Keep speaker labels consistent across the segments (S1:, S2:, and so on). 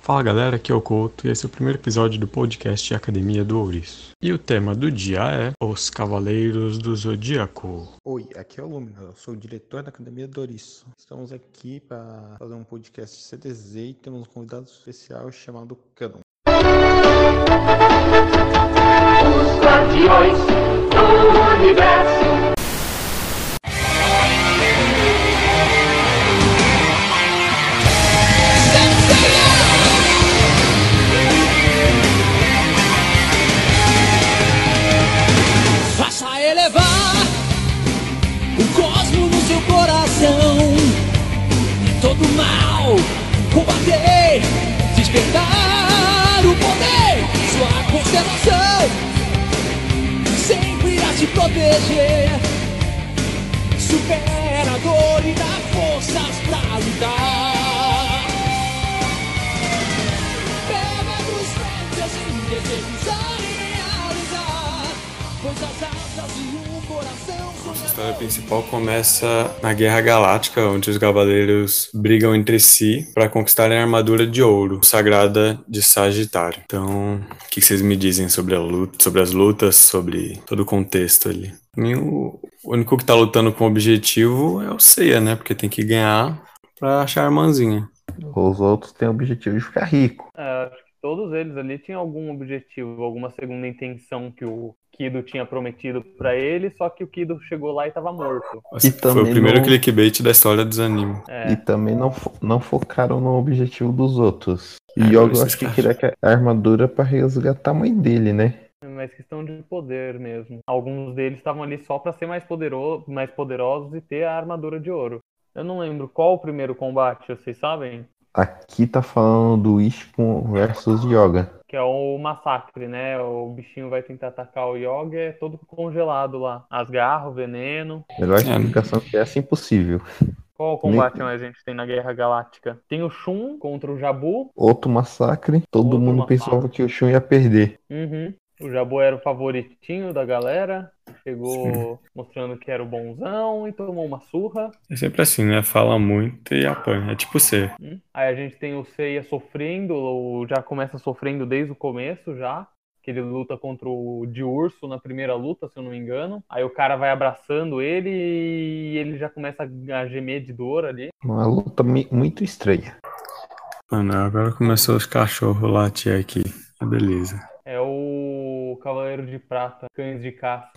S1: Fala galera, aqui é o Couto e esse é o primeiro episódio do podcast Academia do Ouriço. E o tema do dia é Os Cavaleiros do Zodíaco.
S2: Oi, aqui é o Lumina, eu sou o diretor da Academia Doriço. Estamos aqui para fazer um podcast de CDZ e temos um convidado especial chamado Canon.
S3: Os guardiões do universo.
S4: Faça elevar o cosmo no seu coração e todo mal combater, despertar o poder, sua constelação sempre irá te proteger. Supera a dor e dá forças pra lutar. Pega nos pés e desejos a realizar. Pois as asas e um coração
S1: A
S4: sonhador.
S1: história principal começa na Guerra Galáctica, onde os Cavaleiros brigam entre si para conquistarem a armadura de ouro, sagrada de Sagitário. Então, o que vocês me dizem sobre a luta, sobre as lutas, sobre todo o contexto ali? Pra mim, o o único que tá lutando com objetivo é o Seiya, né? Porque tem que ganhar pra achar a irmãzinha.
S5: Os outros têm o objetivo de ficar rico.
S6: É, acho que todos eles ali tinham algum objetivo, alguma segunda intenção que o Kido tinha prometido pra ele, só que o Kido chegou lá e tava morto.
S1: Nossa, Foi o
S5: também
S1: primeiro
S5: não-
S1: clickbait da história dos animes.
S6: É.
S5: E também não, fo- não focaram no objetivo dos outros.
S1: É,
S5: E eu
S1: por isso
S5: acho que
S1: que-
S5: queria que a armadura pra resgatar a mãe dele, né?
S6: Mas questão de poder mesmo. Alguns deles estavam ali só pra ser mais poderoso, mais poderosos e ter a armadura de ouro. Eu não lembro qual o primeiro combate, vocês sabem?
S5: Aqui tá falando do Ishkun versus Yoga.
S6: Que é o massacre, né? O bichinho vai tentar atacar o Yoga, é todo congelado lá. As garras, o veneno.
S5: Melhor
S1: É.
S5: explicação que essa é impossível.
S6: Qual combate mais a gente tem na Guerra Galáctica? Tem o Shun contra o Jabu,
S5: Outro massacre, todo
S6: Outro
S5: mundo
S6: massacre.
S5: pensava que o Shun ia perder.
S6: Uhum. O Jabu era o favoritinho da galera, chegou mostrando que era o bonzão e tomou uma surra.
S1: É sempre assim, né? Fala muito e apanha. É tipo você.
S6: Hum. Aí a gente tem o Seiya sofrendo, ou já começa sofrendo desde o começo já, que ele luta contra o de urso na primeira luta, se eu não me engano. Aí o cara vai abraçando ele e ele já começa a gemer de dor ali.
S5: Uma luta mi- muito estranha.
S1: Mano, agora começou os cachorros latir aqui. Que beleza.
S6: É o Cavaleiro de Prata, Cães de Caça.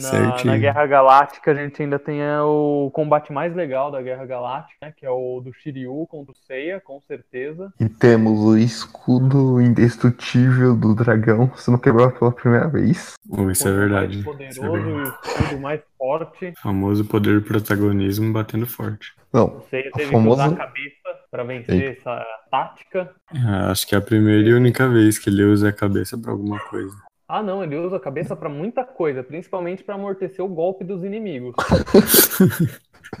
S6: Na,
S1: Certinho.
S6: na Guerra Galáctica, a gente ainda tem é, o combate mais legal da Guerra Galáctica, né, que é o do Shiryu contra o Seiya, com certeza.
S5: e temos o escudo indestrutível do dragão sendo quebrado pela primeira vez.
S1: Ô, isso é
S6: O
S1: verdade.
S6: mais
S1: Isso é
S6: poderoso
S1: verdade.
S6: e o escudo mais forte.
S1: Famoso poder do protagonismo batendo forte.
S5: Não,
S6: O Seiya
S5: O
S6: teve
S5: famoso-
S6: que usar a cabeça para vencer
S5: Eita.
S6: essa tática.
S1: É, acho que é a primeira e única vez que ele usa a cabeça pra alguma coisa.
S6: Ah, não, ele usa a cabeça para muita coisa, principalmente para amortecer o golpe dos inimigos.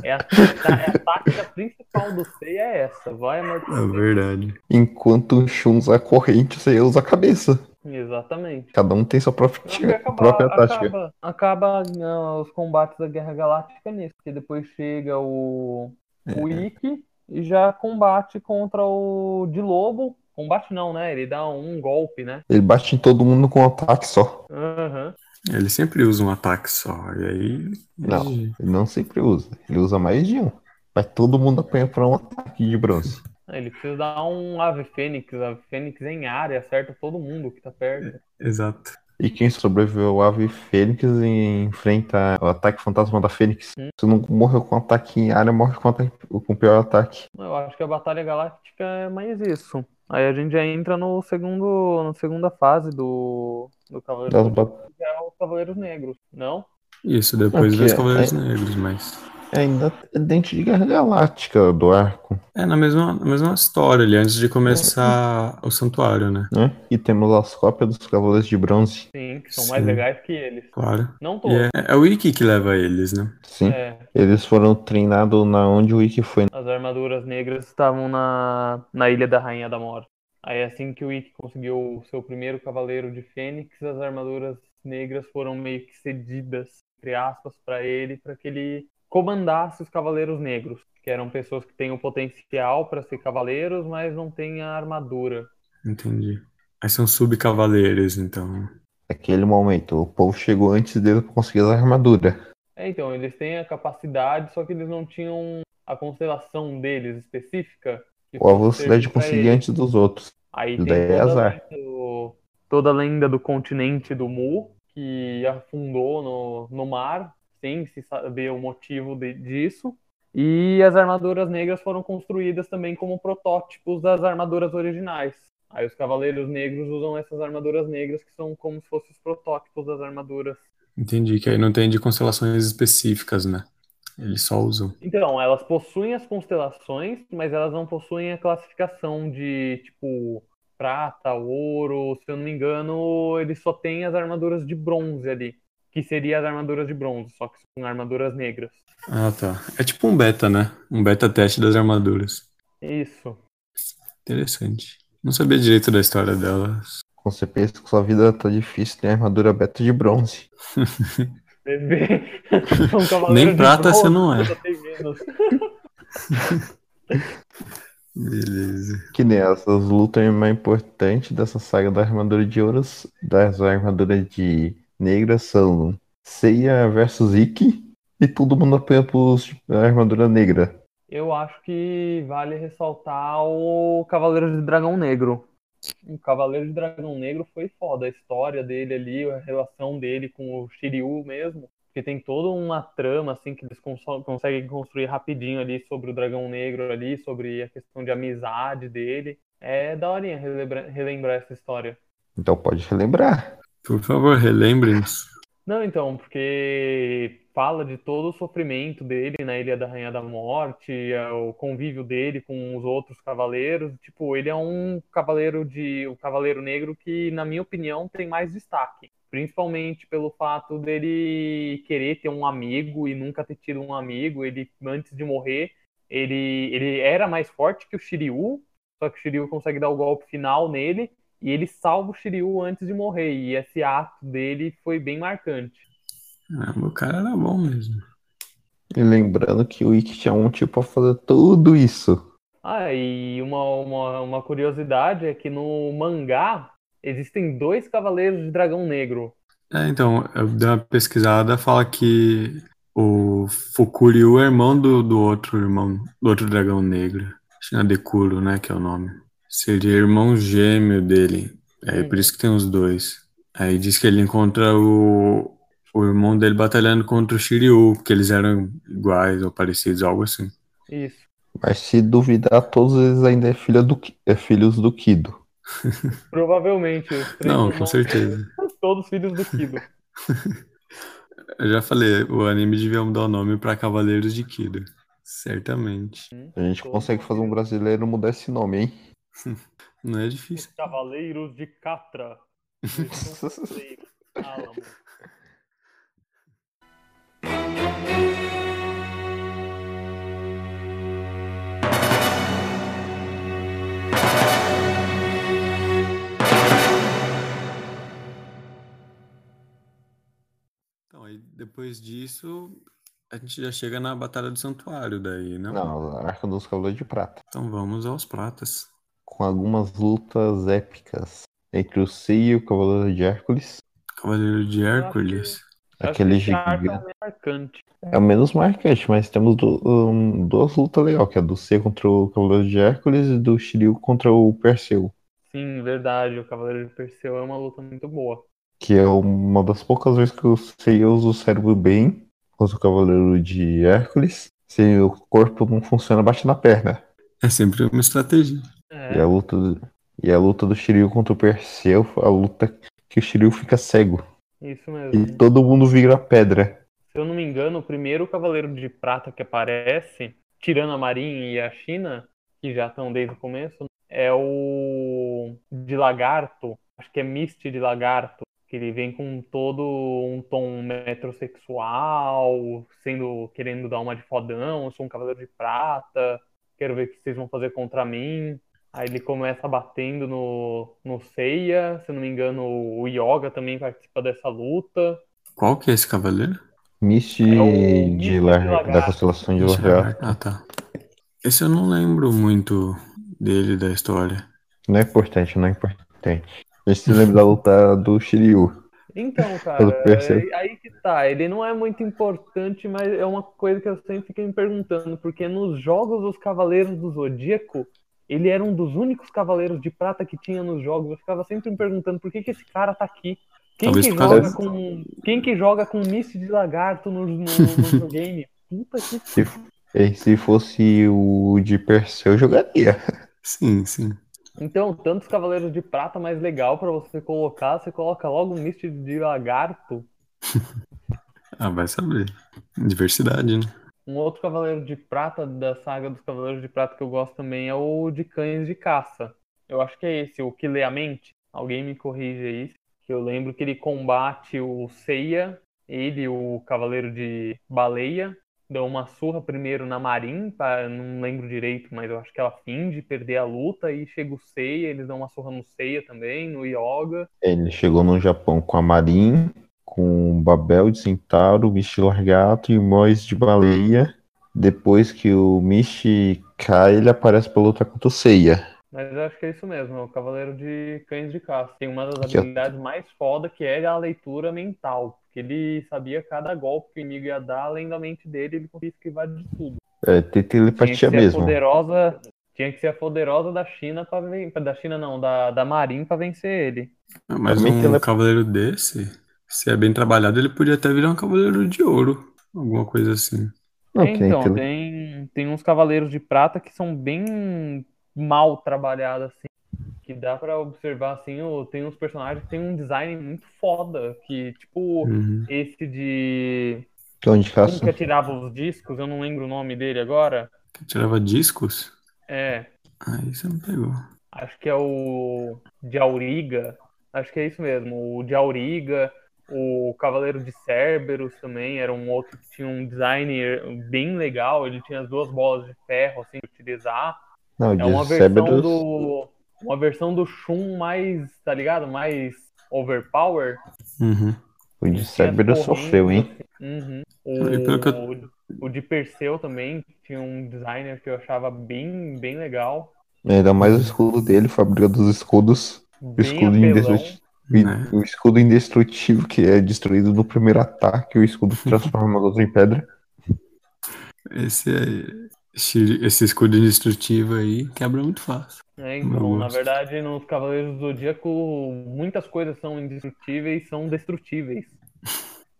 S6: é, a, é a tática principal do Seiya é essa, vai
S1: É
S6: amortecer.
S1: verdade.
S5: Enquanto o Shun usa a corrente, você usa a cabeça.
S6: Exatamente.
S5: Cada um tem sua própria,
S6: Eu acho que acaba-
S5: própria tática.
S6: acaba, acaba, não, os combates da Guerra Galáctica nisso, porque depois chega o,
S5: É.
S6: o Ikki e já combate contra o de Lobo. Combate não, né? Ele dá um golpe, né?
S5: Ele bate em todo mundo com um ataque só.
S6: Aham.
S1: Ele sempre usa um ataque só. E aí.
S5: Não.
S1: ele-
S5: Ele não sempre usa. Ele usa mais de um. Mas todo mundo apanha pra um ataque de bronze.
S6: Ah, Ele precisa dar um Ave Fênix. Ave Fênix em área, acerta todo mundo que tá
S5: É.
S6: perto.
S1: Exato.
S5: E quem sobreviveu ao Ave Fênix e enfrenta o ataque fantasma da Fênix. Se não morreu com um ataque em área, morre com, um ataque, com o pior ataque.
S6: Eu acho que a Batalha Galáctica é mais isso. Aí a gente já entra no segundo, na segunda fase do, do Cavaleiro
S5: Das
S6: Negro,
S5: bat-
S6: que é o Cavaleiro Negro, não?
S1: Isso, depois
S5: Aqui,
S1: vem os
S5: ó.
S1: Cavaleiros Negros, mas.
S5: Ainda é dente de guerra galáctica do arco.
S1: É na mesma, na mesma história ali, antes de começar o santuário, né?
S5: Né? E temos as cópias dos Cavaleiros de Bronze.
S6: Sim, que são mais
S1: Sim.
S6: legais que eles.
S1: Claro.
S6: Não todos.
S1: E é, é o Ikki que leva eles, né?
S5: Sim.
S6: É,
S5: Eles foram treinados na onde o Ikki foi.
S6: as armaduras negras estavam na, na Ilha da Rainha da Morte. Aí assim que o Ikki conseguiu o seu primeiro cavaleiro de Fênix, as armaduras negras foram meio que cedidas, entre aspas, pra ele, pra que ele comandasse os Cavaleiros Negros, que eram pessoas que têm o potencial para ser cavaleiros, mas não têm a armadura.
S1: Entendi. Aí são subcavaleiros, então.
S5: Naquele momento, o povo chegou antes dele pra conseguir a armadura.
S6: É, então, eles têm a capacidade, só que eles não tinham a constelação deles específica. que
S5: Ou a velocidade de
S6: fosse servir pra
S5: conseguir
S6: eles.
S5: antes dos outros.
S6: Aí
S5: Daí
S6: tem
S5: é
S6: toda, a
S5: azar.
S6: lenda do- toda a lenda do continente do Mu, que afundou no, no mar, sem se saber o motivo de- disso. E as armaduras negras foram construídas também como protótipos das armaduras originais. Aí os cavaleiros negros usam essas armaduras negras que são como se fossem os protótipos das armaduras.
S1: Entendi que aí não tem de constelações específicas, né? Eles só usam.
S6: Então, elas possuem as constelações, mas elas não possuem a classificação de tipo prata, ouro, se eu não me engano, eles só têm as armaduras de bronze ali, que seria as armaduras de bronze, só que são armaduras negras.
S1: Ah, tá. É tipo um beta, né? Um beta teste das armaduras.
S6: Isso.
S1: Interessante. Não sabia direito da história delas.
S5: Quando você pensa que sua vida tá difícil, tem armadura beta de bronze.
S6: Bebê. São cavaleiros
S1: Nem
S6: de
S1: prata
S6: bronze,
S1: você não é.
S6: só tem menos.
S1: Beleza.
S5: Que nem essas lutas é mais importantes dessa saga da armadura de ouros, das armaduras de negras são Seiya versus Ikki e todo mundo apanha pros a armadura negra.
S6: Eu acho que vale ressaltar o Cavaleiro de Dragão Negro. O Cavaleiro de Dragão Negro foi foda. A história dele ali, a relação dele com o Shiryu mesmo. Porque tem toda uma trama, assim, que eles conso- conseguem construir rapidinho ali sobre o Dragão Negro ali, sobre a questão de amizade dele. É daorinha relembra- relembrar essa história.
S5: Então pode relembrar.
S1: Por favor, relembrem-nos.
S6: Não, então, porque fala de todo o sofrimento dele na Ilha da Rainha da Morte, é, o convívio dele com os outros cavaleiros. Tipo, ele é um cavaleiro de, o cavaleiro negro que, na minha opinião, tem mais destaque. Principalmente pelo fato dele querer ter um amigo e nunca ter tido um amigo. Ele, antes de morrer, ele, ele era mais forte que o Shiryu, só que o Shiryu consegue dar o golpe final nele. E ele salva o Shiryu antes de morrer. E esse ato dele foi bem marcante.
S1: Ah, o cara era bom mesmo.
S5: E lembrando que o Ikki tinha um tipo pra fazer tudo isso.
S6: Ah, e uma, uma, uma curiosidade é que no mangá existem dois Cavaleiros de Dragão Negro.
S1: É, então, eu dei uma pesquisada, fala que o Fukuryu é irmão do, do outro irmão, do outro dragão negro. Acho que é Dekuro, né, que é o nome. Seria irmão gêmeo dele. É por
S6: Uhum.
S1: isso que tem os dois. Aí diz que ele encontra o, o irmão dele batalhando contra o Shiryu, que eles eram iguais ou parecidos, algo assim.
S6: Isso.
S5: Mas se duvidar, todos eles ainda é, filha do, Ki- é filhos do Kido.
S6: Provavelmente. Os três
S1: Não, com
S6: irmãos,
S1: certeza.
S6: todos filhos do Kido.
S1: Eu já falei, o anime devia mudar o nome pra Cavaleiros de Kido. Certamente.
S5: A gente
S6: Todo
S5: consegue fazer um brasileiro mudar esse nome, hein?
S1: Não é difícil.
S6: Os Cavaleiros de Catra. Eles são cavaleiros. Álamo.
S1: Então, aí depois disso, a gente já chega na Batalha do Santuário daí,
S6: Uhum.
S1: né?
S5: Não, a Arca dos Cavaleiros de Prata.
S1: Então vamos aos pratas.
S5: Com algumas lutas épicas entre o Sei e o Cavaleiro de Hércules.
S1: Cavaleiro de Hércules.
S6: Eu acho
S5: Aquele
S6: que esse arco é o
S5: gigante.
S6: mais marcante.
S5: É o menos marcante, mas temos du- um, duas lutas legais, que é do Sei contra o Cavaleiro de Hércules e do Shiryu contra o Perseu.
S6: Sim, verdade. O Cavaleiro de Perseu é uma luta muito boa.
S5: Que é uma das poucas vezes que o Sei usa o cérebro bem contra o Cavaleiro de Hércules. Se o corpo não funciona, bate na perna.
S1: É sempre uma estratégia.
S6: É.
S5: E a luta do, e a luta do Shiryu contra o Perseu, a luta que o Shiryu fica cego
S6: Isso
S5: e
S6: mesmo.
S5: todo mundo vira pedra.
S6: Se eu não me engano, o primeiro Cavaleiro de Prata que aparece, tirando a Marinha e a China, que já estão desde o começo, é o de lagarto. Acho que é Misty de lagarto. Que ele vem com todo um tom metrosexual, sendo querendo dar uma de fodão, eu sou um cavaleiro de prata, quero ver o que vocês vão fazer contra mim. Aí ele começa batendo no, no Seiya, se eu não me engano, o Yoga também participa dessa luta.
S1: Qual que é esse cavaleiro?
S5: Mist
S6: É
S5: de
S6: o Mist de
S5: Lar...
S6: Lagarto.
S5: da constelação de Lagarto.
S1: Ah, tá. Esse eu não lembro muito dele, da história.
S5: Não é importante, não é importante. A gente se lembra da luta do Shiryu.
S6: Então, cara,
S5: percebo.
S6: é- aí que tá. Ele não é muito importante, mas é uma coisa que eu sempre fiquei me perguntando, porque nos jogos dos Cavaleiros do Zodíaco, ele era um dos únicos Cavaleiros de Prata que tinha nos jogos. Eu ficava sempre me perguntando por que, que esse cara tá aqui. Quem
S1: Talvez
S6: que,
S1: por causa
S6: joga
S1: desse-
S6: com, quem que joga com Mist de Lagarto no, no, no, no game? Puta que
S5: E se fosse o de Perseu, eu jogaria.
S1: Sim, sim.
S6: Então, tantos Cavaleiros de Prata mais legal pra você colocar, você coloca logo um Mist de Lagarto,
S1: Ah, vai saber. Diversidade, né?
S6: Um outro Cavaleiro de Prata da saga dos Cavaleiros de Prata que eu gosto também é o de Cães de Caça. Eu acho que é esse, o que lê a mente. Alguém me corrige aí, que eu lembro que ele combate o Seiya, ele, o Cavaleiro de Baleia, dão uma surra primeiro na Marin, pra- não lembro direito, mas eu acho que ela finge perder a luta e chega o Seiya, eles dão uma surra no Seiya também, no Yoga.
S5: Ele chegou no Japão com a Marin, com o Babel de Centauro, o Michi Largato e o Mois de Baleia. Depois que o Michi cai, ele aparece pra lutar contra o Seiya.
S6: Mas eu acho que é isso mesmo, é o Cavaleiro de Cães de Caça. Tem uma das
S5: Que-
S6: habilidades mais foda que é a leitura mental. Porque ele sabia cada golpe que o inimigo ia dar, além da mente dele, ele conseguia esquivar de tudo.
S5: É, tem telepatia
S6: Tinha que ser a
S5: mesmo.
S6: poderosa. Tinha que ser a poderosa da China para vencer. Da China não, da, da Marin pra vencer ele.
S1: Ah, mas
S5: Também
S1: um
S5: tele-
S1: cavaleiro desse, se é bem trabalhado, ele podia até virar um cavaleiro de ouro. Alguma coisa assim.
S5: Não, tem
S6: então,
S5: tele-
S6: tem, tem uns Cavaleiros de Prata que são bem mal trabalhados, assim. Que dá pra observar, assim, o- tem uns personagens que tem um design muito foda. Que, tipo,
S1: Uhum.
S6: esse de.
S5: Cão de
S6: Como que
S5: caça.
S6: atirava os discos? Eu não lembro o nome dele agora.
S1: Que tirava discos?
S6: É.
S1: Aí você não pegou.
S6: Acho que é o. De Auriga. Acho que é isso mesmo. O de Auriga. O Cavaleiro de Cerberus também era um outro que tinha um design bem legal. Ele tinha as duas bolas de ferro, assim, pra utilizar.
S5: Não,
S6: É uma
S5: de
S6: versão
S5: Cerberus.
S6: do. Uma versão do Shun mais, tá ligado? Mais overpower.
S1: Uhum.
S5: O
S6: é
S5: de Cerberus
S6: Tinha
S5: sofreu, hein?
S6: Uhum.
S1: E pelo que
S6: O, o de Perseu também tinha um designer que eu achava bem, bem legal.
S5: Ainda mais o escudo dele, Fábrica dos Escudos. O
S6: Bem
S5: escudo
S6: apelão.
S5: indestrutível.
S1: Né?
S5: O escudo indestrutível que é destruído no primeiro ataque, o escudo que transforma os outros em pedra.
S1: Esse, esse, esse escudo indestrutível aí quebra muito fácil.
S6: né?
S1: Eu
S6: Então,
S1: gosto.
S6: na verdade, nos Cavaleiros do Zodíaco, muitas coisas são indestrutíveis e são destrutíveis.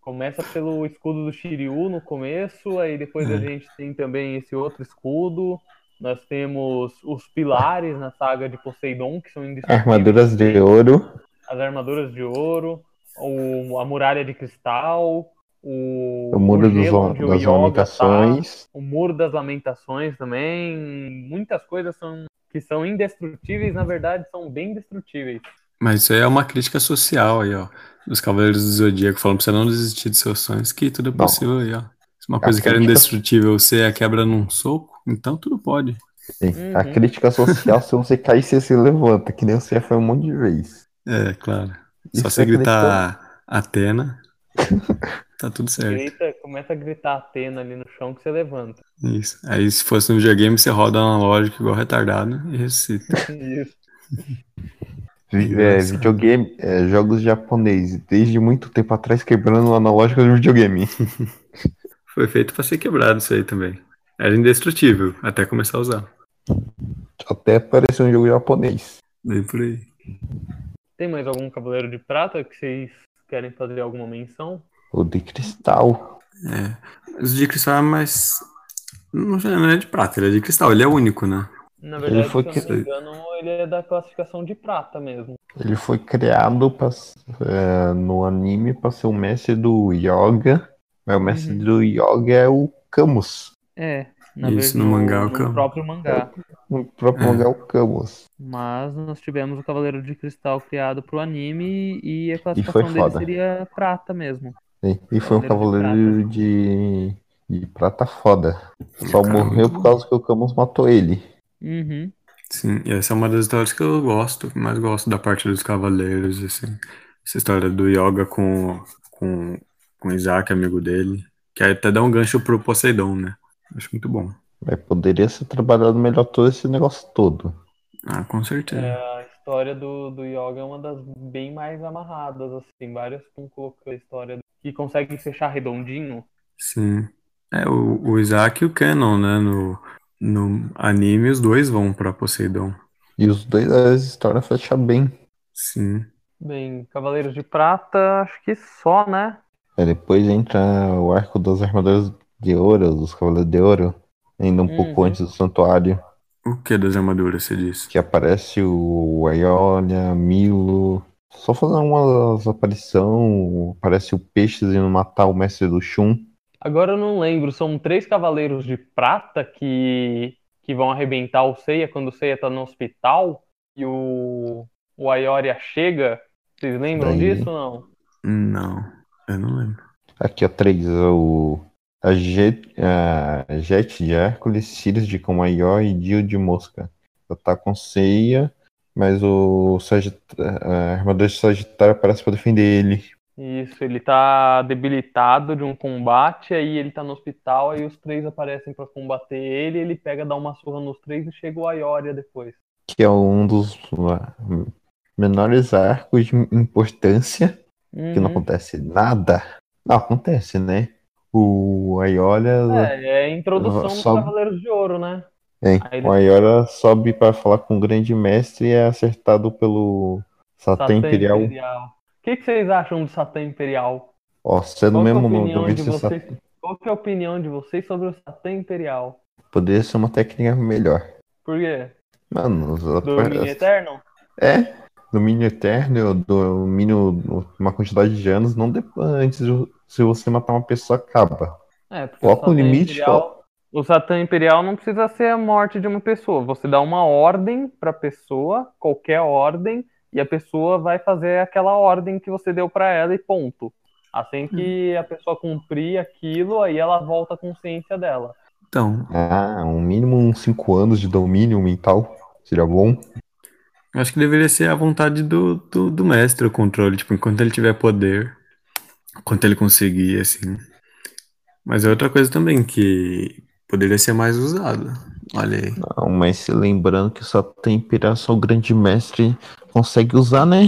S6: Começa pelo escudo do Shiryu no começo, aí depois a
S1: É.
S6: gente tem também esse outro escudo. Nós temos os pilares na saga de Poseidon, que são indestrutíveis.
S5: Armaduras de ouro.
S6: as armaduras de ouro, o, a muralha de cristal, o,
S5: O muro dos,
S6: gelo
S5: lo-
S6: onde o
S5: das
S6: Yoga
S5: lamentações.
S6: tá, o muro das lamentações também. Muitas coisas são que são indestrutíveis, na verdade, são bem destrutíveis.
S1: Mas isso aí é uma crítica social aí, ó. Dos Cavaleiros do Zodíaco falando pra você não desistir dos seus sonhos, que tudo é
S5: Bom.
S1: possível aí, ó. Se uma coisa que era
S5: crítica-
S1: indestrutível, você a quebra num soco, então tudo pode.
S5: Sim, A
S6: Uhum.
S5: crítica social, se você cair, você se levanta, que nem você foi um monte de vez.
S1: É, claro.
S5: Isso
S1: Só você
S5: é
S1: gritar Atena, tá tudo certo. É
S6: Grita, começa a gritar Atena ali no chão que você levanta.
S1: Isso. Aí se fosse no videogame, você roda analógico igual retardado e ressuscita.
S6: Isso.
S5: Vi- é,
S1: Engraçado.
S5: videogame, é, jogos japoneses, desde muito tempo atrás, quebrando o analógico do videogame.
S1: Foi feito pra ser quebrado isso aí também. Era indestrutível, até começar a usar.
S5: Até parecia um jogo japonês.
S1: Daí por aí.
S6: Tem mais algum Cavaleiro de Prata que vocês querem fazer alguma menção?
S5: O de cristal.
S1: Os de cristal é mais. Não já não é de prata, ele é de cristal, ele é único, né?
S6: Na verdade,
S5: foi
S6: se eu não
S1: que-
S6: me engano, ele é da classificação de prata mesmo.
S5: Ele foi criado pra, s- é, no anime para ser o mestre do yoga. Mas o mestre
S6: Uhum.
S5: do yoga é o Camus.
S6: É.
S1: na Isso, ver- no no- mangá, o no Kama.
S6: próprio
S1: próprio
S6: mangá.
S5: O próprio
S1: É.
S5: lugar é o Camus.
S6: Mas nós tivemos o Cavaleiro de Cristal criado pro anime e a
S5: foi
S6: classificação dele
S5: foda.
S6: seria prata mesmo.
S5: Sim, E foi um
S6: Cavaleiro
S5: cavaleiro de, de prata foda. Só
S1: Caramba.
S5: morreu por causa que o Camus matou ele.
S6: Uhum.
S1: Sim, e essa é uma das histórias que eu gosto, que mais gosto da parte dos cavaleiros, assim. Essa história do Yoga com, com, com Isaac, amigo dele. Que aí até dá um gancho pro Poseidon, né? Acho muito bom.
S5: Mas poderia ser trabalhado melhor todo esse negócio todo.
S1: Ah, com certeza.
S6: É, A história do, do Yoga é uma das bem mais amarradas, assim. Tem várias que estão colocando a história que consegue fechar redondinho.
S1: Sim. É, o, o Isaac e o Canon, né? No, no anime, os dois vão pra Poseidon.
S5: E os dois, as histórias fecham bem.
S1: Sim.
S6: Bem, Cavaleiros de Prata, acho que só, né?
S5: Aí depois entra o arco das armaduras de ouro, dos cavaleiros de ouro, ainda um pouco
S6: Uhum.
S5: antes do santuário,
S1: O que das armaduras você disse?
S5: que aparece o Aiolia, Milo. Só fazendo umas aparição, aparece o Peixes indo matar o mestre do Shun.
S6: Agora eu não lembro, são três Cavaleiros de Prata que, que vão arrebentar o Seiya quando o Seiya tá no hospital e o, o Aioria chega. Vocês lembram
S5: Daí-
S6: disso ou não?
S1: Não, eu não lembro.
S5: Aqui a três, o a Jet, a Jet de Hércules, Sirius de Comaió e Dio de Mosca. Ela tá com ceia, mas o Sagit... a armadura de Sagitário aparece pra defender ele.
S6: Isso, ele tá debilitado de um combate, aí ele tá no hospital, aí os três aparecem pra combater ele, ele pega, dá uma surra nos três e chega o Aioria depois.
S5: que é um dos uh, menores arcos de importância, que não
S6: Uhum.
S5: acontece nada. Não, acontece, né? O Aiolia,
S6: É, é a introdução dos
S5: Só-
S6: Cavaleiros de Ouro, né?
S5: hein,
S6: aí ele-
S5: o Aiolia sobe para falar com o grande mestre e é acertado pelo Satã Imperial.
S6: O que, que vocês acham do Satã Imperial?
S5: Ó, sendo
S6: Qual que é a
S5: mesmo
S6: opinião
S5: do
S6: de
S5: vídeo,
S6: vocês? Qual que é a opinião de vocês sobre o Satã Imperial?
S5: poderia ser uma técnica melhor.
S6: Por quê?
S5: Mano, os
S6: Do Mini Eterno?
S5: É, domínio eterno, eu um domínio uma quantidade de anos, não depois, antes de, se você matar uma pessoa, acaba.
S6: É, porque
S5: Coloca
S6: o
S5: um
S6: Satã
S5: limite,
S6: Imperial, o Satã Imperial não precisa ser a morte de uma pessoa. Você dá uma ordem pra pessoa, qualquer ordem, e a pessoa vai fazer aquela ordem que você deu pra ela e ponto.
S5: Hum.
S6: Assim que a pessoa cumprir aquilo, aí ela volta à consciência dela.
S1: Então,
S5: Ah, um mínimo uns 5 anos de domínio mental seria bom.
S1: eu acho que deveria ser a vontade do, do, do mestre o controle, tipo, enquanto ele tiver poder, enquanto ele conseguir, assim. Mas é outra coisa também que poderia ser mais usada. Olha aí.
S5: Não, mas se lembrando que só tem pirar só o grande mestre consegue usar, né?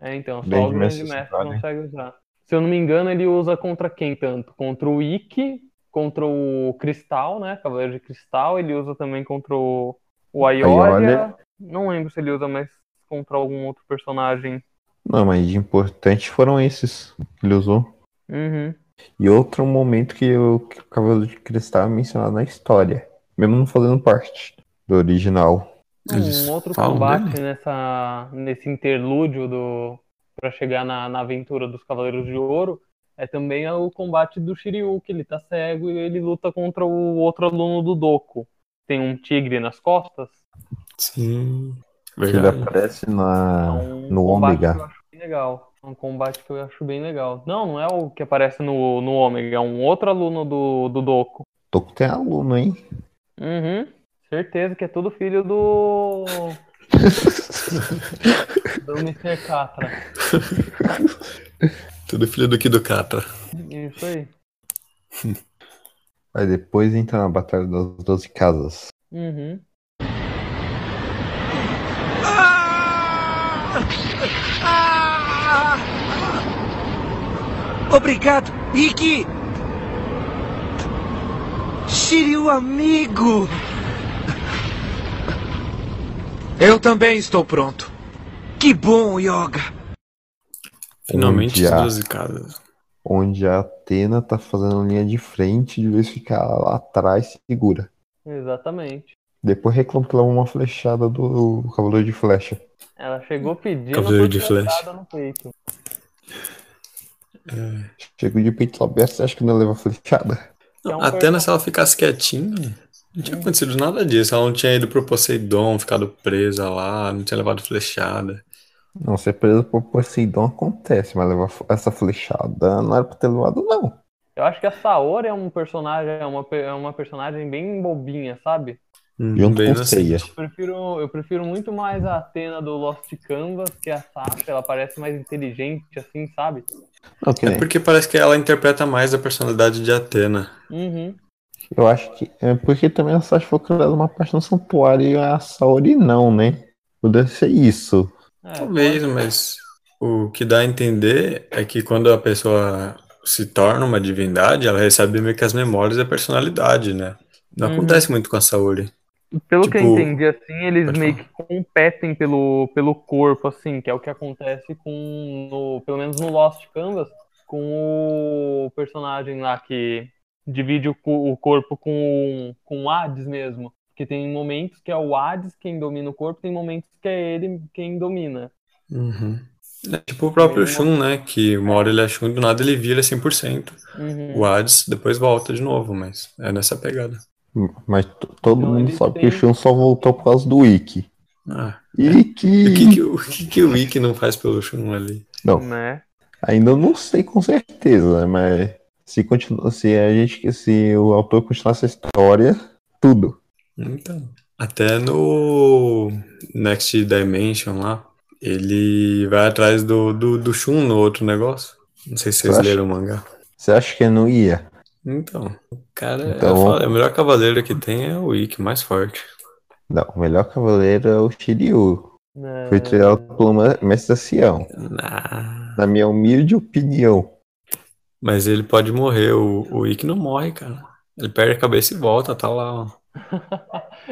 S6: É, então, só
S5: Grande
S6: o grande
S5: mestre
S6: mestre
S5: Saitama, né?
S6: consegue usar. Se eu não me engano, ele usa contra quem tanto? Contra o Ikki, contra o Cristal, né? Cavaleiro de Cristal. Ele usa também contra o, o Aioria.
S5: Aioria.
S6: Não lembro se ele usa mais contra algum outro personagem.
S5: Não, mas de importante foram esses que ele usou.
S6: Uhum.
S5: E outro momento que o, que o Cavaleiro de Cristal é mencionado na história, mesmo não fazendo parte do original.
S1: Eles
S6: Um outro
S1: falam
S6: combate
S1: dele?
S6: nessa, nesse interlúdio do para chegar na, na aventura dos Cavaleiros de Ouro é também o combate do Shiryu, que ele tá cego e ele luta contra o outro aluno do Doku. Tem um tigre nas costas.
S1: Sim.
S5: Que ele
S1: Verdade.
S5: aparece
S6: É
S5: na,
S6: um
S5: Ah, no
S6: combate que eu
S5: Ômega.
S6: acho bem legal. É um combate que eu acho bem legal. Não, não é o que aparece no, no Ômega, é um outro aluno do, do Doku.
S5: Toco tem aluno, hein?
S6: Uhum. Certeza que é tudo filho do. do Mr. Catra.
S1: Tudo filho do que do Catra.
S6: Isso aí.
S5: Aí depois entra na Batalha das Doze Casas.
S6: Uhum.
S7: Ah! Obrigado, Ikki! Shiryu amigo! Eu também estou pronto. Que bom, Yoga!
S1: Finalmente
S5: Onde
S1: as
S5: a-
S1: duas casas.
S5: onde a Atena tá fazendo linha de frente, de vez ficar lá atrás, segura.
S6: Exatamente.
S5: Depois reclama que leva uma flechada do Cavaleiro de Flecha.
S6: Ela chegou pedindo
S1: Cavaleiro
S6: uma
S1: de flecha.
S6: flechada no peito.
S5: Chega de peito aberto, você acha que não leva flechada?
S6: Que é um
S1: Até
S6: personagem-
S1: se ela ficasse quietinha, não tinha acontecido nada disso. Ela não tinha ido pro Poseidon, ficado presa lá, não tinha levado flechada.
S5: Não, ser preso por Poseidon acontece, mas levar essa flechada não era pra ter levado, não.
S6: Eu acho que a Saori é um personagem, é uma, pe- é uma personagem bem bobinha, sabe?
S5: Junto
S1: bem
S5: com
S1: inocente.
S5: Seiya.
S6: Prefiro, eu prefiro muito mais a Atena do Lost Canvas que a Sasha. Ela parece mais inteligente, assim, sabe?
S5: Não, que
S1: É
S5: nem-
S1: porque parece que ela interpreta mais a personalidade de Atena.
S6: Uhum.
S5: Eu acho que. É porque também a Sasha foi criada uma parte no santuário e a Saori não, né? Poderia ser isso.
S6: É,
S1: Talvez,
S6: pode-
S1: mas o que dá a entender é que quando a pessoa se torna uma divindade, ela recebe meio que as memórias e a personalidade, né? Não
S6: Uhum.
S1: acontece muito com a Saori.
S6: Pelo que eu
S1: Tipo,
S6: entendi, assim, eles
S1: pode
S6: meio
S1: falar.
S6: que competem pelo, pelo corpo, assim, que é o que acontece com, no- pelo menos no Lost Canvas, com o personagem lá que divide o, co- o corpo com, o- com o Hades mesmo. Que tem momentos que é o Hades quem domina o corpo, tem momentos que é ele quem domina.
S1: É tipo o próprio
S6: Meio
S1: Shun, né? Que uma hora ele é Shun, do nada ele vira 100%.
S6: Uhum.
S1: O Hades depois volta de novo, mas é nessa pegada.
S5: Mas t- todo
S6: Então,
S5: mundo
S6: eles
S5: sabe que
S6: têm-
S5: o Shun só voltou por causa do Ikki.
S1: Ah, o que
S5: Ikki!
S1: que, o- o que que o Ikki não faz pelo Shun ali?
S5: Não,
S6: Né?
S5: Ainda não sei com certeza, mas se continua, se a gente, se o autor continuar essa história, tudo.
S1: Então, até no Next Dimension lá, ele vai atrás do, do, do Shun no outro negócio. Não sei se vocês
S5: Tu acha?
S1: leram o mangá.
S5: Você acha que não ia?
S1: Então, o cara, eu
S5: Então-
S1: falo, o melhor cavaleiro que tem é o Ikki, mais forte.
S5: Não, o melhor cavaleiro é o Shiryu.
S6: Né?
S1: É.
S5: Foi tirado pelo ma- mestre Ancião,
S1: Nah.
S5: na minha humilde opinião.
S1: Mas ele pode morrer, o, o Ikki não morre, cara. Ele perde a cabeça e volta, tá lá, ó.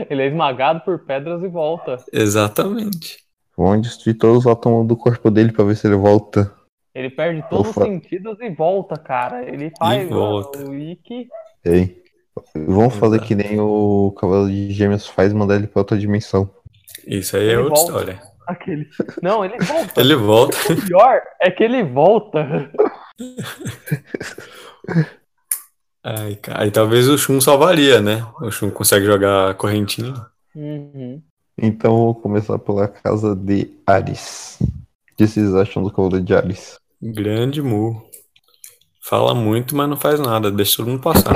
S6: Ele é esmagado por pedras e volta.
S1: Exatamente.
S5: Vão destruir todos os átomos do corpo dele pra ver se ele volta.
S6: Ele perde todos os
S5: Ufa.
S6: sentidos e volta, cara. Ele faz mano,
S1: volta.
S6: o Ikki.
S5: Hein? Vão fazer
S1: Exato.
S5: que nem o Cavaleiro de Gêmeos faz, mandar ele pra outra dimensão.
S1: Isso aí é
S6: Ele
S1: outra
S6: volta.
S1: história.
S6: Aquele. Não, ele volta.
S1: Ele volta.
S6: O pior é que ele volta.
S1: Ai, cara, aí talvez o Shun salvaria, né? O Shun consegue jogar a correntinha.
S6: Uhum.
S5: Então vou começar pela casa de Ares. O que vocês acham do Cavaleiro de Ares?
S1: Grande Mu. Fala muito, mas não faz nada. Deixa todo mundo passar.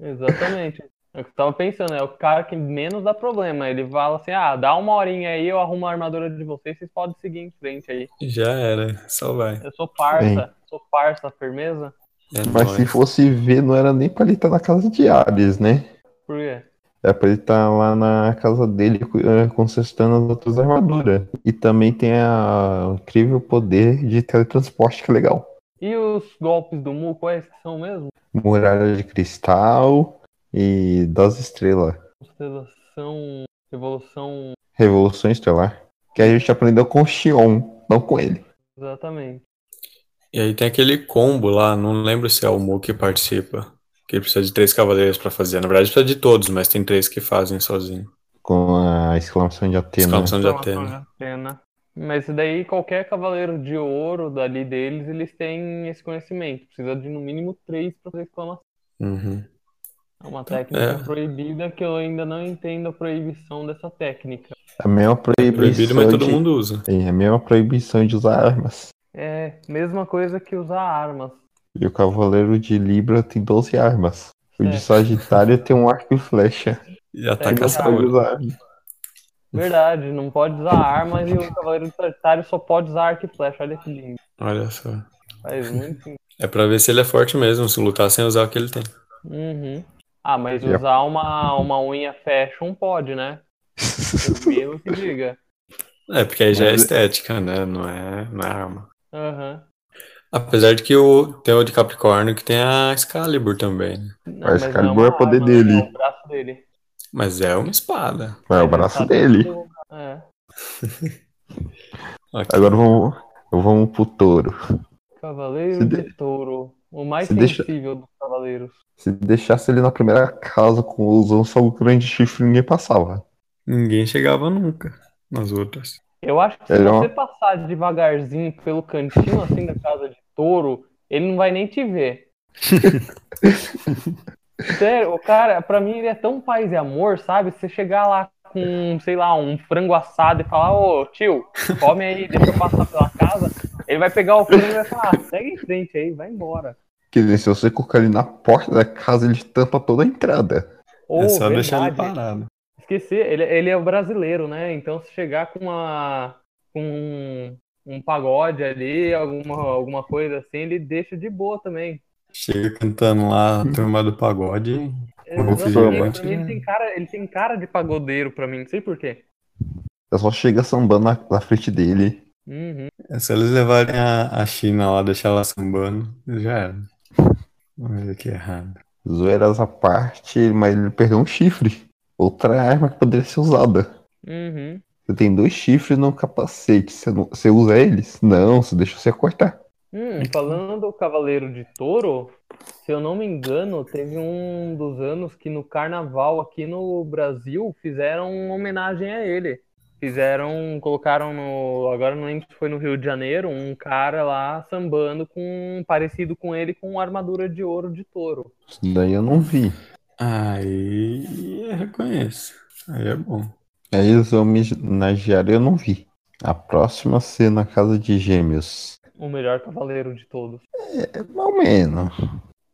S6: Exatamente. É o que eu tava pensando, é o cara que menos dá problema. Ele fala assim: ah, dá uma horinha aí, eu arrumo a armadura de vocês, vocês podem seguir em frente aí.
S1: Já era. Só vai.
S6: Eu sou parça, sou parça, firmeza.
S1: É
S5: Mas
S1: nóis.
S5: se fosse ver, não era nem pra ele estar na casa de Ares, né?
S6: Por quê?
S5: Era pra ele estar lá na casa dele cu- eh, consertando as outras armaduras. E também tem a o incrível poder de teletransporte, que é legal.
S6: E os golpes do Mu, quais que são mesmo?
S5: Muralha de cristal e das estrelas.
S6: Constelação, evolução,
S5: Revolução estelar. Que a gente aprendeu com o Xion, não com ele.
S6: exatamente.
S1: E aí tem aquele combo lá. Não lembro se é o Mu que participa. Que ele precisa de três cavaleiros pra fazer. Na verdade, precisa de todos, mas tem três que fazem sozinho.
S5: Com a exclamação de Atena. né?
S1: Exclamação de
S6: Exclamação
S1: Atena.
S6: de Atena. Mas isso daí qualquer cavaleiro de ouro dali deles, eles têm esse conhecimento. Precisa de no mínimo três para fazer exclamação.
S1: Uhum.
S6: É uma técnica
S1: É.
S6: proibida que eu ainda não entendo a proibição dessa técnica.
S5: É A mesma proibição.
S1: Proibido, mas todo
S5: de-
S1: mundo usa.
S5: É a mesma proibição de usar armas.
S6: É, mesma coisa que usar armas.
S5: E o Cavaleiro de Libra tem 12 armas. O de
S6: É.
S5: Sagitário tem um arco e flecha.
S1: E ataca a
S6: Não
S5: Pode
S1: Saori.
S5: usar arma.
S6: Verdade, não pode usar armas e o cavaleiro de Sagitário só pode usar arco e flecha. Olha que lindo.
S1: Olha só.
S6: Faz muito sentido.
S1: É pra ver se ele é forte mesmo. Se lutar sem usar o que ele tem.
S6: Uhum. Ah, mas
S5: Yeah.
S6: usar uma, uma unha fashion pode, né? Pelo que diga.
S1: É, porque aí já é
S5: Mas-
S1: estética, né? Não é, não é arma.
S6: Aham.
S1: Apesar de que o, tem o de Capricórnio que tem a Excalibur também. né?
S6: Não,
S5: Mas
S6: mas
S5: Excalibur
S6: não
S5: é
S6: uma
S5: poder
S6: arma,
S5: dele.
S6: né? É o braço dele.
S1: Mas é uma espada.
S5: É o
S6: Mas
S5: braço
S6: tá
S5: dele.
S6: tudo- É.
S1: Aqui.
S5: Agora vamos, vamos pro touro.
S6: Cavaleiro
S5: Se
S6: de
S5: de-
S6: touro. O mais
S5: se deixa-
S6: sensível dos cavaleiros.
S5: Se deixasse ele na primeira casa com usando só o grande chifre, ninguém passava.
S1: Ninguém chegava nunca nas outras.
S6: Eu acho que se
S5: Ele é
S6: você
S5: uma-
S6: passar devagarzinho pelo cantinho assim da casa de touro, ele não vai nem te ver. Sério, o cara, pra mim ele é tão paz e amor, sabe? Você chegar lá com, sei lá, um frango assado e falar, ô tio, come aí, deixa eu passar pela casa. Ele vai pegar o frango e vai falar, ah, segue em frente aí, vai embora.
S5: Quer dizer, se você colocar ele na porta da casa, ele tampa toda a entrada.
S6: Ou,
S1: é só
S6: verdade,
S1: deixar ele parado.
S6: Esquecer, ele, ele é o brasileiro, né? Então se chegar com uma com um, um pagode ali, alguma, alguma coisa assim, ele deixa de boa também.
S1: Chega cantando lá a turma do pagode.
S6: Eu
S1: Vou
S6: não
S1: fingir
S6: sei, Então, pra
S1: romântico,
S6: mim, ele,
S5: né?
S6: tem cara, ele tem cara de pagodeiro pra mim, não sei porquê.
S5: Eu só chego sambando na, na frente dele.
S6: Uhum.
S1: É só eles levarem a, a China lá, deixar ela sambando, já era. Olha que é errado.
S5: Zoeiras à parte, mas ele perdeu um chifre. Outra arma que poderia ser usada.
S6: Uhum.
S5: Você tem dois chifres no capacete. Você, não- você usa eles? Não, você deixa você cortar.
S6: Hum, falando do Cavaleiro de Touro, se eu não me engano, teve um dos anos que no carnaval aqui no Brasil fizeram uma homenagem a ele. Fizeram, colocaram no, agora eu não lembro se foi no Rio de Janeiro, um cara lá sambando com, parecido com ele, com armadura de ouro de touro.
S5: Isso daí eu não vi.
S1: Aí eu reconheço. Aí é bom.
S5: Aí eles homenagearam eu não vi. A próxima cena, a Casa de Gêmeos.
S6: O melhor cavaleiro de todos.
S5: É mais ou menos.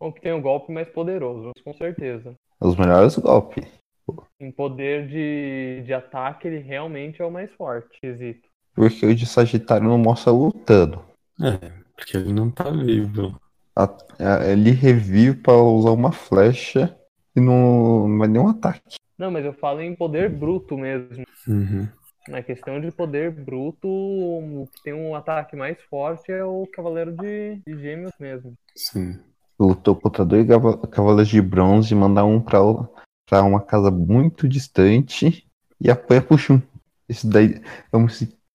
S6: O que tem o golpe mais poderoso, com certeza.
S5: Os melhores golpes.
S6: Em poder de, de ataque, ele realmente é o mais forte, quesito.
S5: Porque o de Sagitário não mostra lutando.
S1: É, porque ele não tá vivo.
S5: É, Ele revive pra usar uma flecha e não, não vai nenhum ataque.
S6: Não, mas eu falo em poder bruto mesmo.
S1: Uhum.
S6: Na questão de poder bruto, o que tem um ataque mais forte é o Cavaleiro de, de Gêmeos mesmo.
S1: Sim.
S5: Lutou contra dois gava- cavaleiros de bronze, mandar um pra, o- pra uma casa muito distante e apanha pro Shun. Isso daí, eu me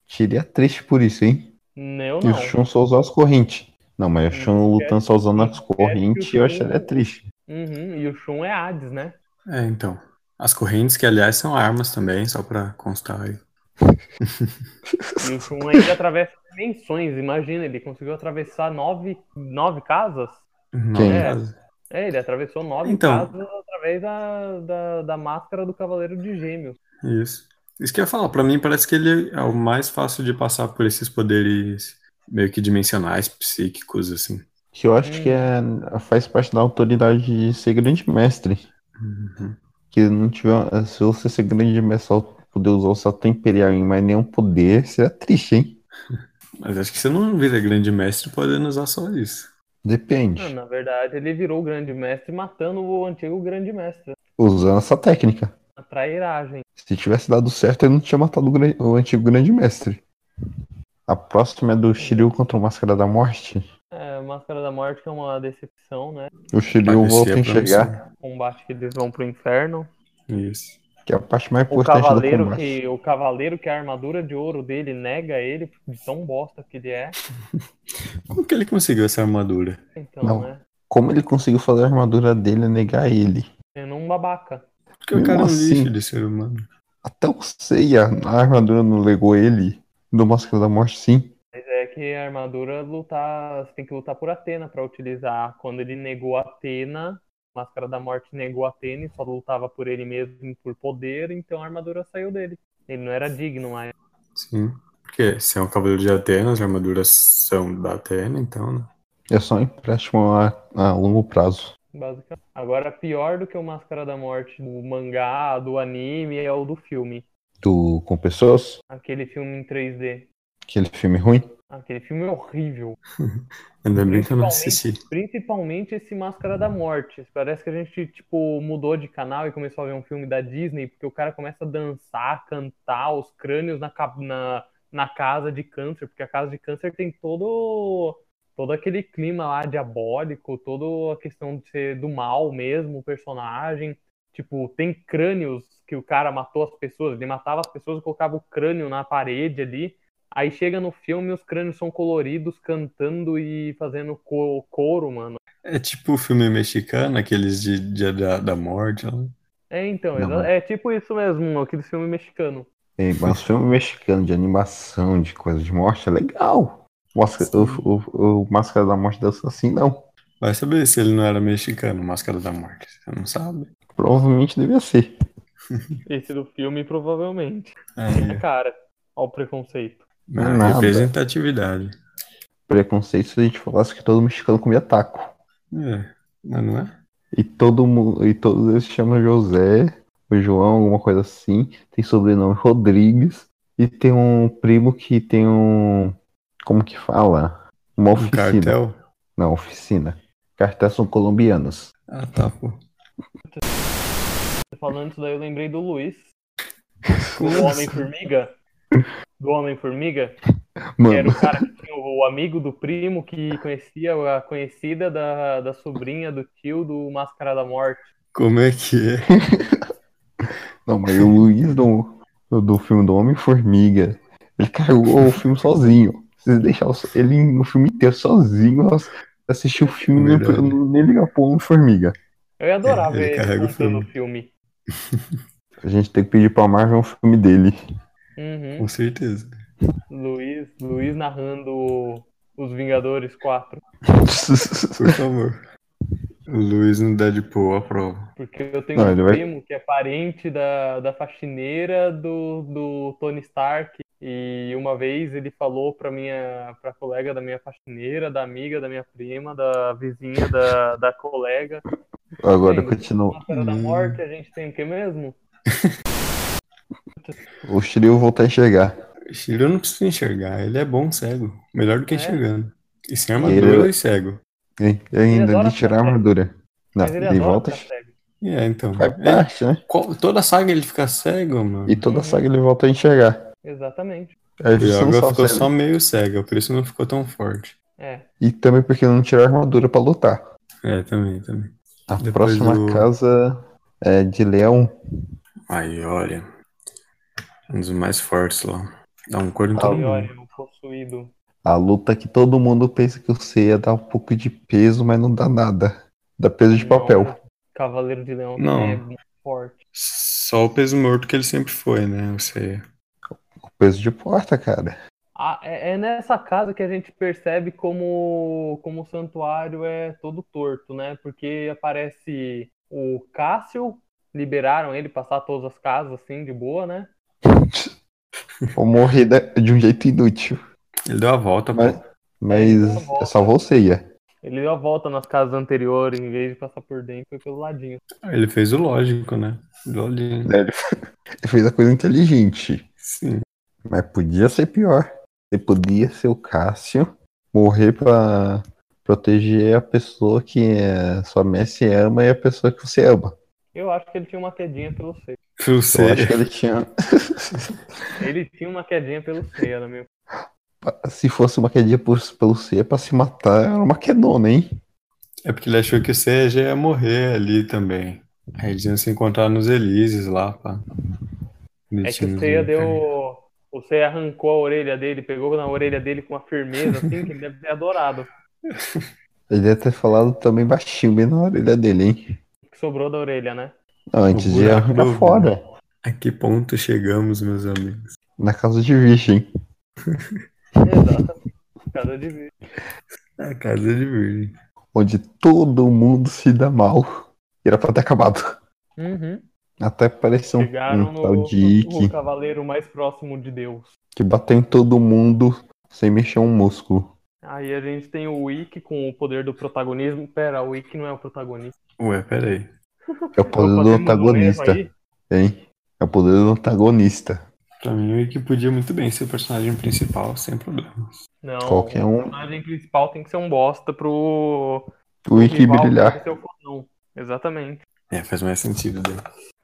S5: sentiria triste por isso, hein?
S6: Eu
S5: E o
S6: não.
S5: Shun só usou as correntes. Não, mas o Shun lutando só usando as correntes, eu acharia triste.
S6: Uhum, E o Shun é Hades, né?
S1: É, então. As correntes, que aliás são armas também, só pra constar aí.
S6: E o Shun ainda atravessa dimensões, imagina, ele conseguiu atravessar nove, nove casas?
S1: Não,
S5: Quem?
S1: mas-
S6: É, ele atravessou nove
S1: Então.
S6: casas através da, da, da máscara do Cavaleiro de Gêmeos.
S1: Isso. Isso que eu ia falar, pra mim parece que ele é o mais fácil de passar por esses poderes meio que dimensionais, psíquicos, assim.
S5: Que eu acho que é, faz parte da autoridade de ser grande mestre.
S1: Uhum.
S5: Que não tiver. Se você ser grande mestre, só poder usar o salto imperial em mais nenhum poder, seria triste, hein?
S1: Mas acho que você não vira grande mestre podendo usar só isso.
S6: Não,
S5: Depende.
S6: Ah, na verdade, ele virou o Grande Mestre matando o antigo Grande Mestre.
S5: Usando essa técnica.
S6: A trairagem.
S5: Se tivesse dado certo, ele não tinha matado o, gran- o antigo grande mestre. A próxima é do Shiryu contra o Máscara da Morte.
S6: É, Máscara da Morte que é uma decepção, né?
S5: O Shiryu
S1: Parecia
S5: volta a
S1: promissor.
S5: enxergar,
S6: Combate que eles vão pro inferno.
S1: Isso.
S5: que é a parte mais
S6: O
S5: importante do
S6: cavaleiro
S5: combate.
S6: que o cavaleiro que a armadura de ouro dele nega ele de tão bosta que ele é.
S1: Como que ele conseguiu essa armadura?
S6: Então,
S5: Não.
S6: né?
S5: Como ele conseguiu fazer a armadura dele negar ele?
S6: Sendo um babaca.
S1: Porque o cara é um
S5: Mesmo
S1: lixo
S5: assim.
S1: de ser humano.
S5: Até o Seiya, a armadura não legou ele. Do Máscara da Morte, sim.
S6: Mas é que a armadura lutar, você tem que lutar por Atena pra utilizar. Quando ele negou Atena, Máscara da Morte negou Atena e só lutava por ele mesmo por poder, então a armadura saiu dele. Ele não era digno mais.
S1: Sim. Porque se é um cavaleiro de Atena, as armaduras são da Atena, então, né?
S5: É só um empréstimo a, a longo prazo.
S6: Basicamente. Agora, pior do que o Máscara da Morte do mangá, do anime, é o do filme.
S5: Do Com Pessoas,
S6: Aquele filme em 3D.
S5: aquele filme ruim.
S6: Aquele filme é horrível.
S1: Ainda bem que eu não
S6: Principalmente-
S1: assisti.
S6: Principalmente esse Máscara da Morte. Parece que a gente, tipo, mudou de canal e começou a ver um filme da Disney, porque o cara começa a dançar, cantar, os crânios na, ca- na, na casa de câncer, porque a casa de câncer tem todo. Todo aquele clima lá diabólico, toda a questão de ser do mal mesmo, o personagem. Tipo, tem crânios que o cara matou as pessoas, ele matava as pessoas e colocava o crânio na parede ali. Aí chega no filme, os crânios são coloridos, cantando e fazendo co- coro, mano.
S1: É tipo o filme mexicano, aqueles de Dia da, da Morte. lá.
S6: É, então,
S5: Não.
S6: exa- é tipo isso mesmo, aquele filme mexicano.
S5: É, mas filme mexicano de animação, de coisa de morte, é legal. O Máscara, o, o- o Máscara da Morte dança assim, não.
S1: Vai saber se ele não era mexicano, Máscara da Morte. Você não sabe?
S5: Provavelmente devia ser.
S6: Esse do filme, provavelmente.
S1: Aí,
S6: Cara, ó o preconceito.
S1: na
S5: Nada.
S1: representatividade.
S5: Preconceito se a gente falasse que todo mexicano comia taco.
S1: É, mas não é?
S5: E todo mundo, e todos eles se chamam José, o João, alguma coisa assim. Tem sobrenome Rodrigues. E tem um primo que tem um. Como que fala? Uma
S1: Um
S5: oficina.
S1: cartel?
S5: Não, oficina. Cartéis são colombianos.
S1: Ah, tá, pô.
S6: Falando isso daí, eu lembrei do Luiz, do
S1: Nossa.
S6: Homem-Formiga. Do Homem-Formiga, que era
S5: Mano,
S6: o cara que tinha o, o amigo do primo que conhecia a conhecida da, da sobrinha do tio do Máscara da Morte.
S1: Como é que é?
S5: não, mas o Luiz do, do filme do Homem-Formiga, ele cagou o filme sozinho. Vocês deixaram so- ele no filme inteiro sozinho, assistir o filme e
S1: Verdade.
S5: não- nem ligar pro Homem-Formiga.
S6: Eu ia adorar
S1: É, ele
S6: ver
S1: carrega o
S6: ele contando o
S1: filme.
S6: filme.
S5: A gente tem que pedir pra Marvel um filme dele.
S6: Uhum.
S1: Com certeza.
S6: Luiz, Luiz narrando os Vingadores 4.
S1: Por favor. Luiz no Deadpool, aprova.
S6: Porque eu tenho
S5: Não, ele
S6: um
S5: vai-
S6: primo que é parente da, da faxineira do, do Tony Stark. E uma vez ele falou pra minha pra colega da minha faxineira, da amiga da minha prima, da vizinha da, da colega.
S5: Agora
S6: Lembra?
S5: continua.
S6: Máscara da Morte, a gente tem o que mesmo?
S5: O Shiryu voltar a enxergar.
S1: Ele eu não preciso enxergar, ele é bom cego. Melhor do que
S6: É?
S1: enxergando. E sem armadura
S5: Ele- é
S1: e cego.
S5: E e ainda
S6: adora
S5: de tirar a
S6: ficar
S5: armadura. Não,
S6: Mas ele
S5: ele
S6: adora
S5: volta.
S6: ficar cego.
S1: E é, então.
S5: Faz
S1: É,
S5: parte, né?
S1: qual- toda saga ele fica cego, mano.
S5: E toda a saga ele volta a enxergar.
S6: Exatamente.
S5: Aí
S1: O
S5: você não
S1: Yaga
S5: sabe
S1: ficou
S5: se-
S1: só meio cego, por isso não ficou tão forte.
S6: É.
S5: E também porque ele não tirou a armadura pra lutar.
S1: É, também, também.
S5: A
S1: Depois
S5: próxima
S1: do-
S5: casa é de leão.
S1: Aí, olha. Um dos mais fortes lá. Dá um corno em
S5: Tá
S1: todo
S6: E
S1: mundo.
S6: olha, o possuído.
S5: A luta que todo mundo pensa que o C ia dar um pouco de peso, mas não dá nada. Dá peso de papel.
S6: Nossa, Cavaleiro de Leão
S1: Não.
S6: é muito forte.
S1: Só o peso morto que ele sempre foi, né? Ou seja,
S5: Peso de porta, cara.
S6: Ah, é, é nessa casa que a gente percebe como, como o santuário é todo torto, né? Porque aparece o Cássio, liberaram ele passar todas as casas assim, de boa, né?
S5: Vou morrer da- de um jeito inútil.
S1: ele deu a volta, pô.
S5: Mas,
S6: Tá bom.
S5: mas salvou o Seiya.
S6: Ele deu a volta nas casas anteriores, em vez de passar por dentro, foi pelo ladinho.
S1: Ele fez o lógico, né? Lógico.
S5: Ele ele fez a coisa inteligente.
S1: Sim.
S5: Mas podia ser pior. Ele podia ser o Cássio. Morrer pra proteger a pessoa que é, sua mestre ama e a pessoa que você ama.
S6: Eu acho que ele tinha uma quedinha pelo Seiya.
S1: Eu
S5: Eu
S1: sei.
S5: acho que ele tinha.
S6: Ele tinha uma quedinha pelo Seiya, na minha
S5: Se fosse uma quedinha por, pelo C é pra se matar, era uma quedona, hein?
S1: É porque ele achou que o Seiya já ia morrer ali também. Aí eles iam se encontrar nos Elises lá, pá.
S6: É que o
S1: Bonitinhos,
S6: Seiya
S1: né, cara?
S6: deu. O Seiya arrancou a orelha dele, pegou na orelha dele com uma firmeza, assim, que ele deve ter adorado.
S5: Ele deve ter falado também baixinho, bem na orelha dele, hein?
S6: O que sobrou da orelha, né?
S5: Não, antes de
S1: buraco
S5: arrancar
S1: do-
S5: fora,
S1: A que ponto chegamos, meus amigos?
S5: na casa de virgem.
S6: Exatamente. Cada de vez.
S1: É A casa de virgem.
S5: Onde todo mundo se dá mal. E era pra ter acabado. Até apareceu um,
S6: Chegaram
S5: um
S6: no,
S5: tal
S6: no-
S5: de Ikki
S6: no cavaleiro mais próximo de Deus.
S5: que bateu em todo mundo sem mexer um músculo.
S6: Aí a gente tem o Ikki com o poder do protagonismo. Pera, o Ikki não é o protagonista.
S1: Ué, peraí.
S5: É o poder
S6: Opa,
S5: do
S6: temos um erro
S5: antagonista,
S6: aí.
S5: hein? É o poder do antagonista.
S1: Pra mim, o Ikki podia muito bem ser o personagem principal, sem problemas.
S6: Não,
S5: Qualquer
S6: o
S5: um.
S6: personagem principal tem que ser um bosta pro
S5: O Ikki
S6: rival
S5: brilhar.
S6: tem que ser o fodão. Exatamente.
S1: É, faz mais sentido. Né?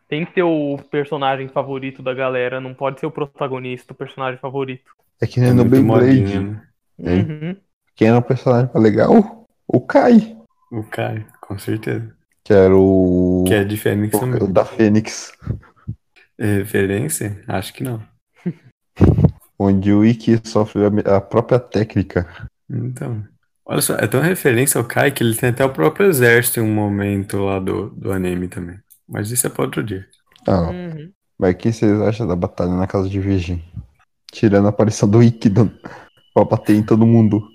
S6: Tem que ter o personagem favorito da galera, não pode ser o protagonista, o personagem favorito.
S5: É que nem no
S1: muito
S5: Beyblade.
S1: modinha, né?
S5: Hein?
S6: Uhum.
S5: Quem era o personagem legal? O Kai,
S1: O Kai, com certeza.
S5: que era o,
S1: Que é de Fênix também.
S5: o da Fênix,
S1: Referência? Acho que não.
S5: onde o Ikki sofre a me- a própria técnica.
S1: Então. Olha só, é tão referência ao Kai que ele tem até o próprio exército em um momento lá do, do anime também. Mas isso é pra outro dia.
S5: Ah,
S6: Uhum.
S5: mas o que vocês acham da batalha na casa de Virgem? Tirando a aparição do Ikki do... pra bater em todo mundo.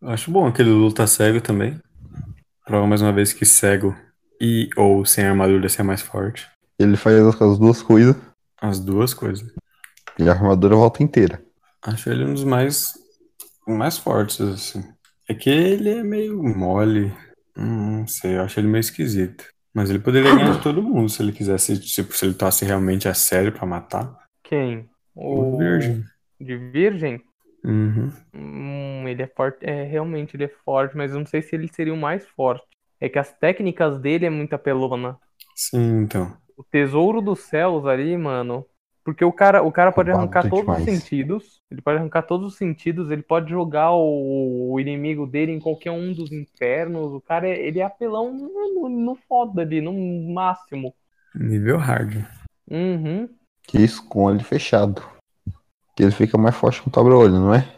S1: Eu acho bom aquele luta cego também. Prova mais uma vez que cego e ou sem armadura ser mais forte.
S5: Ele faz as as duas coisas
S1: As duas coisas.
S5: e a armadura volta inteira.
S1: Acho ele um dos mais, mais fortes, assim. É que ele é meio mole. Hum, Não sei, eu acho ele meio esquisito. Mas ele poderia ganhar de todo mundo se ele quisesse, tipo, se ele tosse realmente a sério pra matar.
S6: Quem?
S1: O Virgem.
S6: De virgem?
S1: Uhum.
S6: Hum, ele é forte. É, realmente ele é forte, mas eu não sei se ele seria o mais forte. É que as técnicas dele é muito apelona.
S1: Sim, então.
S6: O tesouro dos céus ali, mano. Porque o cara, o cara pode
S5: Roubado
S6: arrancar todos os
S5: demais.
S6: sentidos. Ele pode arrancar todos os sentidos. Ele pode jogar o, o inimigo dele em qualquer um dos infernos. O cara, é, ele é apelão no, no- no foda ali, no máximo.
S1: Nível hard.
S6: Uhum.
S5: Que isso com o olho fechado. Que ele fica mais forte quando tu abre o olho, não é?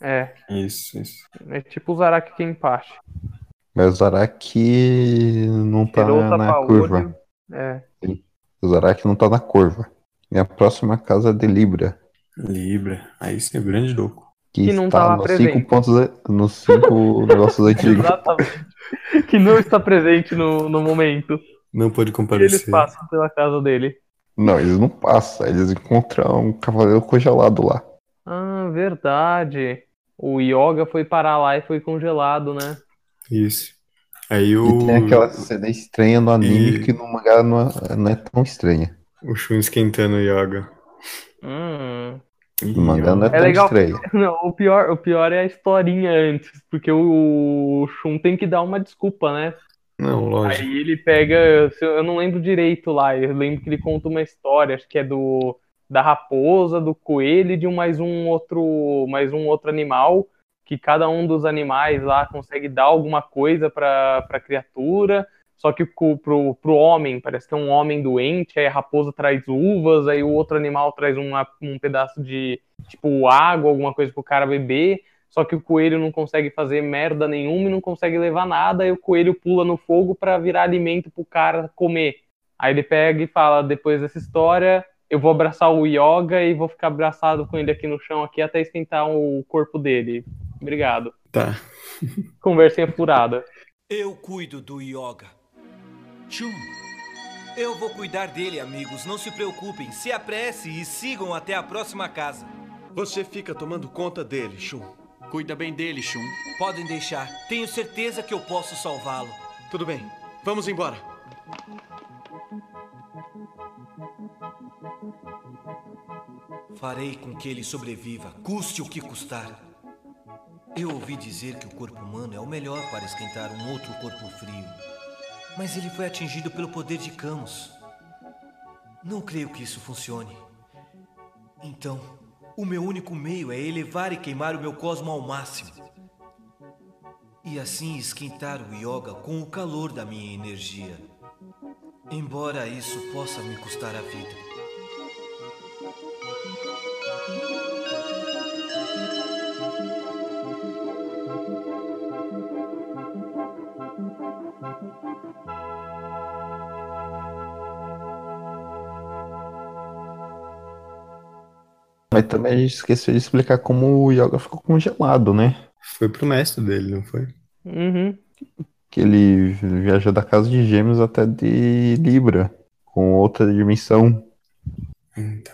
S6: É.
S1: Isso, isso.
S6: É tipo o Zaraki Kenpachi.
S5: Mas o Zaraki não tá
S6: Tirou o
S5: na
S6: tapa-olho.
S5: curva.
S6: É.
S5: O Zaraki não tá na curva. E a próxima casa é de Libra,
S1: Libra. Aí sim, é grande doco.
S5: que,
S6: Que não
S5: está
S6: tá lá
S5: nos
S6: presente.
S5: cinco pontos, a- nos cinco negócios antigos.
S6: Exatamente. que não está presente no, no momento.
S1: Não pôde
S6: E eles
S1: comparecer.
S6: passam pela casa dele.
S5: Não, eles não passam, eles encontram um cavaleiro congelado lá.
S6: Ah, verdade. O Yoga foi parar lá e foi congelado, né?
S1: Isso. Aí
S5: E
S1: o,
S5: tem aquela cena estranha no anime
S1: E-
S5: que no mangá não é, não é tão estranha.
S1: o Shun esquentando o Yoga.
S6: Hum.
S1: Ih,
S5: No mangá não é
S1: ó.
S5: tão
S6: legal.
S5: estranha.
S6: Não, o pior, o pior é a historinha antes, porque o Shun tem que dar uma desculpa, né?
S1: Não, lógico.
S6: Aí ele pega, se eu eu não lembro direito lá, eu lembro que ele conta uma história, acho que é do da raposa, do coelho e de um mais um outro, mais um outro animal, que cada um dos animais lá consegue dar alguma coisa para a criatura, só que pro, pro, pro homem, parece que é um homem doente, aí a raposa traz uvas, aí o outro animal traz uma, um pedaço de, tipo, água, alguma coisa pro cara beber, só que o coelho não consegue fazer merda nenhuma e não consegue levar nada, e o coelho pula no fogo pra virar alimento pro cara comer. Aí ele pega e fala: depois dessa história, eu vou abraçar o Yoga e vou ficar abraçado com ele aqui no chão aqui até esquentar o corpo dele. Obrigado.
S1: Tá.
S6: Conversinha furada.
S8: Eu cuido do Yoga. Shun, eu vou cuidar dele, amigos. Não se preocupem. Se apresse e sigam até a próxima casa.
S9: Você fica tomando conta dele, Shun. Cuida bem dele, Shun.
S8: Podem deixar. Tenho certeza que eu posso salvá-lo.
S9: Tudo bem, vamos embora.
S8: Farei com que ele sobreviva, custe o que custar. Eu ouvi dizer que o corpo humano é o melhor para esquentar um outro corpo frio. Mas ele foi atingido pelo poder de Camus. Não creio que isso funcione. Então, o meu único meio é elevar e queimar o meu cosmo ao máximo. E assim esquentar o yoga com o calor da minha energia. Embora isso possa me custar a vida.
S5: Mas também a gente esqueceu de explicar como o Yoga ficou congelado, né?
S1: Foi pro mestre dele, não foi?
S6: Uhum.
S5: Que ele viajou da casa de Gêmeos até de Libra, com outra dimensão.
S1: Então.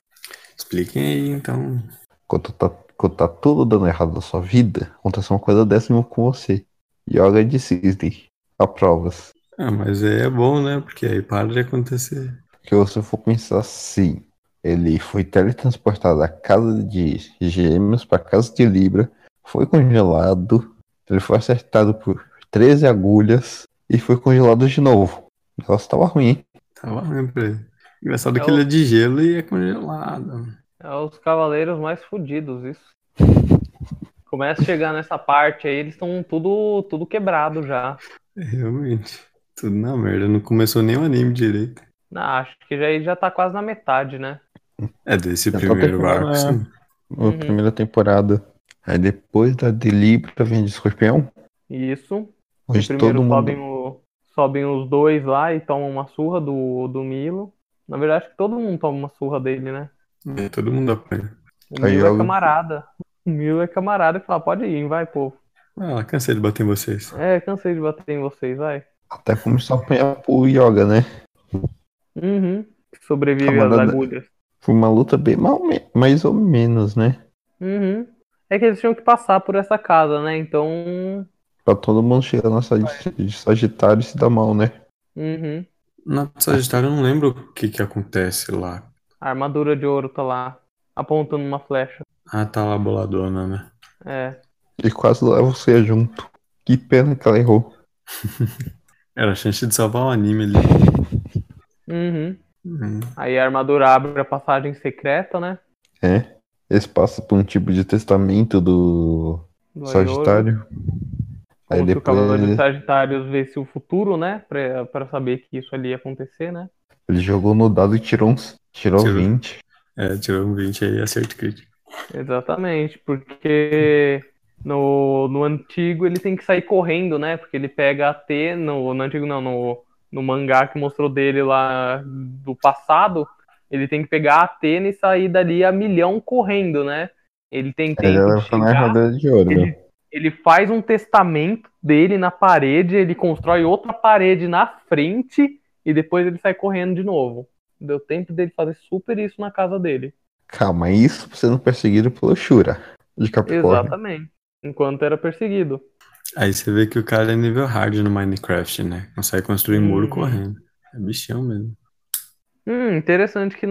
S1: Expliquem aí, então.
S5: Quando tá, quando tá tudo dando errado na sua vida, aconteceu uma coisa décima com você. Yoga de Cisne. Aprovas.
S1: Ah, mas aí é bom, né? Porque aí para de acontecer.
S5: Porque você for pensar assim, ele foi teletransportado da casa de Gêmeos para casa de Libra, foi congelado, ele foi acertado por 13 agulhas e foi congelado de novo. O negócio tava ruim, hein?
S1: Tava ruim Tá né, pra ele. Engraçado
S6: É
S1: que
S6: o-
S1: ele é de gelo e é congelado.
S6: É os cavaleiros mais fudidos, isso. Começa a chegar nessa parte aí, eles estão tudo, tudo quebrado já.
S1: É, Realmente. Tudo na merda. Não começou nem o anime direito.
S6: Ah, acho que já, já tá quase na metade, né?
S1: É desse
S6: tá
S5: tô
S1: primeiro
S5: tentando,
S6: é.
S1: arco, sim.
S5: Na
S6: Uhum.
S5: primeira temporada. Aí depois da de Libra vem de Escorpião,
S6: Isso. Que
S5: onde
S6: primeiro
S5: todo mundo.
S6: sobem, o- sobem os dois lá e tomam uma surra do, do Milo. Na verdade, acho que todo mundo toma uma surra dele, né?
S1: É, todo mundo apanha.
S6: O
S5: Aí
S6: Milo é
S5: joga-
S6: camarada. O Milo é camarada que fala, pode ir, vai, povo.
S1: Ah, cansei de bater em vocês.
S6: É, cansei de bater em vocês, vai.
S5: Até começou a apanhar pro Yoga, né?
S6: Uhum. Sobrevive às
S5: Camarada-
S6: agulhas.
S5: Foi uma luta bem mal, mais ou menos, né?
S6: Uhum. É que eles tinham que passar por essa casa, né? Então.
S5: Pra todo mundo chegar na sala de de Sagitário e se dar mal, né?
S6: Uhum.
S1: Na Sagitário eu não lembro o que que acontece lá.
S6: A armadura de ouro tá lá, apontando uma flecha.
S1: Ah, tá lá a boladona, né?
S6: É.
S5: E quase leva você junto. Que pena que ela errou.
S1: Era a chance de salvar o anime ali.
S6: Uhum.
S1: Hum,
S6: Aí a armadura abre a passagem secreta, né?
S5: É. Esse passa por um tipo de testamento do
S6: Do Aioro.
S5: Sagitário. Aí
S6: Como se o
S5: depois
S6: Cavaleiro de Sagitário visse o futuro, né? Pra, pra saber que isso ali ia acontecer, né?
S5: ele jogou no dado e tirou uns. Tirou
S1: Tirou.
S5: 20.
S1: É, tirou um 20 aí, acerto crítico.
S6: Exatamente, porque no, no antigo ele tem que sair correndo, né? Porque ele pega a T, no, no antigo não, no, no mangá que mostrou dele lá do passado, ele tem que pegar a Atena e sair dali a milhão correndo, né? Ele tem
S5: Aí
S6: tempo
S5: ela
S6: de
S5: foi na
S6: chegar,
S5: armadura de ouro.
S6: ele, ele faz um testamento dele na parede, ele constrói outra parede na frente e depois ele sai correndo de novo. Deu tempo dele fazer super isso na casa dele.
S5: Calma, é isso pra você não perseguido pelo Shura de Capricórnio.
S6: Exatamente. Enquanto era perseguido.
S1: Aí você vê que o cara é nível hard no Minecraft, né? Consegue construir muro
S6: Uhum.
S1: correndo. É bichão mesmo.
S6: Hum, interessante que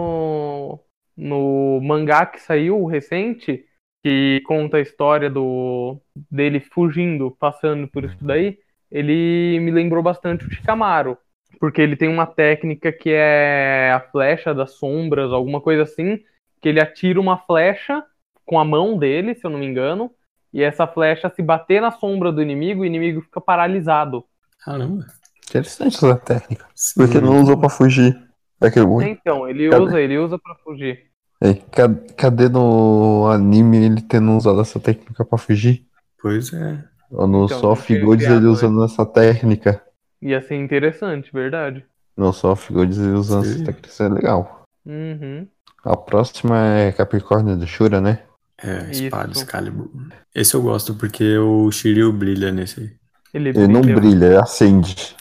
S6: no no mangá que saiu recente, que conta a história do dele fugindo, passando por isso daí, ele me lembrou bastante o Shikamaru, porque ele tem uma técnica que é a flecha das sombras, alguma coisa assim, que ele atira uma flecha com a mão dele, se eu não me engano, e essa flecha se bater na sombra do inimigo, o inimigo fica paralisado.
S1: Caramba.
S5: Interessante essa técnica.
S1: Sim.
S5: Porque não usou pra fugir. É Daquele ruim.
S6: Então, ele
S5: Cadê?
S6: usa, ele usa para fugir.
S5: É, ca- cadê no anime ele tendo usado essa técnica pra fugir?
S1: Pois é.
S5: Ou no
S6: Então,
S5: Soft
S6: tinha
S5: Gods
S6: criado,
S5: ele
S6: né?
S5: usando essa técnica?
S6: Ia ser interessante, verdade.
S5: No Soft Gods ele usando
S1: Sim.
S5: essa técnica, isso é legal.
S6: Uhum.
S5: A próxima é Capricórnio do Shura, né?
S1: É,
S6: Isso.
S1: espada, Excalibur. Esse eu gosto porque o Shiryu brilha nesse aí.
S6: Ele
S5: Ele não
S6: brilha.
S5: brilha, ele acende.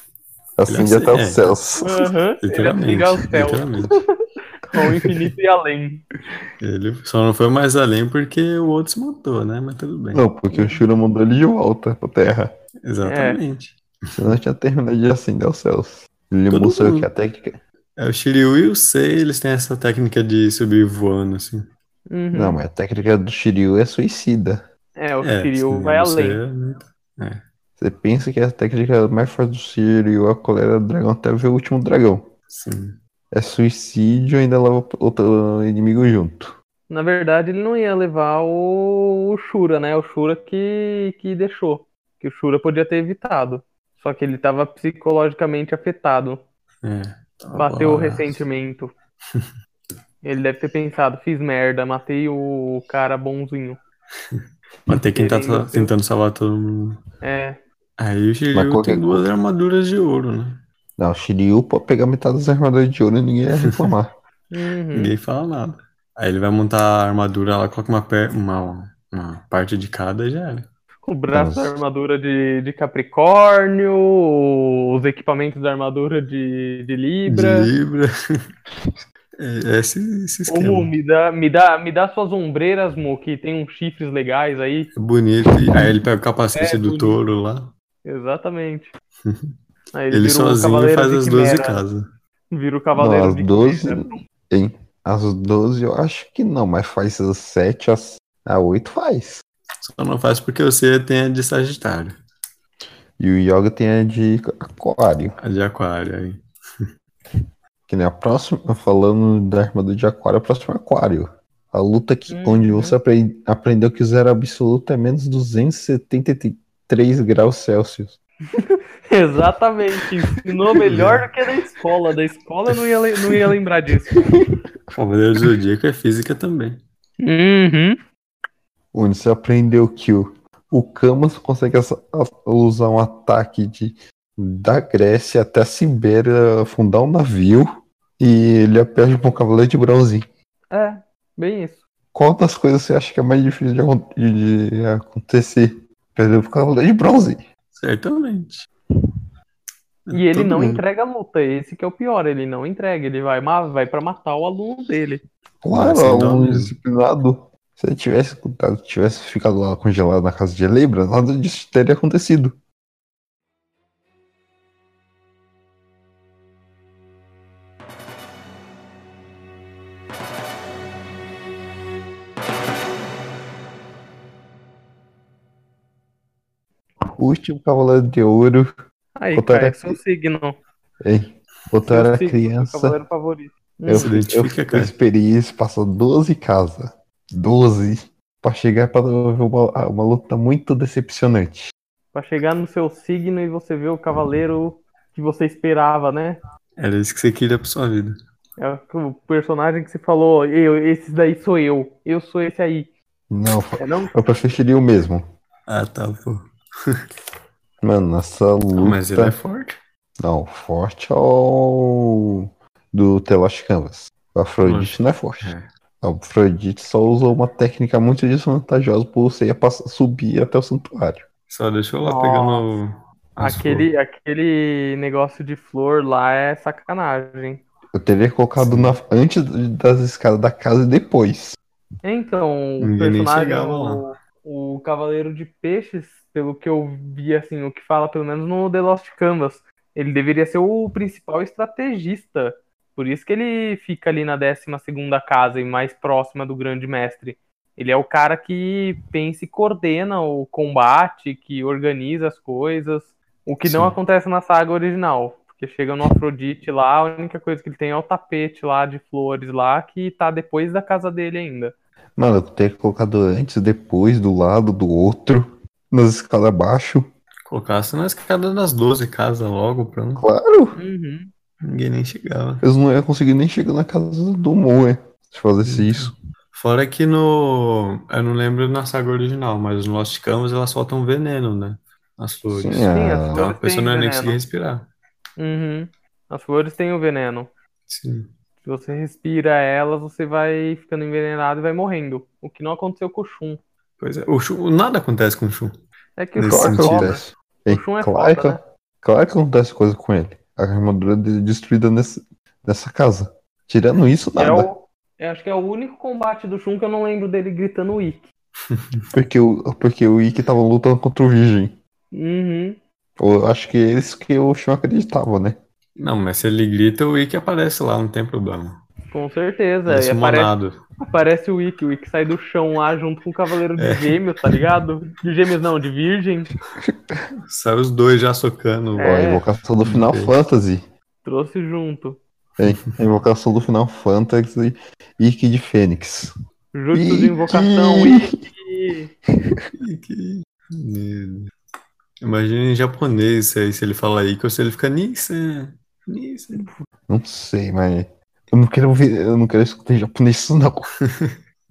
S5: Acende
S1: um- acende,
S5: até os
S1: é.
S5: céus.
S6: Aham, Ele
S1: Literalmente.
S6: atinge é ao céu,
S1: Literalmente.
S6: ao infinito e além.
S1: Ele só não foi mais além porque o outro se matou, né? Mas tudo bem.
S5: Não, porque o Shura mandou ele de volta pra terra.
S1: Exatamente.
S5: Senão eu tinha terminado de acender os céus. Ele
S1: Todo
S5: mostrou
S1: mundo.
S5: que a técnica.
S1: É. o Shiryu e o Sei, eles têm essa técnica de subir voando, assim.
S6: Uhum.
S5: Não, mas a técnica do Shiryu é suicida.
S6: É, o
S1: É,
S6: Kiryu
S1: sim,
S6: vai
S1: você
S6: além.
S1: é muito-
S5: Você pensa que a técnica mais forte do Shiryu é a colera do dragão até ver o último dragão.
S1: Sim.
S5: É suicídio e ainda leva outro inimigo junto.
S6: Na verdade, ele não ia levar o, o Shura, né? O Shura que, que deixou. Que o Shura podia ter evitado. Só que ele tava psicologicamente afetado.
S1: É. Tava
S6: Bateu o
S1: lá.
S6: ressentimento. Ele deve ter pensado, fiz merda, matei o cara bonzinho.
S1: Matei quem tá
S6: Ele-
S1: tentando salvar todo mundo.
S6: É,
S1: Aí o
S5: Mas é
S1: Shiryu
S5: qualquer
S1: tem duas armaduras de ouro, né?
S5: Não, o Shiryu pode pegar metade das armaduras de ouro e ninguém ia reclamar.
S6: uhum.
S1: Ninguém fala nada. Aí ele vai montar a armadura lá, coloca uma, per- uma, uma parte de cada e já era.
S6: O braço da
S5: Nossa.
S6: armadura de, de Capricórnio, os equipamentos da armadura de, de Libra.
S1: De Libra. É esse, esse
S6: Ô,
S1: esquema.
S6: Mu, me dá, me, dá, me dá suas ombreiras, Mu, que tem uns chifres legais aí.
S1: É bonito. E Aí ele pega o capacete
S6: É
S1: do
S6: bonito.
S1: touro lá.
S6: Exatamente. Aí
S1: Ele
S6: vira o
S1: sozinho
S6: Cavaleiro
S1: faz
S6: de
S1: as 12
S6: Quimera.
S1: casas.
S6: Vira o
S5: Não,
S6: Cavaleiro
S5: as
S6: de
S5: 12.
S6: Quimera.
S5: Hein? As 12 eu acho que não, mas faz as 7, as... a 8 ah, faz.
S1: Só não faz porque você tem a de Sagitário,
S5: E o Yoga tem a de Aquário.
S1: a de Aquário aí.
S5: Que nem a próxima, falando da armadura de aquário, a próxima é aquário. A luta que,
S6: Uhum.
S5: onde você apre- aprendeu que o zero absoluto é menos 273 graus Celsius.
S6: Exatamente. Ensinou melhor do que na escola. Da escola eu não ia, le- não ia lembrar disso.
S1: Cavaleiro do Zodíaco é física também.
S6: Uhum.
S5: Onde você aprendeu que o, o Camus consegue assa- a- usar um ataque de, da Grécia até a Sibéria, afundar um navio e ele perde pra um cavaleiro de bronze.
S6: É, bem isso.
S5: Qual das coisas você acha que é mais difícil de, acon- de de acontecer? Perder pro cavaleiro de bronze.
S1: Certamente.
S6: E ele
S1: Todo
S6: não
S1: mundo.
S6: entrega a luta, esse que é o pior, ele não entrega, ele vai, ma- vai para matar o aluno dele.
S5: Claro,
S1: Sem dó
S5: um
S1: mesmo.
S5: disciplinado. Se ele tivesse escutado, tivesse ficado lá congelado na casa de Libra, nada disso teria acontecido. último Cavaleiro de Ouro,
S6: Aí,
S5: Outra
S6: cara,
S5: era-
S6: seu signo.
S5: hein? Quando eu era
S6: Seu signo, Seu
S5: criança,
S6: é cavaleiro favorito. Hum,
S5: eu,
S1: Se
S5: fui- eu
S1: identifica,
S5: fui- eu
S1: cara.
S5: esperei isso, passou 12 casas. 12. Pra chegar pra ver uma, uma luta muito decepcionante.
S6: Pra chegar no seu signo e você ver o cavaleiro que você esperava, né?
S1: Era isso que você queria pra sua vida.
S6: É o personagem que você falou, eu, esses daí sou eu. Eu sou esse aí.
S5: Não,
S6: É não?
S5: eu preferiria o mesmo.
S1: Ah, tá, pô.
S5: Mano, essa luta.
S1: Mas ele é forte.
S5: Não, forte é o do The Lost Canvas. O Afrodite não é forte.
S1: É.
S5: O Afrodite só usou uma técnica muito desvantajosa por você ia pass- subir até o santuário.
S1: Só deixou lá
S6: Nossa.
S1: pegando o. as
S6: Aquele, aquele negócio de flor lá é sacanagem.
S5: Eu teria colocado na- antes das escadas da casa e depois.
S6: Então, o
S1: Ninguém nem
S6: personagem,
S1: chegava
S6: o, o Cavaleiro de Peixes, pelo que eu vi, assim, o que fala, pelo menos no The Lost Canvas, ele deveria ser o principal estrategista. Por isso que ele fica ali na 12 casa e mais próxima do Grande Mestre. Ele é o cara que pensa e coordena o combate, que organiza as coisas. O que não
S1: Sim.
S6: acontece na saga original. Porque chega no Afrodite lá, a única coisa que ele tem é o tapete lá de flores lá, que tá depois da casa dele ainda.
S5: Mano, eu teria colocado antes, depois, do lado, do outro, nas escadas abaixo.
S1: Colocasse na escada das 12 casas logo pra não...
S5: Claro,
S6: Uhum.
S1: ninguém nem chegava.
S5: eles não iam conseguir nem chegar na casa do Moe né? se fizesse isso.
S1: Fora que no. Eu não lembro na saga original, mas no Lost Canvas elas soltam veneno, né? As flores.
S5: Sim,
S6: Sim, é. as
S5: ah,
S1: Então a
S6: flores
S1: pessoa
S6: têm
S1: não ia nem conseguir
S6: veneno.
S1: respirar.
S6: Uhum. As flores têm o veneno.
S1: Sim.
S6: Se você respira elas, você vai ficando envenenado e vai morrendo. O que não aconteceu com o Shun.
S1: Pois é. O Shun- nada acontece com o Shun.
S6: É que o
S1: Nesse
S6: Shun
S5: Claro
S6: é
S5: que
S1: sentido.
S6: cobra.
S5: acontece. Ei,
S6: O Shun é
S5: claro,
S6: foda,
S5: que, claro que acontece coisa com ele. A armadura dele é destruída nesse, nessa casa. Tirando isso,
S6: É
S5: nada.
S6: o- eu acho que é o único combate do Shun que eu não lembro dele gritando Ikki.
S5: Porque, o, porque o Ikki tava lutando contra o Virgem.
S6: Uhum.
S5: Eu acho que é isso que o Shun acreditava, né?
S1: Não, mas se ele grita, o Ikki aparece lá, não tem problema.
S6: Com certeza.
S1: Parece
S6: E
S1: um
S6: É, aparece
S1: manado.
S6: Aparece o Wick, o Wick sai do chão lá junto com o Cavaleiro de
S1: É.
S6: Gêmeos, tá ligado? De Gêmeos não, de Virgem.
S1: Sai os dois já socando. né?
S5: Ó, a
S6: É.
S5: invocação do Final
S1: Ok.
S5: Fantasy.
S6: Trouxe junto.
S5: A invocação do Final Fantasy Ikki de Fênix.
S6: Jutsu de invocação,
S5: Ikki!
S6: Wick.
S1: Que... medo. Imagina em japonês isso aí, se ele fala Ikki ou se ele fica Nissan. Nissan.
S5: Não sei, mas. Eu não quero ver. Eu não quero escutar em japonês isso, não.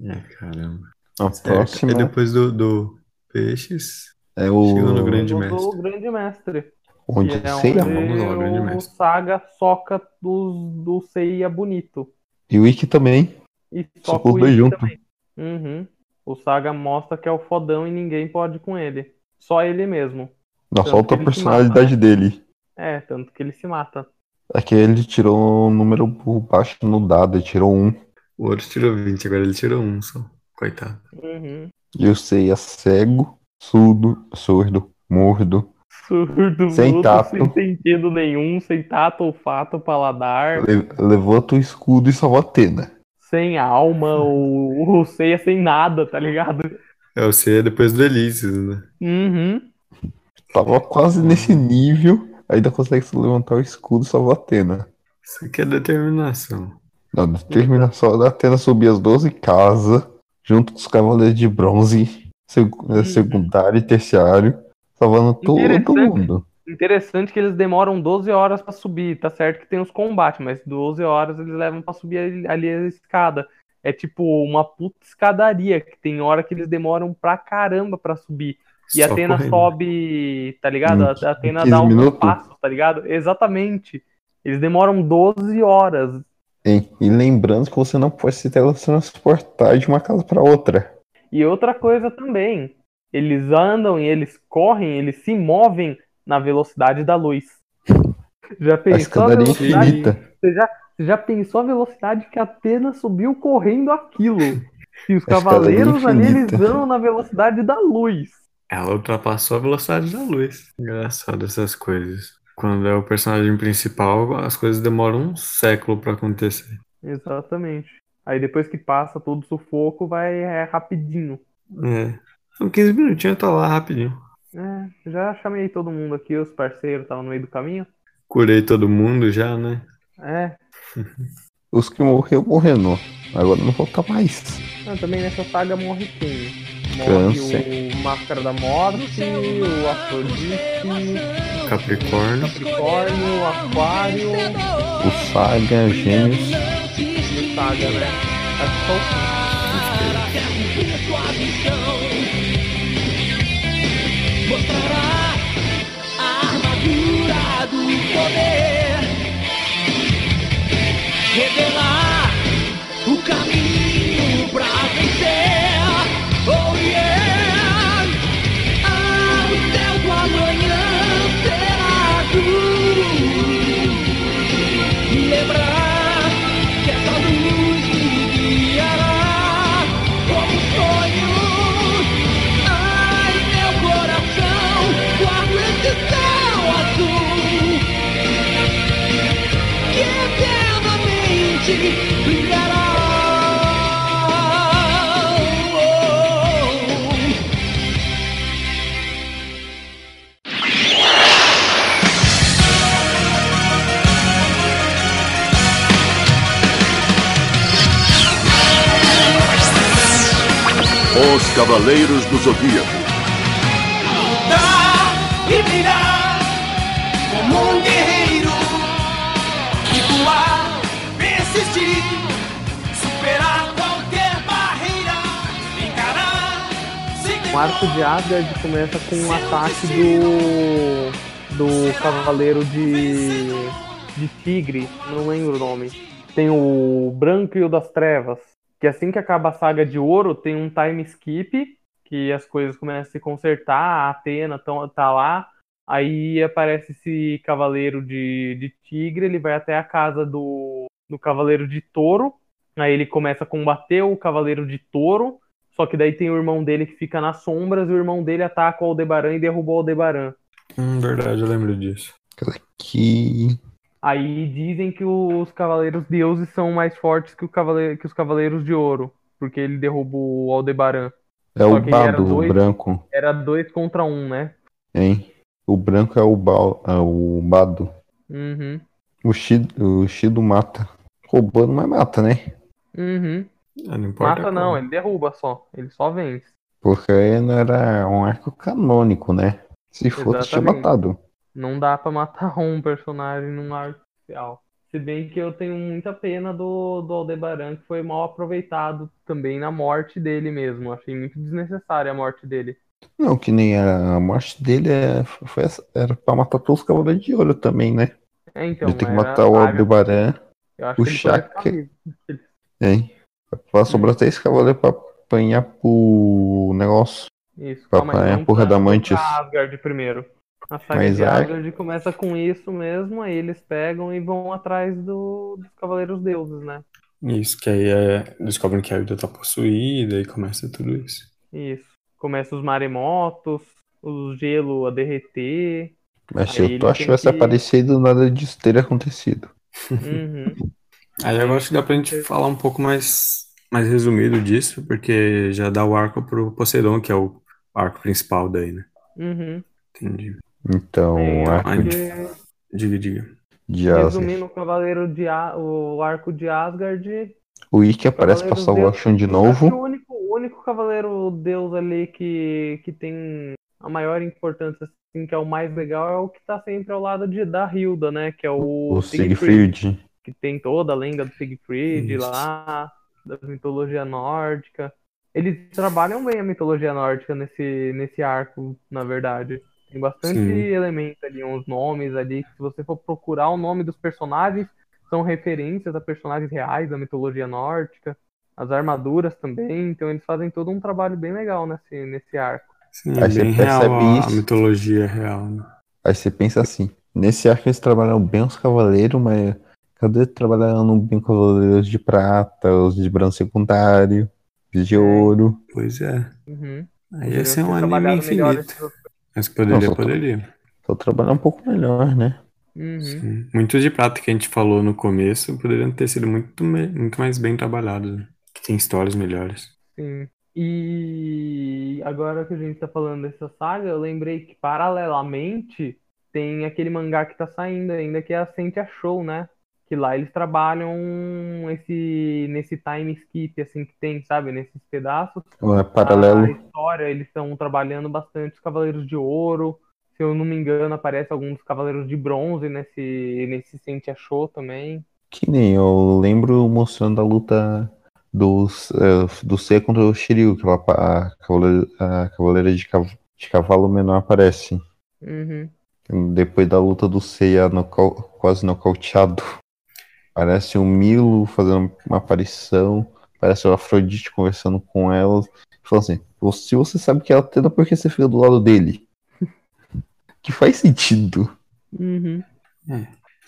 S1: É, caramba.
S5: A próxima
S1: E depois do, do Peixes.
S5: é o.
S1: Chegou no grande-
S6: Voltou
S1: mestre.
S6: o grande mestre.
S5: Onde
S6: que é
S5: Seiya
S6: onde
S1: vamos lá, o grande
S6: o
S1: mestre.
S6: Saga soca dos, do Seiya bonito.
S5: E o Ikki também.
S6: E
S5: Só
S6: soca
S5: com
S6: o
S5: os dois
S6: Wick
S5: juntos.
S6: também. Uhum. O Saga mostra que é o fodão e ninguém pode com ele. Só ele mesmo.
S5: Nossa,
S6: Tanto
S5: solta
S6: que
S5: a
S6: ele se mata,
S5: personalidade dele.
S6: É, tanto que ele se mata.
S5: Aqui ele tirou um número baixo no dado, ele tirou um.
S1: O outro tirou 20, agora ele tirou um só. Coitado.
S6: Uhum.
S5: E eu sei, é cego, surdo, surdo, mordo,
S6: Surdo,
S5: Sem
S6: mudo,
S5: tato.
S6: sem sentido nenhum, sem tato, olfato, paladar,
S5: le- levanta o escudo e salva a Atena.
S6: sem alma, ou, ou ceia sem nada, tá ligado?
S1: É, o C é depois do Elises, né?
S6: Uhum.
S5: Tava quase nesse nível, ainda consegue se levantar o escudo e salvar a Atena.
S1: Isso aqui é determinação.
S5: Na determinação da Atena subir as 12 casas, junto com os cavaleiros de bronze, seg- eh, secundário e terciário, salvando todo
S6: Uhum. Interessante.
S5: mundo.
S6: Interessante que eles demoram 12 horas pra subir, tá certo que tem os combates, mas 12 horas eles levam pra subir ali- ali a escada. É tipo uma puta escadaria, que tem hora que eles demoram pra caramba pra subir. E a
S1: Só
S6: Atena
S1: correndo.
S6: sobe, tá ligado?
S5: Em
S6: A Atena
S5: 15
S6: dá um
S5: minutos?
S6: passo, tá ligado? Exatamente. Eles demoram 12 horas.
S5: Hein? E lembrando que você não pode se teletransportar de uma casa para outra.
S6: E outra coisa também, eles andam e eles correm, eles se movem na velocidade da luz. Já
S5: A
S6: pensou a
S5: escadaria
S6: velocidade?
S5: infinita.
S6: Você já, você já pensou a velocidade que a Atena subiu correndo aquilo? E os
S5: é A escadaria
S6: cavaleiros ali, eles
S5: infinita.
S6: andam na velocidade da luz.
S1: Ela ultrapassou a velocidade da luz. Engraçado essas coisas. Quando é o personagem principal, as coisas demoram um século pra acontecer.
S6: Exatamente. Aí depois que passa todo o sufoco, vai é, rapidinho.
S1: É. São 15 minutinhos, tá lá rapidinho.
S6: É, já chamei todo mundo aqui, os parceiros estavam no meio do caminho.
S1: Curei todo mundo já, né?
S6: É,
S5: Os que morreu, morrendo. Agora não volta mais.
S6: não, também nessa saga morre quem? Morre
S5: Câncer.
S6: o Máscara da Morte, é o Afrodite,
S1: Capricórnio.
S6: Capricórnio, o Aquário
S5: O Saga, Gêmeos.
S6: e o Saga, né? Acho que só o
S4: Mostrará a armadura do poder. Revelar o caminho pra vencer. Oh yeah! Ah, o céu do amanhã será azul. E lembrar que essa luz me guiará como sonho. Ai, meu coração, guardo esse céu azul que eternamente brilhará. Oh,
S10: Os Cavaleiros do Zodíaco.
S4: Lutar e brilhar como um guerreiro e voar, persistir, superar qualquer barreira, encarar sem
S6: O arco de Asgard começa com um ataque do. do cavaleiro de. de tigre, não lembro o nome. Tem o branco e o das trevas. Que assim que acaba a saga de ouro, tem um time skip, que as coisas começam a se consertar, a Atena tão- tá lá. Aí aparece esse cavaleiro de, de tigre, ele vai até a casa do, do cavaleiro de touro. Aí ele começa a combater o cavaleiro de touro. Só que daí tem o irmão dele que fica nas sombras, e o irmão dele ataca o Aldebaran e derrubou o Aldebaran.
S1: Hum, verdade, eu lembro disso.
S5: Que.
S6: Aí dizem que os Cavaleiros Deuses são mais fortes que, o cavale- que os Cavaleiros de Ouro, porque ele derrubou o Aldebaran.
S5: É
S6: Só
S5: o
S6: que ele era
S5: Bado, o
S6: doido.
S5: branco,
S6: Era dois contra um, né?
S5: hein? O branco é o, Bal... é o Bado.
S6: Uhum.
S5: O Shido, o Shido mata. Roubando, mas mata, né?
S6: Uhum.
S1: Ah, não importa.
S6: Mata não,
S1: como.
S6: ele derruba só. Ele só vence.
S5: Porque aí não era um arco canônico, né? Se fosse, tinha
S6: Exatamente.
S5: matado.
S6: Não dá pra matar um personagem num arco especial. Se bem que eu tenho muita pena do, do Aldebaran, que foi mal aproveitado também na morte dele mesmo. Achei muito desnecessária a morte dele.
S5: Não, que nem a, a morte dele é- foi essa- era pra matar todos os cavaleiros de ouro também, né?
S6: É, então,
S5: ele tem que
S6: era
S5: matar o
S6: paga.
S5: Aldebaran,
S6: Eu acho que ele
S5: puxar
S6: poderia ficar
S5: que-
S6: vivo.
S5: hein? Pra
S6: Hum.
S5: sobrar três cavaleiros pra apanhar pro negócio.
S6: Isso,
S5: Pra
S6: calma aí,
S5: apanhar a
S6: vamos
S5: porra
S6: pra-
S5: da Mantis.
S6: pra Asgard primeiro. A saga
S5: Mas
S6: de
S5: a-
S6: Asgard começa com isso mesmo, aí eles pegam e vão atrás do- dos Cavaleiros Deuses, né?
S1: Isso, que aí é... descobrem que a Hilda tá possuída e começa tudo isso.
S6: Isso. Começa os maremotos, o gelo a derreter.
S5: Mas
S6: Aí
S5: se
S6: ele
S5: eu tô
S6: tem
S5: tivesse
S6: que-
S5: aparecido, nada disso teria acontecido.
S6: Uhum.
S1: Aí eu acho que dá pra gente falar um pouco mais, mais resumido disso, porque já dá o arco pro Poseidon, que é o arco principal daí, né?
S6: Uhum.
S1: Entendi.
S5: Então,
S6: É,
S5: o arco
S1: ai,
S6: porque,
S1: Diga, diga.
S5: de Asgard.
S6: resumindo, o Cavaleiro de A- o arco de Asgard
S5: O Ikki aparece pra
S6: Cavaleiros
S5: salvar o
S6: Deus-
S5: Shun de
S6: Acho que
S5: novo.
S6: o único, o único cavaleiro deus ali que, que tem a maior importância, assim, que é o mais legal, é o que tá sempre ao lado de, da Hilda, né? Que é o,
S5: O Siegfried.
S6: que tem toda a lenda do Siegfried
S1: Isso.
S6: lá, da mitologia nórdica. Eles trabalham bem a mitologia nórdica nesse, nesse arco, na verdade. Tem bastante
S1: Sim.
S6: elemento ali, uns nomes ali. que Se você for procurar o nome dos personagens, são referências a personagens reais da mitologia nórdica. As armaduras também. Então eles fazem todo um trabalho bem legal nesse, nesse arco.
S1: Sim,
S5: Aí
S1: é
S5: você
S1: bem real
S5: percebe
S1: a, a
S5: isso.
S1: mitologia real, né?
S5: Aí você pensa assim, nesse arco eles trabalham bem os cavaleiros, mas cadê trabalhando bem os cavaleiros de prata, os de branco secundário, os de ouro?
S1: Pois é.
S6: Uhum.
S1: Aí ia
S6: Poderiam
S1: ser
S6: ter
S1: um anime
S6: trabalhado melhor né?
S1: infinito.
S6: esses-
S1: Mas poderia,
S5: Não, só-
S1: poderia.
S5: Só trabalhar um pouco melhor, né?
S6: Uhum.
S1: Sim. Muitos de prata que a gente falou no começo poderiam ter sido muito, me- muito mais bem trabalhados, né? Que tem histórias melhores.
S6: Sim. E agora que a gente tá falando dessa saga, eu lembrei que paralelamente tem aquele mangá que tá saindo ainda, que é a Sente a Show, né? Que lá eles trabalham esse, nesse time skip, assim, que tem, sabe? Nesses pedaços.
S5: Não é
S6: A
S5: paralelo.
S6: história, eles estão trabalhando bastante os Cavaleiros de Ouro. Se eu não me engano, aparece alguns Cavaleiros de Bronze nesse, nesse Sente a Show também.
S5: Que nem eu lembro mostrando a luta do, eh, do C contra o Shiryu, que ela, pa- a, cavaleira, a cavaleira de, cav- de cavalo menor aparece.
S6: Uhum.
S5: Depois da luta do Seiya nocau- quase nocauteado. Parece o Milo fazendo uma aparição. Parece o Afrodite conversando com ela. Falando assim, "Vo- se você sabe que ela tenta, por que você fica do lado dele? que faz sentido.
S6: Uhum.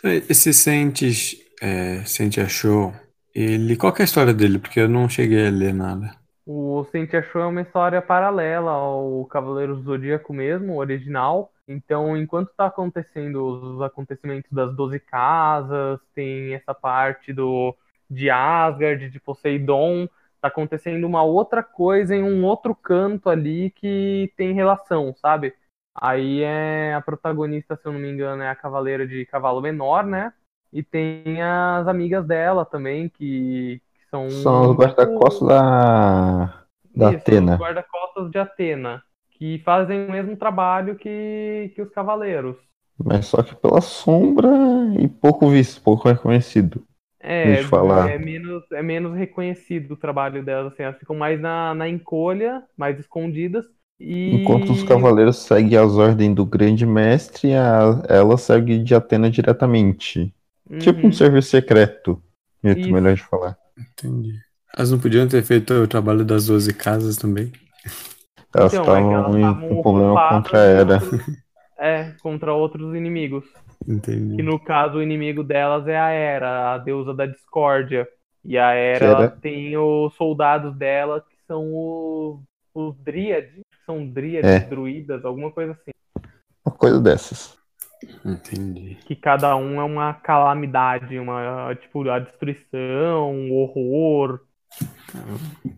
S1: Esse Sente, é, Sente achou ele. Qual que é a história dele? Porque eu não cheguei a ler nada.
S6: O Saint Show é uma história paralela ao Cavaleiro do Zodíaco mesmo, o original. Então, enquanto tá acontecendo os acontecimentos das Doze Casas, tem essa parte do de Asgard, de Poseidon, tá acontecendo uma outra coisa em um outro canto ali que tem relação, sabe? Aí é a protagonista, se eu não me engano, é a Cavaleira de Cavalo Menor, né? E tem as amigas dela também, que, que são
S5: São os guarda-costas da, da
S6: isso,
S5: Atena.
S6: os guarda-costas de Atena, que fazem o mesmo trabalho que, que os cavaleiros.
S5: Mas só que pela sombra e pouco visto, pouco reconhecido.
S6: É,
S5: Deixa eu falar.
S6: é menos, é menos reconhecido o trabalho delas, assim, elas ficam mais na, na encolha, mais escondidas, e
S5: Enquanto os cavaleiros seguem as ordens do grande mestre, a- ela segue de Atena diretamente. Tipo
S6: Uhum.
S5: um serviço secreto, jeito
S6: Isso.
S5: melhor de falar.
S1: Entendi. Elas não podiam ter feito o trabalho das 12 casas também?
S5: Elas
S6: Então, é que elas
S5: estavam em
S6: estavam
S5: com problema
S6: ocupadas
S5: contra a Hera.
S6: é, contra outros inimigos.
S1: Entendi.
S6: Que no caso o inimigo delas é a Hera, a deusa da discórdia. E a Hera
S5: Que era-
S6: ela tem os soldados dela, que são os, os Dríades, que são Dríades,
S5: É.
S6: druidas, alguma coisa assim.
S5: Uma coisa dessas.
S1: Entendi.
S6: Que cada um é uma calamidade, uma tipo a destruição, o horror.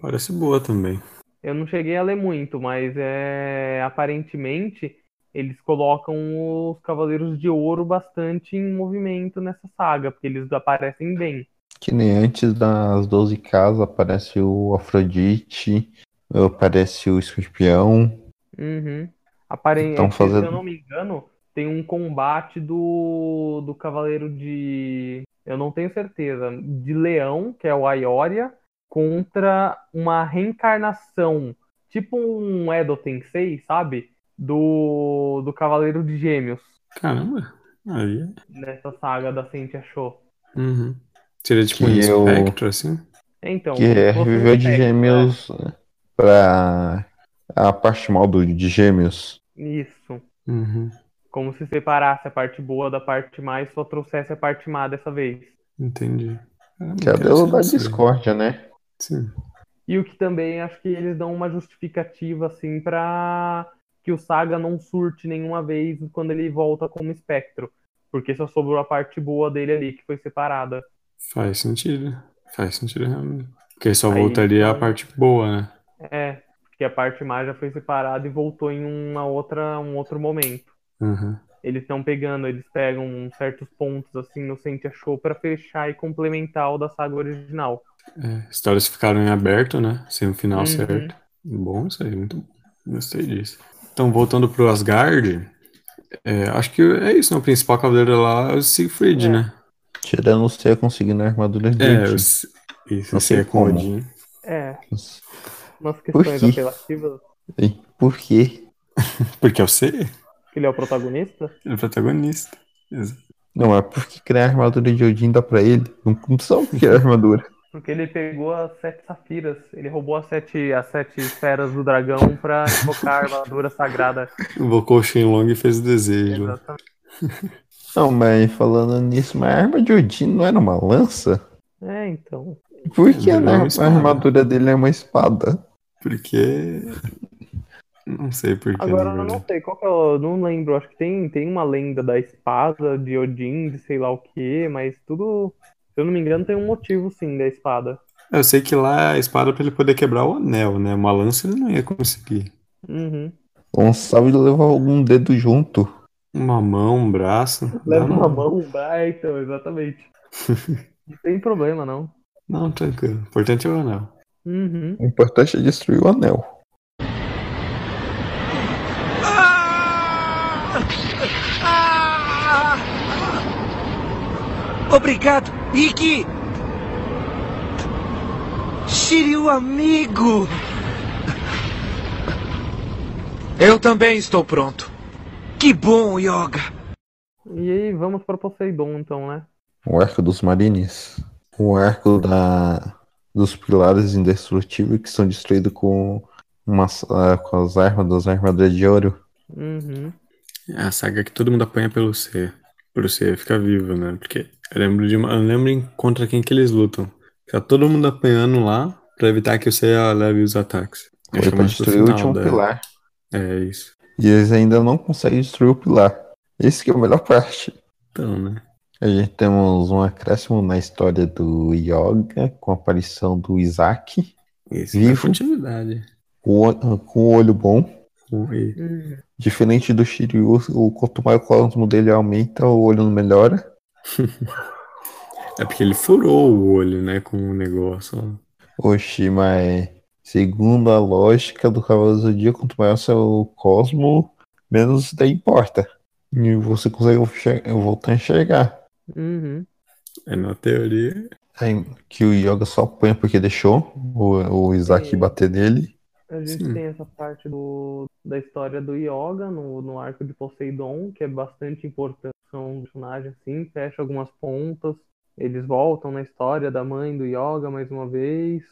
S1: Parece boa também.
S6: Eu não cheguei a ler muito, mas é aparentemente eles colocam os Cavaleiros de Ouro bastante em movimento nessa saga, porque eles aparecem bem.
S5: Que nem antes das 12 casas aparece o Afrodite, aparece o escorpião.
S6: Uhum. Aparentemente,
S5: Então,
S6: se eu
S5: fazendo-
S6: não me engano, tem um combate do, do Cavaleiro de. Eu não tenho certeza. De Leão, que é o Aioria, contra uma reencarnação. Tipo um Edo Tensei, sabe? Do, do Cavaleiro de Gêmeos.
S1: Caramba. Aí. é-
S6: Nessa saga da Saint Show.
S1: Uhum. Seria tipo um
S5: Que eu-
S1: espectro, assim?
S6: Então,
S5: Que é,
S6: como se fosse um
S5: reviveu de
S6: Spectre, né?
S5: gêmeos pra a parte mal do, de gêmeos.
S6: Isso.
S1: Uhum.
S6: Como se separasse a parte boa da parte má e só trouxesse a parte má dessa vez.
S1: Entendi. Caramba,
S5: Que é a deusa da
S1: interessante isso aí.
S5: discórdia, né?
S1: Sim.
S6: E o que também acho que eles dão uma justificativa assim pra que o Saga não surte nenhuma vez quando ele volta como espectro, porque só sobrou a parte boa dele ali que foi separada.
S1: Faz sentido. Faz sentido realmente. Porque só
S6: Aí,
S1: voltaria a
S6: então-
S1: parte boa, né?
S6: É, porque a parte má já foi separada e voltou em uma outra um outro momento.
S1: Uhum.
S6: Eles estão pegando, eles pegam certos pontos assim no Sentia Show pra fechar e complementar o da saga original.
S1: É, histórias ficaram em aberto, né? Sem o final
S6: Uhum.
S1: certo. Bom isso aí, muito bom. Gostei disso. Então, voltando pro Asgard, é, acho que é isso, né? O principal cavaleiro lá é o Siegfried,
S6: É.
S1: né?
S5: Tirando o Seiya conseguindo a armadura de
S1: É,
S5: Odin.
S1: o Si- isso,
S5: Não
S1: você
S5: tem
S1: é com o
S5: como.
S1: Odin.
S6: É,
S5: Nossa,
S6: umas questões
S5: quê?
S6: apelativas,
S5: e Por quê?
S1: Porque é o C,
S6: que ele é o protagonista.
S1: ele é o protagonista. Exato.
S5: Não, é porque criar a armadura de Odin dá pra ele. Não não precisa criar a armadura.
S6: Porque ele pegou as sete safiras, ele roubou as sete, as sete esferas do dragão pra invocar a armadura sagrada.
S1: Invocou o Shenlong e fez o desejo. né?
S6: Exatamente.
S5: Não, mas falando nisso, mas a arma de Odin não era uma lança?
S6: É, então.
S5: Por que
S1: Era
S5: a,
S1: uma
S5: arma- a
S1: espada.
S5: armadura dele é uma espada?
S1: Porque. Não sei por que, né?
S6: Agora
S1: na
S6: eu não
S1: verdade.
S6: sei qual que é o- eu não lembro, acho que tem, tem uma lenda da espada de Odin, de sei lá o que, mas tudo, se eu não me engano, tem um motivo sim da espada.
S1: Eu sei que lá a espada é pra ele poder quebrar o anel, né? Uma lança ele não ia conseguir.
S6: Uhum.
S5: Um salve levar algum dedo junto.
S1: Uma mão, um braço.
S6: Leva
S1: não,
S6: uma mão, vai, então, exatamente. não tem problema, não.
S1: Não, tranquilo. O importante é o anel.
S6: Uhum.
S5: O importante é destruir o anel.
S7: Ah! Obrigado, Ikki! Shiryu amigo! Eu também estou pronto. Que bom, Yoga!
S6: E aí, vamos para Poseidon, então, né?
S5: O arco dos marines. O arco da... dos pilares indestrutíveis que são destruídos com, umas, ah, com as armas das armaduras de ouro.
S6: Uhum.
S1: É a saga que todo mundo apanha pelo ser. Pro ser ficar vivo, né? Porque eu lembro de uma. Eu lembro em- contra quem que eles lutam. Tá todo mundo apanhando lá pra evitar que o Seiya leve os ataques. Eu acho
S5: Foi
S1: que é
S5: pra
S1: mais pro
S5: destruir o
S1: final
S5: último
S1: da-
S5: pilar.
S1: É isso.
S5: E eles ainda não conseguem destruir o pilar. Esse que é a melhor parte.
S1: Então, né?
S5: A gente temos um acréscimo na história do Yoga, com a aparição do Isaac,
S1: Isso.
S5: Vivo.
S1: dá Continuidade.
S5: com o- com o olho bom.
S1: E-
S5: Diferente do Shiryu, o quanto mais o cosmo dele aumenta, o olho não melhora.
S1: É porque ele furou o olho, né? Com o negócio. ó.
S5: Oxi, mas segundo a lógica do Cavaleiro do Zodíaco, quanto maior seu cosmo, menos isso daí importa. E você consegue enxer- voltar a enxergar.
S6: Uhum.
S1: É na teoria.
S5: Aí, que o Yoga só apanha porque deixou o, o Isaac
S6: Sim.
S5: bater nele.
S6: A gente
S1: Sim.
S6: tem essa parte do, da história do Yoga no, no arco de Poseidon, que é bastante importante. São um personagem assim, fecha algumas pontas. Eles voltam na história da mãe do Yoga mais uma vez.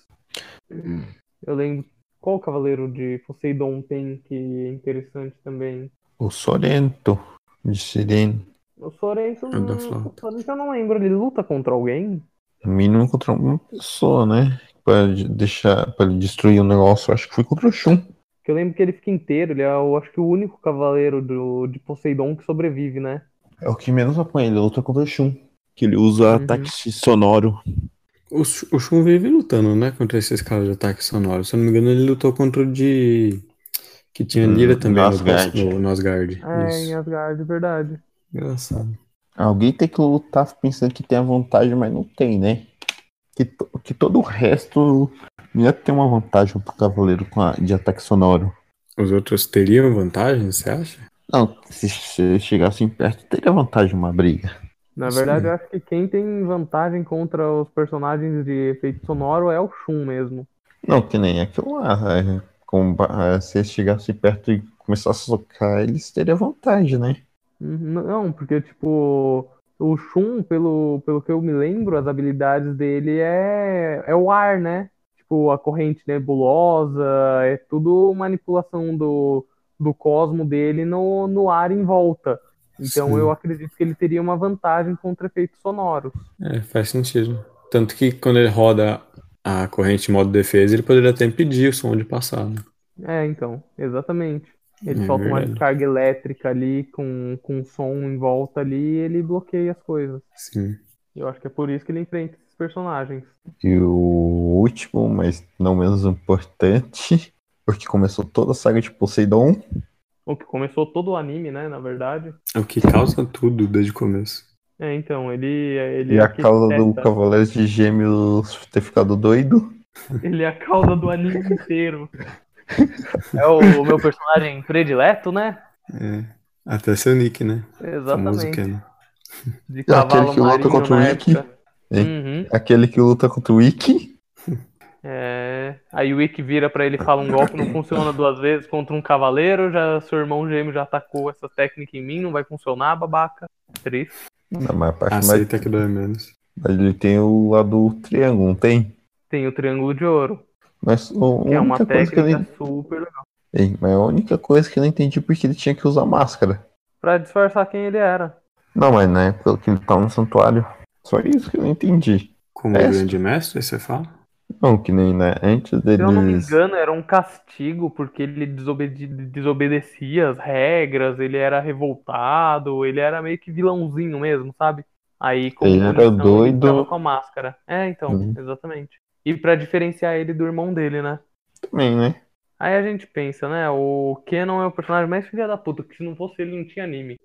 S1: Hum.
S6: Eu lembro qual cavaleiro de Poseidon tem que é interessante também.
S5: O Sorento de Sirene.
S6: O Sorento,
S1: É o da
S6: não-
S1: flauta.
S6: o Sorento eu não lembro, ele luta contra alguém?
S5: No mínimo contra uma pessoa, né? Pra de- deixar, pra ele destruir o negócio, acho que foi contra o Shun.
S6: Que eu lembro que ele fica inteiro, ele é, eu acho que o único cavaleiro do, de Poseidon que sobrevive, né?
S5: É o que menos apanha, ele luta contra o Shun. Que ele usa
S6: Uhum.
S5: ataque sonoro.
S1: O, Sh- o Shun vive lutando, né? Contra esses caras de ataque sonoro. Se eu não me engano, ele lutou contra o de. Que tinha
S5: Hum,
S1: Lira também no
S5: Nosgard.
S1: próximo- no Nosgard.
S6: É, em
S1: Isso.
S6: Asgard, verdade.
S1: Engraçado.
S5: Alguém tem que lutar pensando que tem a vantagem, mas não tem, né? Que, to- que todo o resto não ia ter uma vantagem pro cavaleiro com a- de ataque sonoro.
S1: Os outros teriam vantagem, você acha?
S5: Não, se, se chegassem perto, teria vantagem uma briga.
S6: Na
S1: Sim.
S6: verdade, eu acho que quem tem vantagem contra os personagens de efeito sonoro é o Shun mesmo.
S5: Não, que nem aquilo lá. é, com ba- é, se eles chegassem perto e começassem a socar, eles teriam vantagem, né?
S6: Uhum, Não, porque, tipo, o Shun, pelo, pelo que eu me lembro, as habilidades dele é, é o ar, né? Tipo, a corrente nebulosa, é tudo manipulação do, do cosmo dele no, no ar em volta. Então,
S1: Sim.
S6: eu acredito que ele teria uma vantagem contra efeitos sonoros.
S1: É, faz sentido. Tanto que quando ele roda a corrente em modo defesa, ele poderia até impedir o som de passar, né?
S6: É, então, exatamente. Ele
S1: É
S6: solta uma
S1: verdade.
S6: descarga elétrica ali com, com um som em volta ali e ele bloqueia as coisas.
S1: Sim.
S6: Eu acho que é por isso que ele enfrenta esses personagens.
S5: E o último, mas não menos importante, porque começou toda a saga de Poseidon,
S6: O que começou todo o anime, né, na verdade.
S1: É o que causa tudo desde o começo.
S6: É, então, ele, ele
S5: e
S6: é
S5: a
S6: aquele
S5: causa do
S6: testa-
S5: Cavaleiro de Gêmeos ter ficado doido.
S6: Ele é a causa do anime inteiro. É o meu personagem predileto, né?
S1: É. Até seu nick, né? Famoso
S6: Exatamente.
S1: Kenan.
S6: De
S5: É aquele
S6: cavalo
S5: que luta
S6: marinho
S5: contra o
S6: na
S5: Ikki.
S6: época.
S5: É.
S6: Uhum.
S5: Aquele que luta contra o Ikki.
S6: É, aí o Ikki vira pra ele e fala um golpe, não funciona duas vezes contra um cavaleiro, já seu irmão gêmeo já atacou essa técnica em mim, não vai funcionar, babaca. Triste.
S5: Não, mas a parte mais-
S1: Aceita que dói menos.
S5: ele tem o lado do triângulo, não tem?
S6: Tem o triângulo de ouro,
S5: Mas o-
S6: que é
S5: a
S6: uma
S5: única coisa que eu
S6: técnica
S5: não
S6: super legal.
S5: Ei, mas é a única coisa que eu não entendi é porque ele tinha que usar máscara.
S6: Pra disfarçar quem ele era.
S5: Não, mas na época que ele tava no santuário. Só isso que eu não entendi.
S1: Como
S5: É.
S1: grande mestre, você fala?
S5: Não, que nem né? antes
S6: Se eu não me
S5: deles.
S6: engano, era um castigo, porque ele desobede- desobedecia as regras, ele era revoltado, ele era meio que vilãozinho mesmo, sabe? Aí, como
S5: Ele era
S6: punição, ele
S5: doido.
S6: ficava com a máscara. É, então,
S5: Uhum.
S6: exatamente. E pra diferenciar ele do irmão dele, né?
S5: Também, né?
S6: Aí a gente pensa, né? O Kenon é o personagem mais filha da puta, que se não fosse ele não tinha anime.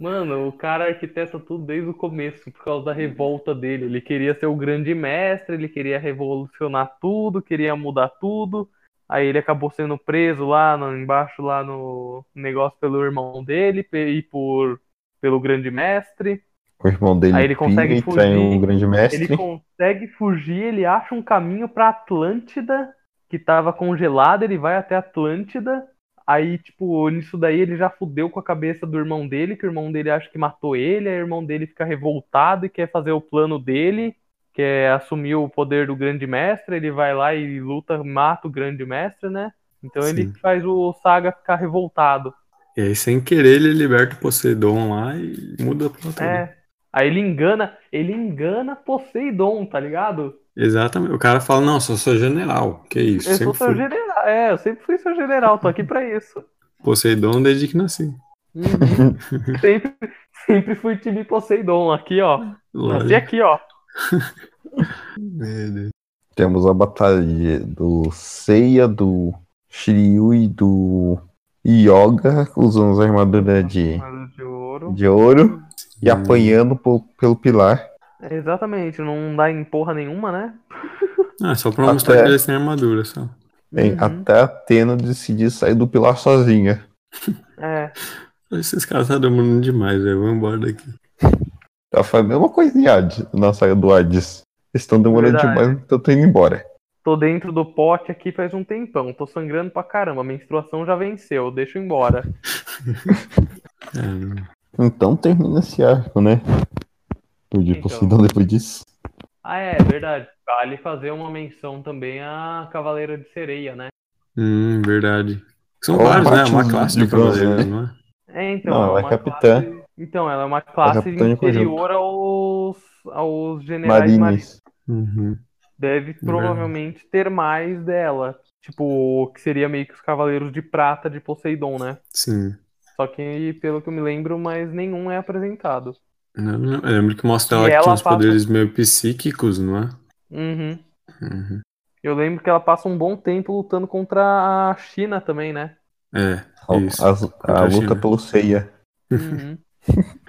S6: Mano, o cara arquiteta tudo desde o começo, por causa da revolta dele. Ele queria ser o grande mestre, ele queria revolucionar tudo, queria mudar tudo. Aí ele acabou sendo preso lá no- embaixo, lá no negócio pelo irmão dele pe- e por pelo grande mestre.
S5: O irmão dele
S6: Aí ele consegue
S5: e
S6: fugir,
S5: trai um grande mestre.
S6: Ele consegue fugir, ele acha um caminho pra Atlântida, que tava congelada, ele vai até Atlântida. Aí, tipo, nisso daí ele já fudeu com a cabeça do irmão dele, que o irmão dele acha que matou ele, aí o irmão dele fica revoltado e quer fazer o plano dele, que é assumir o poder do grande mestre, ele vai lá e luta, mata o grande mestre, né? Então ele
S1: Sim.
S6: faz o Saga ficar revoltado.
S1: E aí, sem querer, ele liberta o Poseidon lá e muda a plataforma.
S6: É. Aí ele engana, ele engana Poseidon, tá ligado?
S1: Exatamente. O cara fala, não, sou seu general. Que isso?
S6: Eu sou
S1: Sempre
S6: seu
S1: fui.
S6: general. É, eu sempre fui seu general, tô aqui pra isso.
S1: Poseidon desde que nasci.
S6: sempre, sempre fui time Poseidon aqui, ó. Nasci
S1: Lógico.
S6: aqui, ó.
S1: Meu Deus.
S5: Temos a batalha de- do Seiya, do Shiryu e do Yoga, usando as armaduras de,
S6: Mas De ouro.
S5: de ouro e
S6: Uhum.
S5: apanhando po- pelo pilar.
S6: É, Exatamente, não dá em porra nenhuma, né?
S1: Ah, só pra
S5: Até-
S1: mostrar que ele tem armadura, só.
S5: Bem,
S6: Uhum.
S5: Até a Atena decidir sair do pilar sozinha.
S6: É.
S1: Esses caras tá demorando demais, velho. Vou embora daqui.
S5: Ela Então, foi a mesma coisa em Hades, na saga do Hades. Eles estão demorando
S6: Verdade.
S5: demais, então eu tô indo embora.
S6: Tô dentro do pote aqui faz um tempão. Tô sangrando pra caramba. Menstruação já venceu. Deixa eu ir embora.
S1: Caramba.
S5: Então termina esse arco, né? O de
S6: Então.
S5: Poseidon depois disso.
S6: Ah, é verdade. Vale fazer uma menção também à Cavaleira de Sereia, né?
S1: Hum, verdade. São
S5: Ó,
S1: vários, né? É
S5: Batman
S1: uma classe
S5: de
S1: de
S5: bronze,
S1: cavaleiros,
S5: né?
S1: não é?
S6: É, então,
S5: Não, ela
S6: é
S5: é
S6: uma
S5: capitã.
S6: classe- Então, ela é uma classe
S5: capitã de um conjunto.
S6: inferior aos, aos generais marinheiros.
S5: Marines.
S1: Uhum.
S6: Deve provavelmente ter mais dela. Tipo, que seria meio que os Cavaleiros de Prata de Poseidon, né?
S1: Sim.
S6: Só que, pelo que eu me lembro, mais nenhum é apresentado.
S1: Eu não- eu lembro que mostra
S6: E
S1: ela que
S6: ela
S1: tinha uns
S6: passa-
S1: poderes meio psíquicos, não é?
S6: Uhum.
S1: Uhum.
S6: Eu lembro que ela passa um bom tempo lutando contra a China também, né?
S1: É,
S5: A,
S1: isso.
S5: a- a
S1: Contra a
S5: luta
S1: China.
S5: pelo Seiya.
S6: Uhum.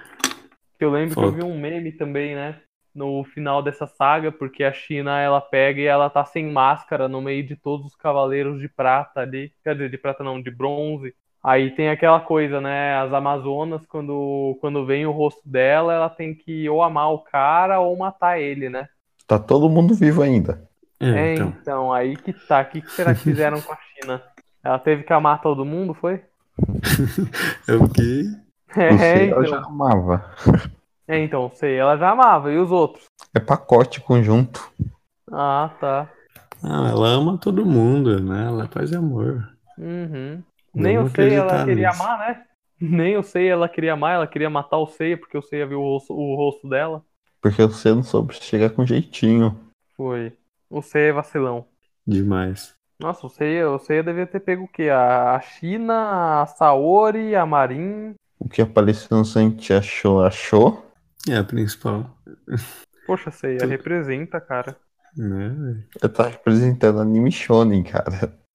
S6: Que eu lembro que eu
S1: Foda.
S6: vi um meme também, né? No final dessa saga, porque a China ela pega e ela tá sem máscara no meio de todos os cavaleiros de prata ali. Quer dizer, de prata não, de bronze. Aí tem aquela coisa, né? As Amazonas, quando, quando vem o rosto dela, ela tem que ou amar o cara ou matar ele, né?
S5: Tá todo mundo vivo ainda.
S1: É,
S6: É,
S1: então.
S6: então, aí que tá. O que que será que fizeram com a China? Ela teve que amar todo mundo, foi?
S1: É o que.
S6: É,
S5: O Seiya eu
S6: então.
S5: já amava.
S6: É, então, sei, ela já amava. E os outros?
S5: É pacote conjunto.
S6: Ah, tá.
S1: Ah, ela ama todo mundo, né? Ela faz amor.
S6: Uhum.
S1: Não
S6: Nem o
S1: vou
S6: Seiya ela
S1: acreditar
S6: queria
S1: nisso.
S6: amar, né? Nem o Seiya ela queria amar, ela queria matar o Seiya porque o Seiya viu o rosto, o rosto dela.
S5: Porque você não soube chegar com jeitinho.
S6: Foi. O Seiya é vacilão.
S1: Demais.
S6: Nossa, o Seiya, o Seiya devia ter pego o quê? A a China, a Saori, a Marin.
S5: O que apareceu no Santi achou, achou.
S1: É a principal,
S6: Poxa, Seiya,
S1: Tu-
S6: representa, cara.
S1: né? velho?
S5: Eu tava representando anime shonen, cara.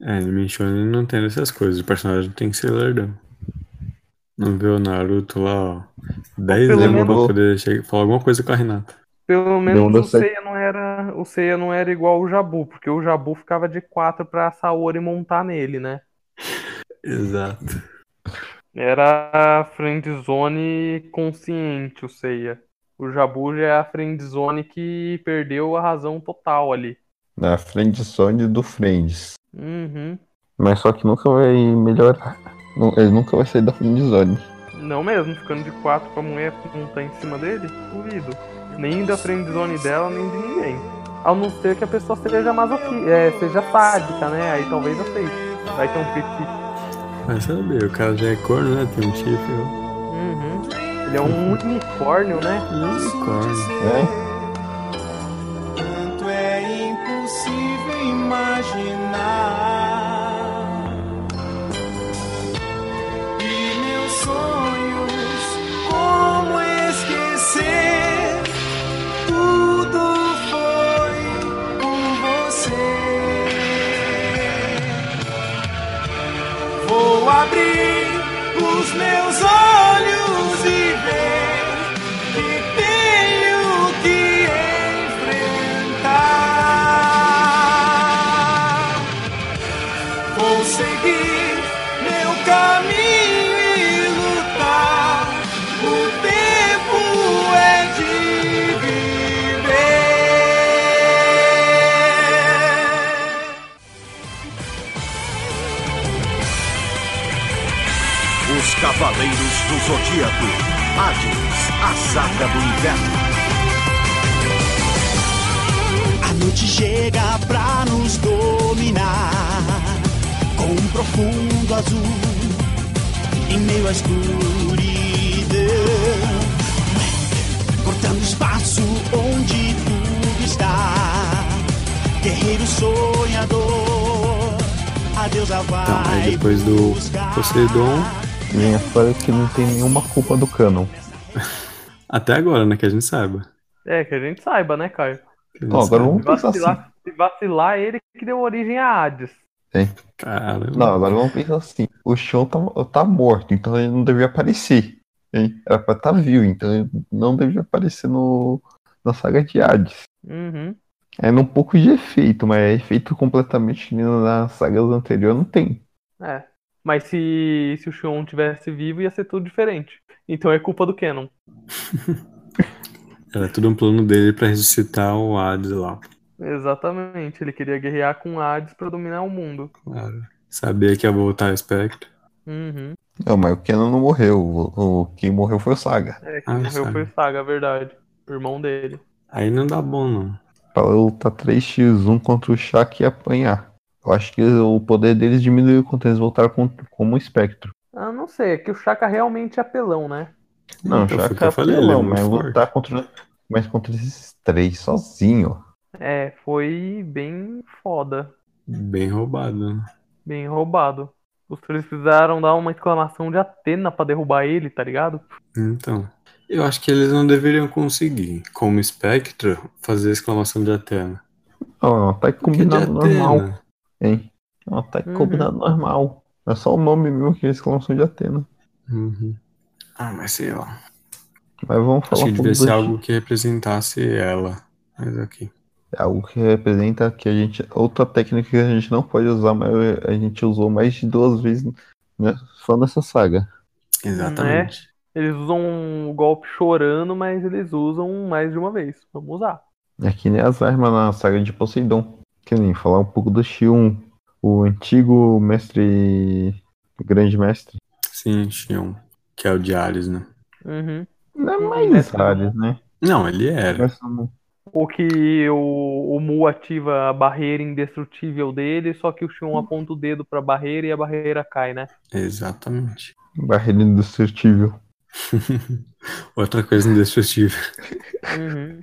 S1: É, anime shonen não tem essas coisas. O personagem tem que ser lerdão. Não vê o Naruto lá, ó. 10
S6: Pelo
S1: anos pra
S5: menos-
S1: poder chegar, falar alguma coisa com a Renata.
S6: Pelo menos
S5: deu
S6: o
S5: certo.
S6: Seiya não era, o Seiya não era igual o Jabu, porque o Jabu ficava de quatro pra Saori montar nele, né?
S1: Exato.
S6: Era a friendzone consciente, o Seiya. O Jabu já é a friendzone que perdeu a razão total ali.
S5: Na frente Sony do Friends.
S6: Uhum.
S5: Mas só que nunca vai melhorar. Não- Ele nunca vai sair da frente Sony.
S6: Não mesmo, ficando de quatro com a mulher montar em cima dele? Duvido. Nem da friendzone dela, nem de ninguém. Ao não ser que a pessoa seja masoquista, é, seja sádica, né? Aí talvez aceite. Vai ter um fit.
S1: Vai saber, o cara já é corno, né? Tem um chifre, ó.
S6: Uhum. Ele é um unicórnio, né?
S1: é um Corno.
S5: Né?
S4: Tanto é impossível imaginar. E meus sonhos, como esquecer? Tudo foi
S11: abrir os meus olhos e ver que tenho que enfrentar. Vou seguir meu caminho e lutar. O tempo é de viver.
S10: Os Cavaleiros do Zodíaco. Hades, a saga do inverno.
S11: A noite chega pra nos dominar com um profundo azul em meio à escuridão, cortando espaço onde tudo está. Guerreiro sonhador, adeus a vai.
S5: Tá, aí depois do Poseidon. Minha fala é que não tem nenhuma culpa do canon.
S1: Até agora, né? Que a gente saiba.
S6: É, que a gente saiba, né, Caio?
S1: Que a
S5: Não,
S1: gente
S5: agora
S1: saiba.
S5: vamos pensar assim.
S6: Vacilar, se vacilar, é ele que deu origem a Hades.
S1: Caramba.
S5: Não, agora vamos pensar assim. O Sean tá, tá morto, então ele não devia aparecer. Hein? Era pra estar vivo, então ele não devia aparecer no, na saga de Hades.
S6: Uhum.
S5: É um pouco de efeito, mas é efeito completamente nas sagas anteriores não tem.
S6: É. Mas se, se o Shion tivesse vivo, ia ser tudo diferente. Então é culpa do Canon.
S1: Era tudo um plano dele pra ressuscitar o Hades lá.
S6: Exatamente. Ele queria guerrear com Hades pra dominar o mundo.
S1: Claro. Sabia que ia voltar o Spectre.
S6: Uhum.
S5: Não, mas o Kenan não morreu. O, o- quem morreu foi o Saga.
S6: É, que
S1: Ah,
S6: morreu
S1: sabe.
S6: foi o Saga, verdade. O irmão dele.
S1: Aí não dá bom, não.
S5: Pra lutar 3x1 contra o Shaq e apanhar. Eu acho que o poder deles diminuiu quando eles voltaram com, como espectro.
S6: Ah, não sei, é que o Shaka realmente é apelão, né?
S5: Não,
S1: Então,
S5: o
S1: foi o
S5: Shaq
S1: que eu falei, ele é
S5: não,
S1: muito
S5: mas
S1: forte.
S5: lutar contra, mas contra esses três sozinho.
S6: É, foi bem foda,
S1: Bem roubado. né?
S6: bem roubado. Os três precisaram dar uma exclamação de Atena pra derrubar ele, tá ligado?
S1: Então. Eu acho que eles não deveriam conseguir, como Spectre, fazer a exclamação de Atena.
S5: Não, é um ataque
S1: Porque de
S5: combinado normal,
S1: Atena.
S5: hein? É um ataque
S6: Uhum.
S5: combinado normal. É só o nome mesmo que é exclamação de Atena.
S1: Uhum. Ah, mas sei lá.
S5: Mas vamos
S1: Acho
S5: falar
S1: que
S5: um
S1: devia
S5: pouco
S1: ser
S5: do-
S1: algo que representasse ela. Mas ok.
S5: É algo que representa que a gente. Outra técnica que a gente não pode usar, mas a gente usou mais de duas vezes, né? Só nessa saga.
S1: Exatamente.
S5: É?
S6: Eles usam o golpe chorando, mas eles usam mais de uma vez. Vamos usar.
S5: É que nem as armas na saga de Poseidon. Que nem falar um pouco do Xion, o antigo mestre. Grande mestre.
S1: Sim, Xion. Que é o de Ares, né?
S6: Uhum.
S5: Não é
S6: Hum,
S5: mais
S6: mestre
S5: Ares, né?
S1: Não, ele era.
S5: Mas é não-
S6: O que o, o Mu ativa a barreira indestrutível dele, só que o Shion aponta o dedo pra barreira e a barreira cai, né?
S1: Exatamente.
S5: Barreira indestrutível.
S1: Outra coisa indestrutível.
S6: Uhum.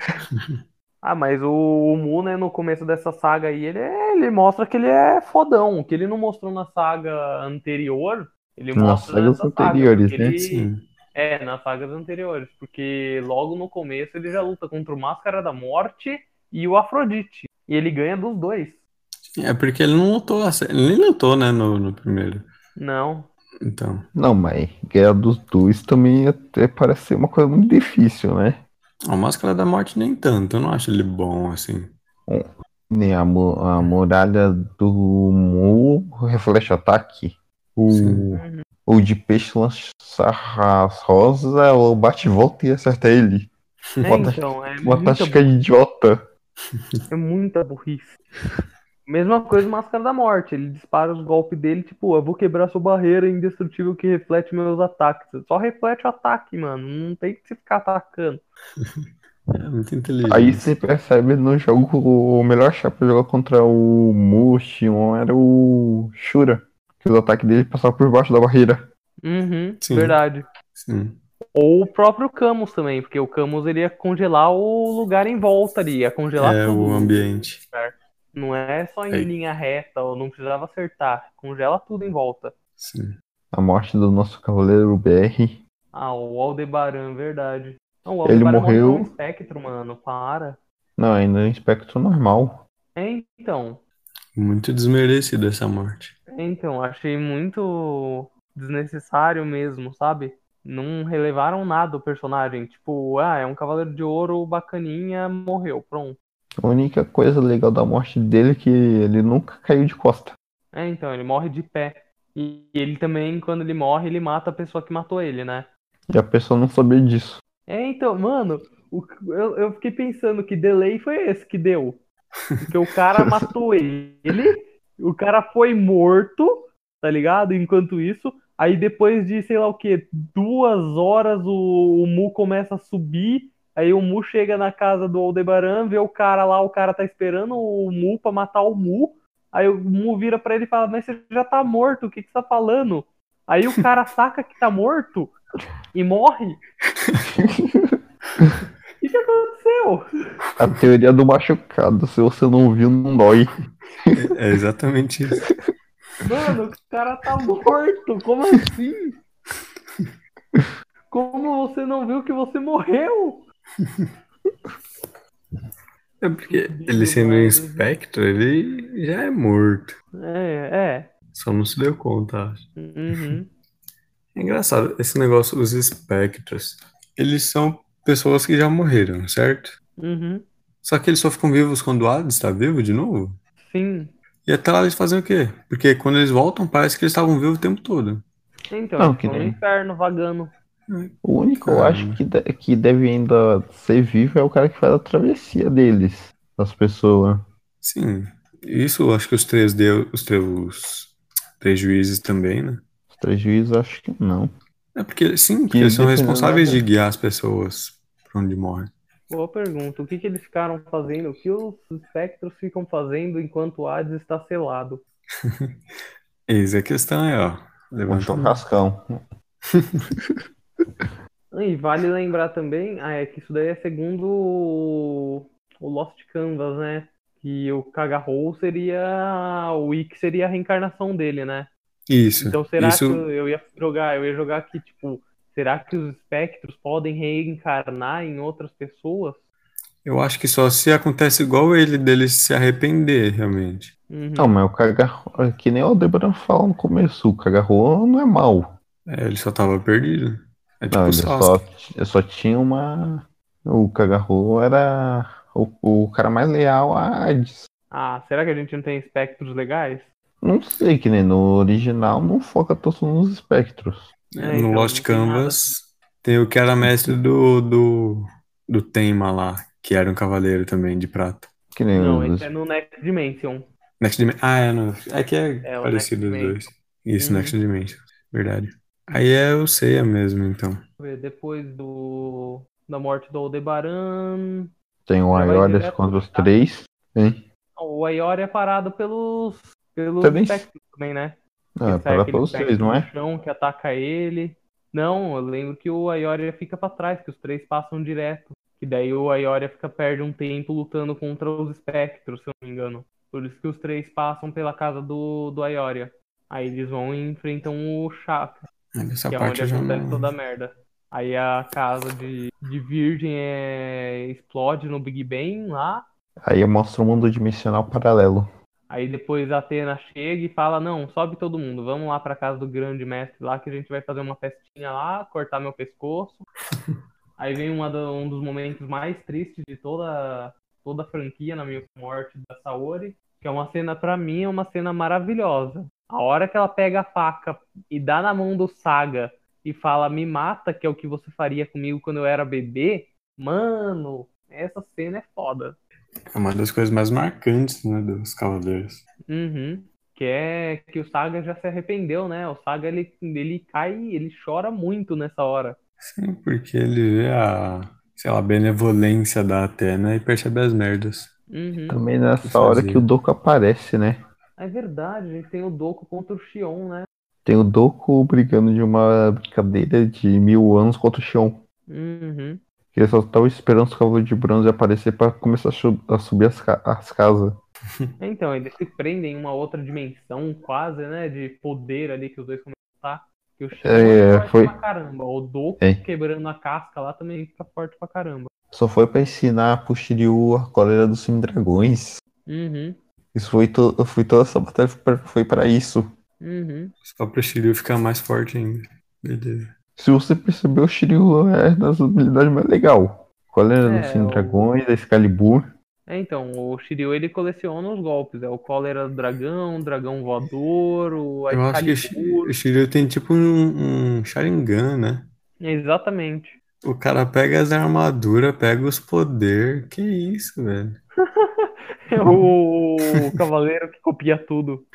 S6: Ah, mas o, o Mu, né, no começo dessa saga aí, ele, é- ele mostra que ele é fodão. O que ele não mostrou na saga anterior, ele
S5: Nas
S6: mostra
S5: sagas
S6: nessa saga,
S5: anteriores,
S6: porque
S5: né?
S6: ele-
S1: Sim.
S6: É, nas sagas anteriores. Porque logo no começo ele já luta contra o Máscara da Morte e o Afrodite. E ele ganha dos dois.
S1: É porque ele não lutou. a sé- Ele nem lutou, né? No, no primeiro.
S6: Não.
S1: Então.
S5: Não, mas Guerra dos Dois também até parece ser uma coisa muito difícil, né?
S1: A Máscara da Morte nem tanto. Eu não acho ele bom assim.
S5: Nem Né, a, mu- a muralha do Mu reflete ataque. O, o de peixe lança as rosas, ela bate e volta e acerta ele.
S6: É,
S5: Uma
S6: então, é
S5: Uma
S6: muita,
S5: tática idiota.
S6: burrice, é muita burrice. Mesma coisa o Máscara da Morte. Ele dispara os golpes dele, tipo, eu vou quebrar sua barreira indestrutível que reflete meus ataques. Só reflete o ataque, mano. Não tem que se ficar atacando.
S1: É muito inteligente.
S5: Aí você percebe no jogo o melhor chapa pra jogar contra o Mu, Shion era o Shura. Que o ataque dele passava por baixo da barreira.
S6: Uhum,
S1: Sim.
S6: verdade.
S1: Sim.
S6: Ou o próprio Camus também, porque o Camus ele ia congelar o lugar em volta ali, ia congelar
S1: É
S6: tudo.
S1: o ambiente.
S6: Não é só em
S1: Aí.
S6: linha reta, ou não precisava acertar. Congela tudo em volta.
S1: Sim.
S5: A morte do nosso cavaleiro BR.
S6: Ah, o Aldebaran, verdade. Não, o
S5: Ele
S6: Aldebaran
S5: morreu.
S6: morreu no espectro, mano. Para.
S5: Não, ainda é um espectro normal.
S6: É, então.
S1: Muito desmerecido essa morte.
S6: É, então, achei muito desnecessário mesmo, sabe? Não relevaram nada o personagem. Tipo, ah, é um cavaleiro de ouro bacaninha, morreu, pronto.
S5: A única coisa legal da morte dele é que ele nunca caiu de costa.
S6: É, então, ele morre de pé. E ele também, quando ele morre, ele mata a pessoa que matou ele, né?
S5: E a pessoa não sabia disso.
S6: É, então, mano, o- eu, eu fiquei pensando que delay foi esse que deu. Porque o cara matou ele, o cara foi morto, tá ligado? Enquanto isso, aí depois de, sei lá o que, duas horas o, o Mu começa a subir, aí o Mu chega na casa do Aldebaran, vê o cara lá, o cara tá esperando o Mu pra matar o Mu, aí o Mu vira pra ele e fala, mas você já tá morto, o que que você tá falando? Aí o cara saca que tá morto e morre. O que que aconteceu?
S5: A teoria do machucado, se você não viu, não dói.
S1: É exatamente isso.
S6: Mano, o cara tá morto, como assim? Como você não viu que você morreu?
S1: É porque ele sendo um espectro, ele já é morto.
S6: É, é.
S1: Só não se deu conta, acho.
S6: Uhum.
S1: É engraçado, esse negócio, os espectros, eles são pessoas que já morreram, certo?
S6: Uhum.
S1: Só que eles só ficam vivos quando o Hades está vivo de novo?
S6: Sim.
S1: E até lá eles fazem o quê? Porque quando eles voltam, parece que eles estavam vivos o tempo todo.
S6: Então,
S5: Não,
S6: eles
S5: que
S6: estão no
S5: nem-
S6: inferno vagando.
S5: O único, eu acho, que, de- que deve ainda ser vivo é o cara que faz a travessia deles, das pessoas.
S1: Sim. Isso eu acho que os três deus, os três, os três juízes também, né?
S5: Os três juízes, acho que não.
S1: É porque, sim, porque
S5: Que
S1: eles são
S5: dependendo da
S1: responsáveis de
S5: guerra.
S1: guiar as pessoas pra onde morrem.
S6: Boa pergunta. O que, que eles ficaram fazendo? O que os espectros ficam fazendo enquanto o Hades está selado?
S1: Eis a questão é, ó. Levanta
S5: Um churrascão.
S6: E vale lembrar também, ah, é que isso daí é segundo o, o Lost Canvas, né? Que o Cagarrou seria. O Ikki seria a reencarnação dele, né?
S1: Isso.
S6: Então será
S1: É, isso...
S6: que eu, eu ia jogar, eu ia jogar aqui, tipo, será que os espectros podem reencarnar em outras pessoas?
S1: Eu acho que só se acontece igual ele dele se arrepender, realmente.
S6: Uhum.
S5: Não, mas o cagarro, que nem o Aldebaran fala no começo, o cagarro não é mal.
S1: É, ele só tava perdido. É tipo
S5: Não, ele só,
S1: Sasuke.
S5: ele só tinha uma. O cagarro era o, o cara mais leal a Hades.
S6: Ah, será que a gente não tem espectros legais?
S5: Não sei, que nem no original não foca tanto nos espectros.
S1: É,
S6: então,
S1: no Lost
S6: assim.
S1: Canvas tem o que era mestre do, do, do Tema lá, que era um cavaleiro também de prata.
S5: Que nem
S6: Não,
S5: os-
S6: esse é no Next Dimension.
S1: Next Dimension. Ah, é, não. É que é,
S6: É, o
S1: parecido os
S6: Next
S1: dois. Isso,
S6: Uhum.
S1: Next Dimension. Verdade. Aí é o Seiya mesmo, então.
S6: Ver, Depois do, da morte do Aldebaran,
S5: Tem o
S6: Já vai
S5: Aioras
S6: direto
S5: contra os três. Hein?
S6: o Aior é parado pelos, pelos
S5: Também-
S6: espectros também, né?
S5: Não, é
S6: Sai
S5: para
S6: aquele
S5: pelos três,
S6: espectro
S5: não
S6: no
S5: é?
S6: chão que ataca ele. Não, eu lembro que o Aioria fica pra trás, que os três passam direto. E daí o Aioria fica perde um tempo lutando contra os espectros, se eu não me engano. Por isso que os três passam pela casa do, do Aioria. Aí eles vão e enfrentam o Chakra,
S1: Mas Essa
S6: que é
S1: parte um
S6: onde
S1: eu já
S6: acontece
S1: não-
S6: toda a merda. Aí a casa de, de Virgem é, explode no Big Bang lá.
S5: Aí mostra o mundo dimensional paralelo.
S6: Aí depois a Atena chega e fala: Não, sobe todo mundo, vamos lá pra casa do grande mestre lá que a gente vai fazer uma festinha lá, cortar meu pescoço. Aí vem uma do- um dos momentos mais tristes de toda, toda a franquia, na minha morte da Saori, que é uma cena, pra mim, é uma cena maravilhosa. A hora que ela pega a faca e dá na mão do Saga e fala: Me mata, que é o que você faria comigo quando eu era bebê. Mano, essa cena é foda.
S1: É uma das coisas mais marcantes, né, dos Cavaleiros.
S6: Uhum. Que é que o Saga já se arrependeu, né? O Saga ele, ele cai, ele chora muito nessa hora.
S1: Sim, porque ele vê a, sei lá, a benevolência da Atena e percebe as merdas.
S6: Uhum.
S5: Também nessa hora que o Doku aparece, né?
S6: É verdade, a gente tem o Doku contra o Shion, né?
S5: Tem o Doku brigando de uma brincadeira de mil anos contra o Xion.
S6: Uhum.
S5: Que ele só tava esperando os cavalos de bronze aparecer pra começar a, chu- a subir as, ca- as casas.
S6: Então, eles se prendem em uma outra dimensão, quase, né? De poder ali que os dois começam a lutar. Que o Shion
S5: É,
S6: forte
S5: foi-
S6: pra caramba. O Doku
S5: É.
S6: quebrando a casca lá também fica forte pra caramba.
S5: Só foi pra ensinar pro Shiryu a cólera dos semi-dragões.
S6: Uhum.
S5: Isso foi, to... foi toda essa batalha foi pra- foi pra isso.
S12: Uhum.
S1: Só pro Shiryu ficar mais forte ainda. Beleza.
S5: Se você perceber, o Shiryu é das habilidades mais legal. Qual era
S6: É,
S5: dos Cinco
S6: o-
S5: Dragões, da Excalibur?
S6: É, então, o Shiryu ele coleciona os golpes. É o cólera do dragão, o dragão voador, o a
S1: Eu acho que o
S6: Excalibur.
S1: Shi- o Shiryu tem tipo um, um Sharingan, né?
S6: Exatamente.
S1: O cara pega as armaduras, pega os poder. Que isso, velho?
S6: É o cavaleiro que copia tudo.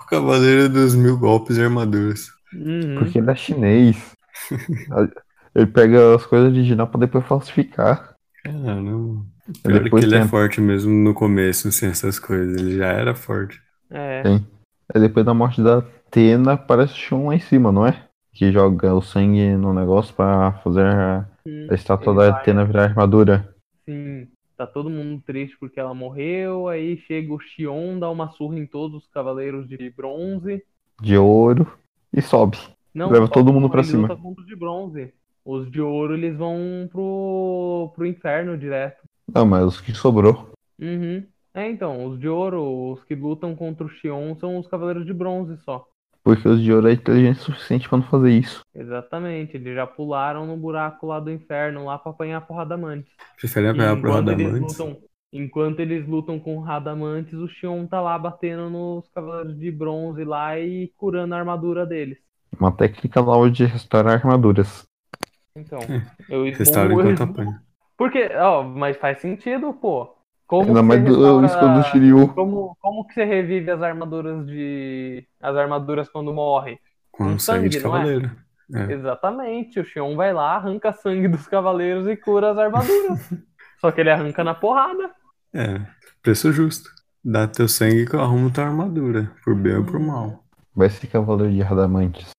S1: O Cavaleiro dos Mil Golpes e Armaduras.
S6: Uhum.
S5: Porque ele é chinês. ele pega as coisas original pra depois falsificar.
S1: Caramba. O
S5: Aí
S1: pior é que
S5: depois
S1: ele é
S5: tem-
S1: forte mesmo no começo, sem essas coisas. Ele já era forte.
S6: É.
S5: Sim. Aí depois da morte da Atena, aparece o Shun lá em cima, não é? Que joga o sangue no negócio pra fazer a, a estátua da Atena virar armadura.
S6: Sim, tá todo mundo triste porque ela morreu. Aí chega o Xion, dá uma surra em todos os cavaleiros de bronze.
S5: De ouro. E sobe.
S6: Não,
S5: Leva
S6: só
S5: todo
S6: que
S5: mundo pra
S6: ele
S5: cima.
S6: luta contra os de bronze. Os de ouro eles vão pro, pro inferno direto.
S5: Não, mas os que sobrou.
S6: Uhum. É, então, os de ouro, os que lutam contra o Xion são os cavaleiros de bronze só.
S5: Porque os de ouro é inteligente o suficiente pra não fazer isso.
S6: Exatamente, eles já pularam no buraco lá do inferno, lá pra apanhar a porrada Mantis.
S1: Prefere apanhar pro
S6: Enquanto eles
S1: Radamantes.
S6: lutam, enquanto eles lutam com o Radamantes, o Xion tá lá batendo nos cavaleiros de bronze lá e curando a armadura deles.
S5: Uma técnica nova de restaurar armaduras.
S6: Então,
S1: É.
S6: eu
S5: Restaura
S6: expongo-
S5: enquanto apanha.
S6: Porque, ó, mas faz sentido, pô. Como
S5: Ainda
S6: que
S5: mais
S6: você
S5: do- o escudo do Shiryu.
S6: Como, como que você revive as armaduras de as armaduras quando morre?
S1: Com Um sangue de
S6: não é?
S1: cavaleiro. É.
S6: Exatamente, o Xion vai lá, arranca sangue dos cavaleiros e cura as armaduras. Só que ele arranca na porrada.
S1: É, preço justo. Dá teu sangue que eu arrumo tua armadura, por bem ou por mal.
S5: Vai ser cavaleiro de Radamantes.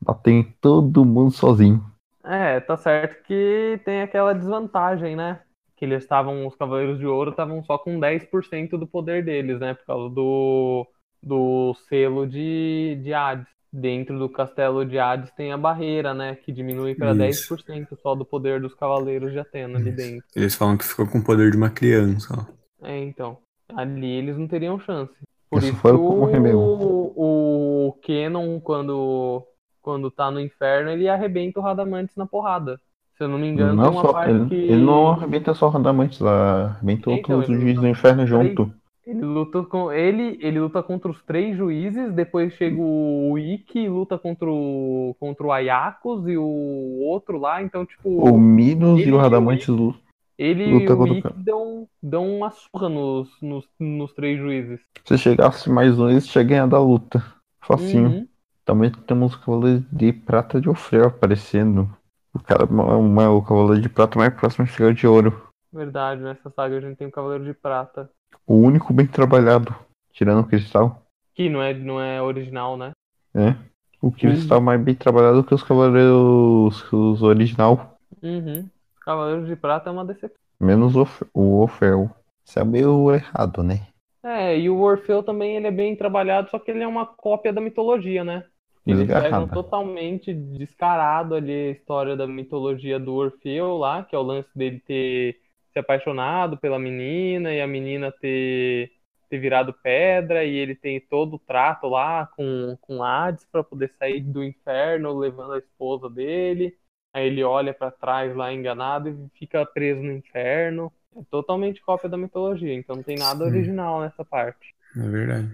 S5: Bater em todo mundo sozinho.
S6: É, tá certo que tem aquela desvantagem, né? Que eles estavam, os Cavaleiros de Ouro estavam só com 10% do poder deles, né? Por causa do, do selo de, de Hades. Dentro do castelo de Hades tem a barreira, né? Que diminui pra
S1: Isso.
S6: 10% só do poder dos Cavaleiros de Atena ali dentro.
S1: Eles falam que ficou com o poder de uma criança, ó.
S6: É, então. Ali eles não teriam chance. Por
S5: Isso
S6: isso
S5: foi um
S6: que
S5: como
S6: o-
S5: rebelde.
S6: o, Kenon, quando, quando tá no inferno, ele arrebenta o Radamantes na porrada. Se eu não me engano,
S5: Não é
S6: tem uma
S5: só,
S6: parte
S5: ele,
S6: que
S5: ele não arrebenta só Radamantes, ah, arrebenta
S6: Então,
S5: outro, outro
S6: ele
S5: juiz
S6: não-
S5: do inferno
S6: Peraí.
S5: junto.
S6: ele luta com ele, ele luta contra os três juízes, depois chega o Ikki, luta contra o contra o Ayakos e o outro lá, então tipo,
S5: O Minos e
S6: ele
S5: o Radamantes lu-
S6: ele e
S5: luta
S6: o
S5: contra o
S6: Ikki
S5: cara.
S6: dão, dão uma surra nos, nos, nos três juízes.
S5: Se chegasse mais um, eles tinham ganhado a luta. Facinho.
S6: Uhum.
S5: Também temos o Cavaleiro de Prata de Ofreu aparecendo. O, cara, é ma- ma- o Cavaleiro de Prata mais próximo chega ao de ouro.
S6: Verdade, nessa saga a gente tem o Cavaleiro de Prata,
S5: O único bem trabalhado, tirando o cristal.
S6: que não é não é original, né?
S5: Né?
S6: Uhum.
S5: O cristal mais bem trabalhado que os Cavaleiros que os original.
S6: Uhum. Cavaleiro de Prata é uma decepção.
S5: Menos o, Of- o Ofreu. Isso é meio errado, né?
S6: É, e o Orfeu também ele é bem trabalhado, só que ele é uma cópia da mitologia, né? Eles pegam
S5: Desgarrada.
S6: totalmente descarado ali a história da mitologia do Orfeu lá, que é o lance dele ter se apaixonado pela menina e a menina ter, ter virado pedra e ele tem todo o trato lá com, com Hades para poder sair do inferno levando a esposa dele. Aí ele olha para trás lá enganado e fica preso no inferno. É totalmente cópia da mitologia, então não tem nada
S1: Sim.
S6: original nessa parte.
S1: É verdade.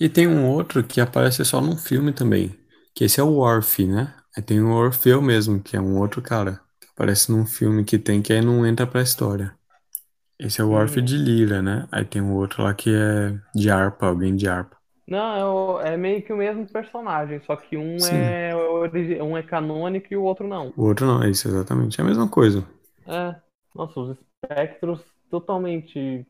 S1: E tem um outro que aparece só num filme também, que esse é o Orfe, né? Aí tem o Orfeu mesmo, que é um outro cara, que aparece num filme que tem que aí não entra pra história. Esse é o Orfe de Lira, né? Aí tem um outro lá que é de harpa, alguém de harpa.
S6: Não, é, o- é meio que o mesmo personagem, só que um
S1: Sim.
S6: é origi- um é canônico e o outro não.
S1: O outro não, é isso, exatamente. É a mesma coisa.
S6: É, nossa, os espectros totalmente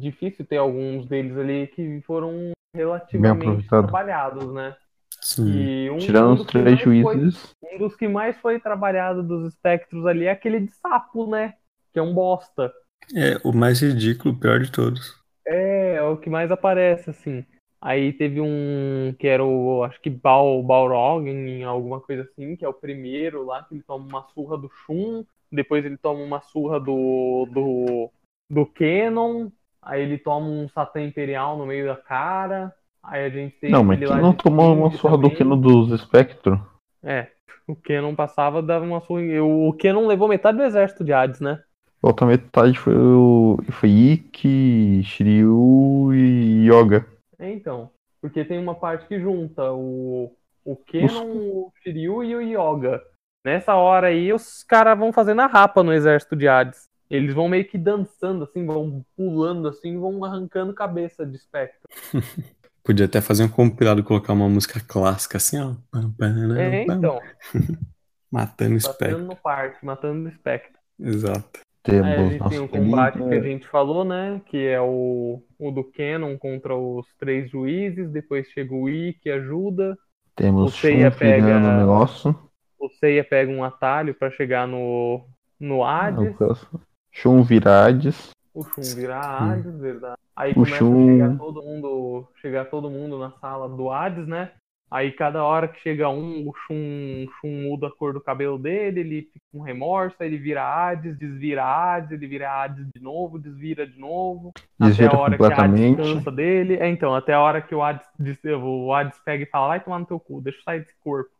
S6: difícil ter alguns deles ali que foram relativamente
S5: aproveitado.
S6: trabalhados, né?
S1: Sim.
S6: E um,
S5: Tirando
S6: um
S5: os
S6: dos que
S5: três
S6: mais foi-
S5: juízes.
S6: um dos que mais foi trabalhado dos espectros ali é aquele de sapo, né? Que é um bosta.
S1: É o mais ridículo, o pior de todos.
S6: É, é o que mais aparece, assim. Aí teve um que era o, acho que Bal, Balrog, alguma coisa assim, que é o primeiro lá, que ele toma uma surra do Shun, depois ele toma uma surra do, do, do Kenon, aí ele toma um Satã Imperial no meio da cara, Aí a gente tem
S5: Não, mas
S6: aquele
S5: quem
S6: lá
S5: não
S6: de
S5: tomou
S6: King
S5: uma surra do
S6: também.
S5: Keno dos Espectro?
S6: É, o Kenon passava, dava uma surra. em- O Kenon levou metade do exército de Hades, né?
S5: Outra metade foi o. Foi Ikki, Shiryu e Yoga.
S6: É, então. Porque tem uma parte que junta o, o Kenon, o Shiryu e o Yoga. Nessa hora aí, os caras vão fazendo a rapa no exército de Hades. Eles vão meio que dançando, assim, vão pulando, assim, vão arrancando cabeça de espectro.
S1: Podia até fazer um compilado e colocar uma música clássica assim, ó. Pam, pam,
S6: É,
S1: pam,
S6: então. Tá
S1: Matando o espectro.
S6: Matando no parque, matando o espectro.
S1: Exato.
S6: Aí a gente É, tem o combate que a gente falou, né? Que é o, o do Kenon contra os três juízes. Depois chega o I que ajuda.
S5: Temos
S6: O Seiya
S5: Shun virando
S6: pega-
S5: o negócio.
S6: O Seiya pega um atalho pra chegar no, no Hades.
S5: é O próximo. Shun virades.
S6: O Shun vira Hades, verdade. Aí
S5: O
S6: começa
S5: Shun-
S6: a chegar todo mundo, chegar todo mundo na sala do Hades, né? Aí cada hora que chega um, o Shun, o Shun muda a cor do cabelo dele, ele fica com remorso, aí ele vira Hades, desvira Hades, ele vira Hades de novo, desvira de novo.
S5: Desvira
S6: até a hora que
S5: completamente.
S6: o Hades cansa dele. É, então, até a hora que o Hades, diz- o Hades pega e fala, vai tomar no teu cu, deixa eu sair desse corpo.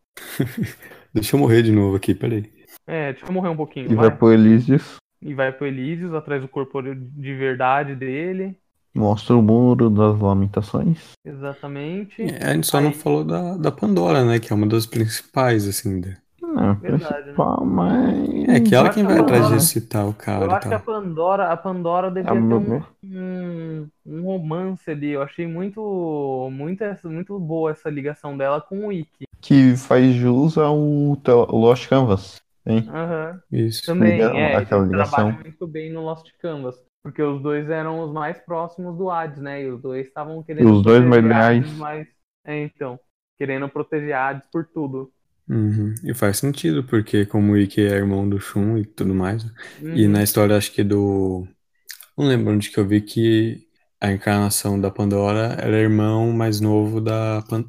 S1: Deixa eu morrer de novo aqui, peraí.
S6: É, deixa eu morrer um pouquinho,
S5: E vai pro Elísios.
S6: E vai pro Elísios, atrás do corpo de verdade dele.
S5: Mostra o muro das lamentações.
S6: Exatamente.
S1: É, a gente só não falou da, da Pandora, né? Que é uma das principais, assim. da-
S5: Não,
S6: Verdade,
S5: É,
S6: né? tá
S5: principal, mas.
S1: É que ela
S6: Hum, Eu
S1: quem
S6: acho
S1: vai
S6: que a
S1: atrás de
S6: Pandora-
S1: citar o cara
S6: Eu
S1: e
S6: acho que a
S1: tal.
S6: Pandora, a Pandora devia
S5: tá. É
S6: ter
S5: meu
S6: um,
S5: Deus.
S6: um, um romance ali. Eu achei muito, muito, essa- muito boa essa ligação dela com o Ikki.
S5: Que faz jus ao Tel- Lost Canvas. Hein?
S6: Aham.
S1: Isso.
S6: Também,
S5: Legal,
S6: é,
S5: aquela
S6: eles trabalham
S5: ligação.
S6: muito bem no Lost Canvas. Porque os dois eram os mais próximos do Hades, né? E os dois estavam querendo
S5: os dois mais
S6: proteger Hades,
S5: leais.
S6: mas- É, então. Querendo proteger Hades por tudo.
S1: Uhum. E faz sentido, porque como o Ikki é irmão do Shun e tudo mais, né? e
S6: Uhum.
S5: né,
S1: na história acho que do... Não lembro onde que eu vi que a encarnação da Pandora era irmão mais novo da... Pan...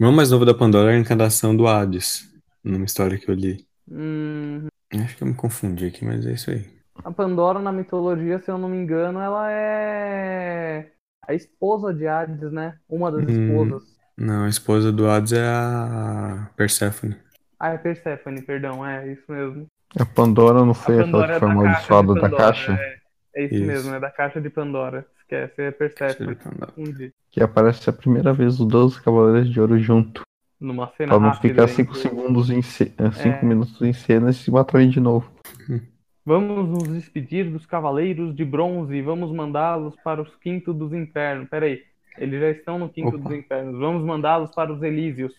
S1: Irmão mais novo da Pandora era a encarnação do Hades, numa história que eu li.
S6: Hum,
S1: Acho que eu me confundi aqui, mas é isso aí.
S6: A Pandora na mitologia, se eu não me engano, ela é a esposa de Hades, né? Uma das
S1: Hum.
S6: esposas.
S1: Não, a esposa do Hades é a Perséfone.
S6: Ah, é Perséfone, perdão, é isso mesmo.
S5: A Pandora não foi
S6: a
S5: aquela
S6: Pandora
S5: que
S6: é
S5: foi
S6: da
S5: amaldiçoada
S6: caixa de
S5: da
S6: Pandora,
S5: caixa?
S6: É, é isso,
S5: Isso.
S6: mesmo, é da caixa de Pandora. Esquece, é Perséfone. Confundi.
S5: Que aparece a primeira vez os 12 Cavaleiros de Ouro junto.
S6: Numa cena
S5: Pra não
S6: rápida
S5: ficar
S6: em
S5: 5
S6: que-
S5: segundos em 5
S6: É.
S5: minutos em cena e se matarem de novo.
S6: Vamos nos despedir dos cavaleiros de bronze e vamos mandá-los para os quinto dos infernos. Peraí, eles já estão no quinto
S5: Opa.
S6: dos infernos. Vamos mandá-los para os Elísios.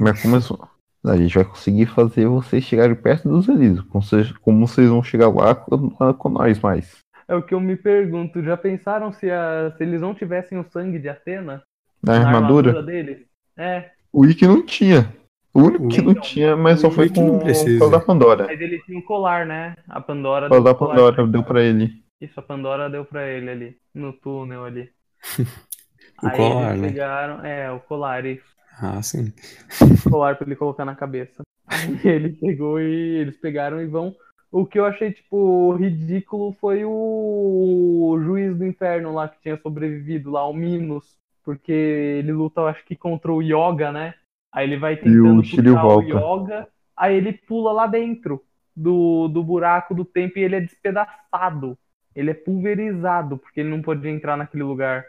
S5: Mas começou. A gente vai conseguir fazer vocês chegarem perto dos Elísios. Como vocês, como vocês vão chegar lá com, lá com nós mais?
S6: É o que eu me pergunto. Já pensaram se, a- se eles não tivessem o sangue de Atena
S5: Na armadura?
S6: deles? É.
S5: O Ikki não tinha. O único que não tinha, mas só foi
S1: Ikki não
S5: com
S1: precisa.
S5: o da Pandora.
S6: Mas ele tinha o colar, né? A Pandora
S5: O da
S6: o colar.
S5: Pandora deu pra ele.
S6: Isso, a Pandora deu pra ele ali, no túnel ali.
S1: O
S6: Aí
S1: colar,
S6: eles
S1: né?
S6: pegaram, é, o colar, isso.
S1: Ah, sim.
S6: colar pra ele colocar na cabeça. Aí ele pegou e eles pegaram e vão. O que eu achei, tipo, ridículo foi o, o juiz do inferno lá que tinha sobrevivido lá, o Minos. Porque ele luta, eu acho que contra o Yoga, né? Aí ele vai tentando
S5: Shiryu
S6: puxar o
S5: volta.
S6: Yoga, aí ele pula lá dentro do, do buraco do tempo e ele é despedaçado. Ele é pulverizado, porque ele não podia entrar naquele lugar.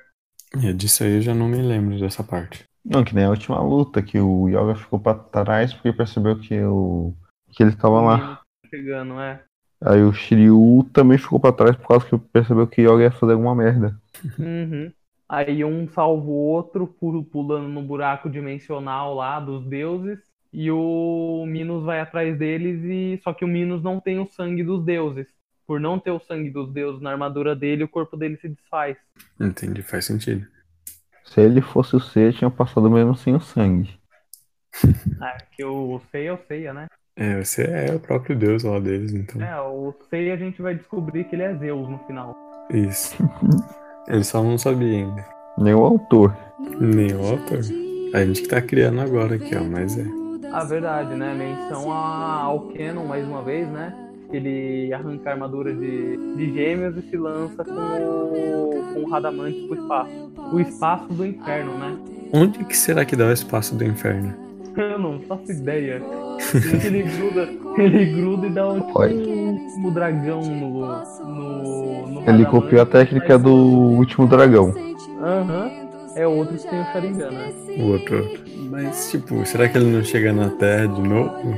S1: É, disso aí eu já não me lembro dessa parte.
S5: Não, que nem a última luta, que o Yoga ficou pra trás porque percebeu que, o, que ele tava lá.
S6: Chegando, é.
S5: Aí o Shiryu também ficou pra trás por causa que percebeu que Yoga ia fazer alguma merda.
S6: Uhum. Aí um salva o outro, pu- pulando no buraco dimensional lá dos deuses, e o Minos vai atrás deles, e só que o Minos não tem o sangue dos deuses. Por não ter o sangue dos deuses na armadura dele, o corpo dele se desfaz.
S1: Entendi, faz sentido.
S5: Se ele fosse o C, tinha passado mesmo sem o sangue.
S6: Ah, que o Seiya é o Seiya, né?
S1: É, você é o próprio deus lá deles, então.
S6: É, o Seiya a gente vai descobrir que ele é Zeus no final.
S1: Isso. Ele só não sabia ainda.
S5: Nem o autor.
S1: Nem o autor. A gente que tá criando agora aqui, ó, mas é.
S6: A verdade, né? Menção a- ao Kenon mais uma vez, né? Ele arranca a armadura de, de gêmeos e se lança com o, com o Radamantes pro espaço. O espaço do inferno, né?
S1: Onde que será que dá o espaço do inferno?
S6: Eu não faço ideia. ele gruda, ele gruda e dá um, tipo,
S5: Olha.
S6: um, um dragão no. no, no
S5: Ele copiou a técnica do último dragão.
S6: Aham. É outro que tem o Sharingan, né?
S1: O outro. Mas, tipo, será que ele não chega na Terra de novo?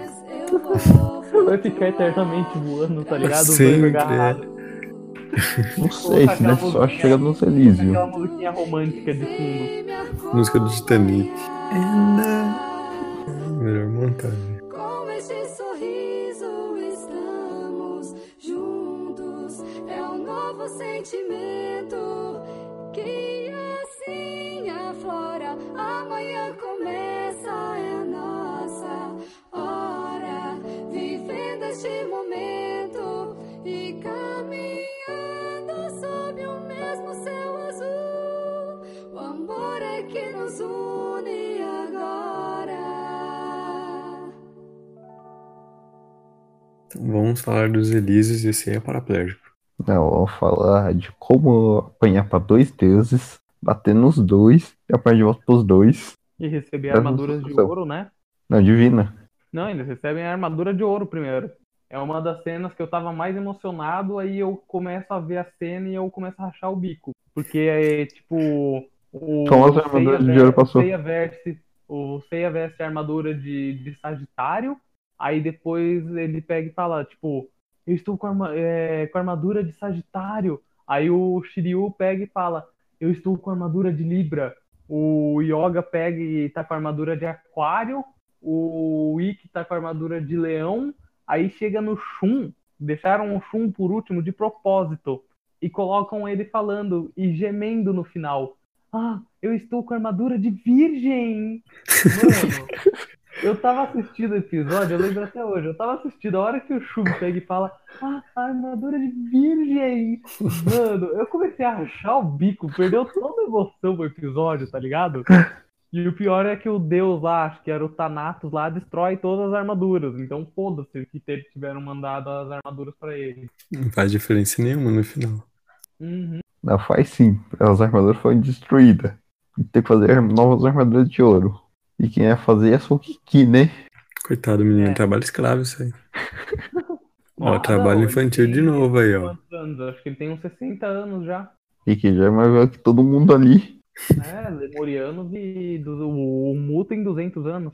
S6: Vai ficar eternamente voando, tá ligado?
S1: Sempre.
S6: Voando agarrado.
S5: é. Não sei, se né? Só chega nos Elísio.
S6: Aquela musiquinha romântica de fundo.
S1: Música do Titanic. É, né? Melhor montagem.
S4: Com este sorriso estamos juntos. É um novo sentimento que assim aflora. Amanhã começa é a nossa hora. Vivendo este momento e caminhando sob o mesmo céu azul. O amor é que nos une agora.
S1: Então, vamos falar dos Elísios e esse aí é paraplégico.
S5: Não, vamos falar de como apanhar pra dois deuses, bater nos dois e apanhar de volta pros dois.
S6: E receber
S5: Mas não
S6: armaduras de
S5: funciona.
S6: ouro, né?
S5: Não, divina.
S6: Não, eles recebem a armadura de ouro primeiro. É uma das cenas que eu tava mais emocionado, aí eu começo a ver a cena e eu começo a rachar o bico. Porque é tipo. O
S5: Famosa Então, armadura de
S6: Seiya
S5: ouro
S6: veste-
S5: passou.
S6: Seiya veste, o Seiya veste a armadura de, de Sagitário, aí depois ele pega e fala, tipo, eu estou com a, arma- é, com a armadura de Sagitário. Aí o Shiryu pega e fala, eu estou com a armadura de Libra. O Yoga pega e tá com a armadura de Aquário. O Ikki tá com a armadura de Leão. Aí chega no Shun. Deixaram o Shun por último de propósito. E colocam ele falando e gemendo no final. Ah, eu estou com a armadura de Virgem! Mano, eu tava assistindo o episódio, eu lembro até hoje. Eu tava assistindo a hora que o Shun pega e fala Ah, a armadura de Virgem! Mano, eu comecei a rachar o bico. Perdeu toda a emoção do episódio, tá ligado? E o pior é que o deus lá, acho que era o Thanatos lá, destrói todas as armaduras. Então foda-se que eles tiveram mandado as armaduras pra ele.
S1: Não faz diferença nenhuma no final.
S6: Uhum.
S5: Não, faz sim. As armaduras foram destruídas. E Tem que fazer novas armaduras de ouro. E quem ia fazer é só o Kiki, né?
S1: Coitado, menino, trabalho escravo isso aí. Ó,
S6: Não,
S1: trabalho
S6: não,
S1: infantil de novo aí, ó.
S6: Quantos anos? Acho que ele tem uns 60 anos já.
S5: Kiki já é mais velho que todo mundo ali.
S6: É, Lemurianos e do, o, o Mu tem 200 anos.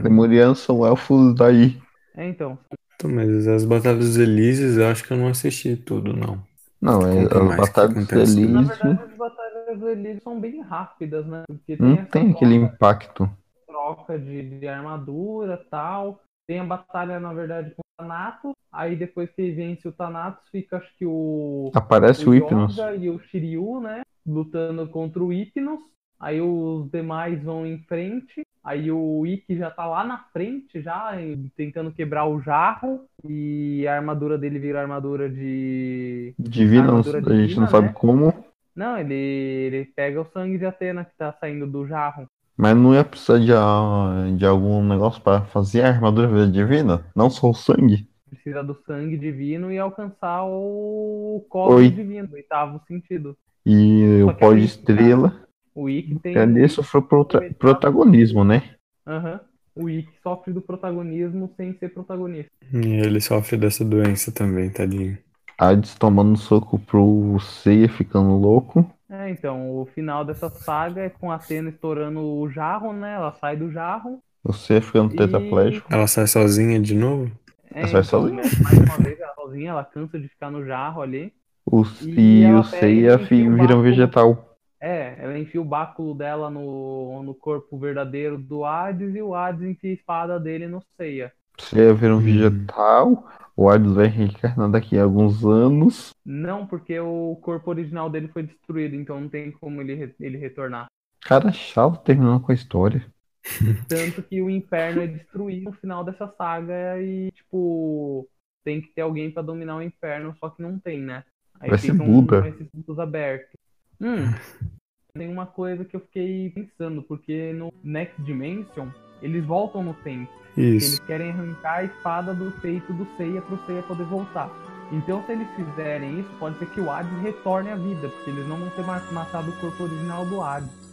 S5: Lemurianos são elfos daí.
S6: É, então.
S1: Então, mas as batalhas dos Elísios eu acho que eu não assisti tudo, não.
S5: Não, é,
S1: Conta mais, o que
S5: as batalhas dos
S1: acontece? né?
S5: Elísios
S6: Na verdade, as batalhas do Elísio são bem rápidas, né? Porque tem
S5: não
S6: essa
S5: tem aquele impacto.
S6: troca de, de armadura tal. Tem a batalha, na verdade, com o Thanatos. Aí depois que vence o Thanatos, fica acho que o.
S5: Aparece o Hypnos.
S6: Yoga e o Shiryu, né? Lutando contra o Hypnos. Aí os demais vão em frente. Aí o Ikki já tá lá na frente, já em- tentando quebrar o jarro. E a armadura dele vira armadura de.
S5: Divina, não-
S6: armadura
S5: a gente
S6: divina,
S5: não sabe
S6: né?
S5: como,
S6: Não, ele, ele pega o sangue de Atena que tá saindo do jarro.
S5: mas não ia precisar de, a- de algum negócio pra fazer a armadura divina, não só o sangue.
S6: Precisa do sangue divino e alcançar o cosmo
S5: Oi.
S6: divino, oitavo sentido.
S5: E o
S6: tá
S5: pó de estrela,
S6: O Ikki tem. um-
S5: ali sofreu prota- protagonismo, né?
S6: Aham. O Ikki sofre do protagonismo sem ser protagonista.
S1: E ele sofre dessa doença também, tadinho.
S5: Hades tomando soco pro Seiya ficando louco.
S6: É, então, o final dessa saga é com a Atena estourando o jarro, né? Ela sai do jarro.
S5: O Seiya ficando tetraplégico.
S1: Ela sai sozinha de novo?
S6: É,
S5: Ela sai
S6: então,
S5: sozinha.
S6: Mais uma vez, ela sozinha, ela cansa de ficar no jarro ali.
S5: O,
S6: E
S5: e
S6: ela
S5: o Seiya
S6: pega e
S5: fi-
S6: enfia o
S5: vira um
S6: báculo.
S5: vegetal.
S6: É, ela enfia o báculo dela no, no corpo verdadeiro do Hades e o Hades enfia a espada dele no Seiya.
S5: O Seiya vira um vegetal. O Hades vai reencarnar daqui a alguns anos.
S6: Não, porque o corpo original dele foi destruído, então não tem como ele, re- ele retornar.
S5: Cara chato terminando com a história.
S6: Tanto que o inferno é destruído no final dessa saga e, tipo, tem que ter alguém pra dominar o inferno, só que não tem, né? Aí
S5: Vai ser
S6: ficam
S5: Buda.
S6: esses mundos abertos. Hum, tem uma coisa que eu fiquei pensando, porque no Next Dimension, eles voltam no tempo.
S1: Isso.
S6: Eles querem arrancar a espada do peito do Seiya pro Seiya poder voltar. Então, se eles fizerem isso, pode ser que o Hades retorne à vida, porque eles não vão ter ma- matado o corpo original do Hades.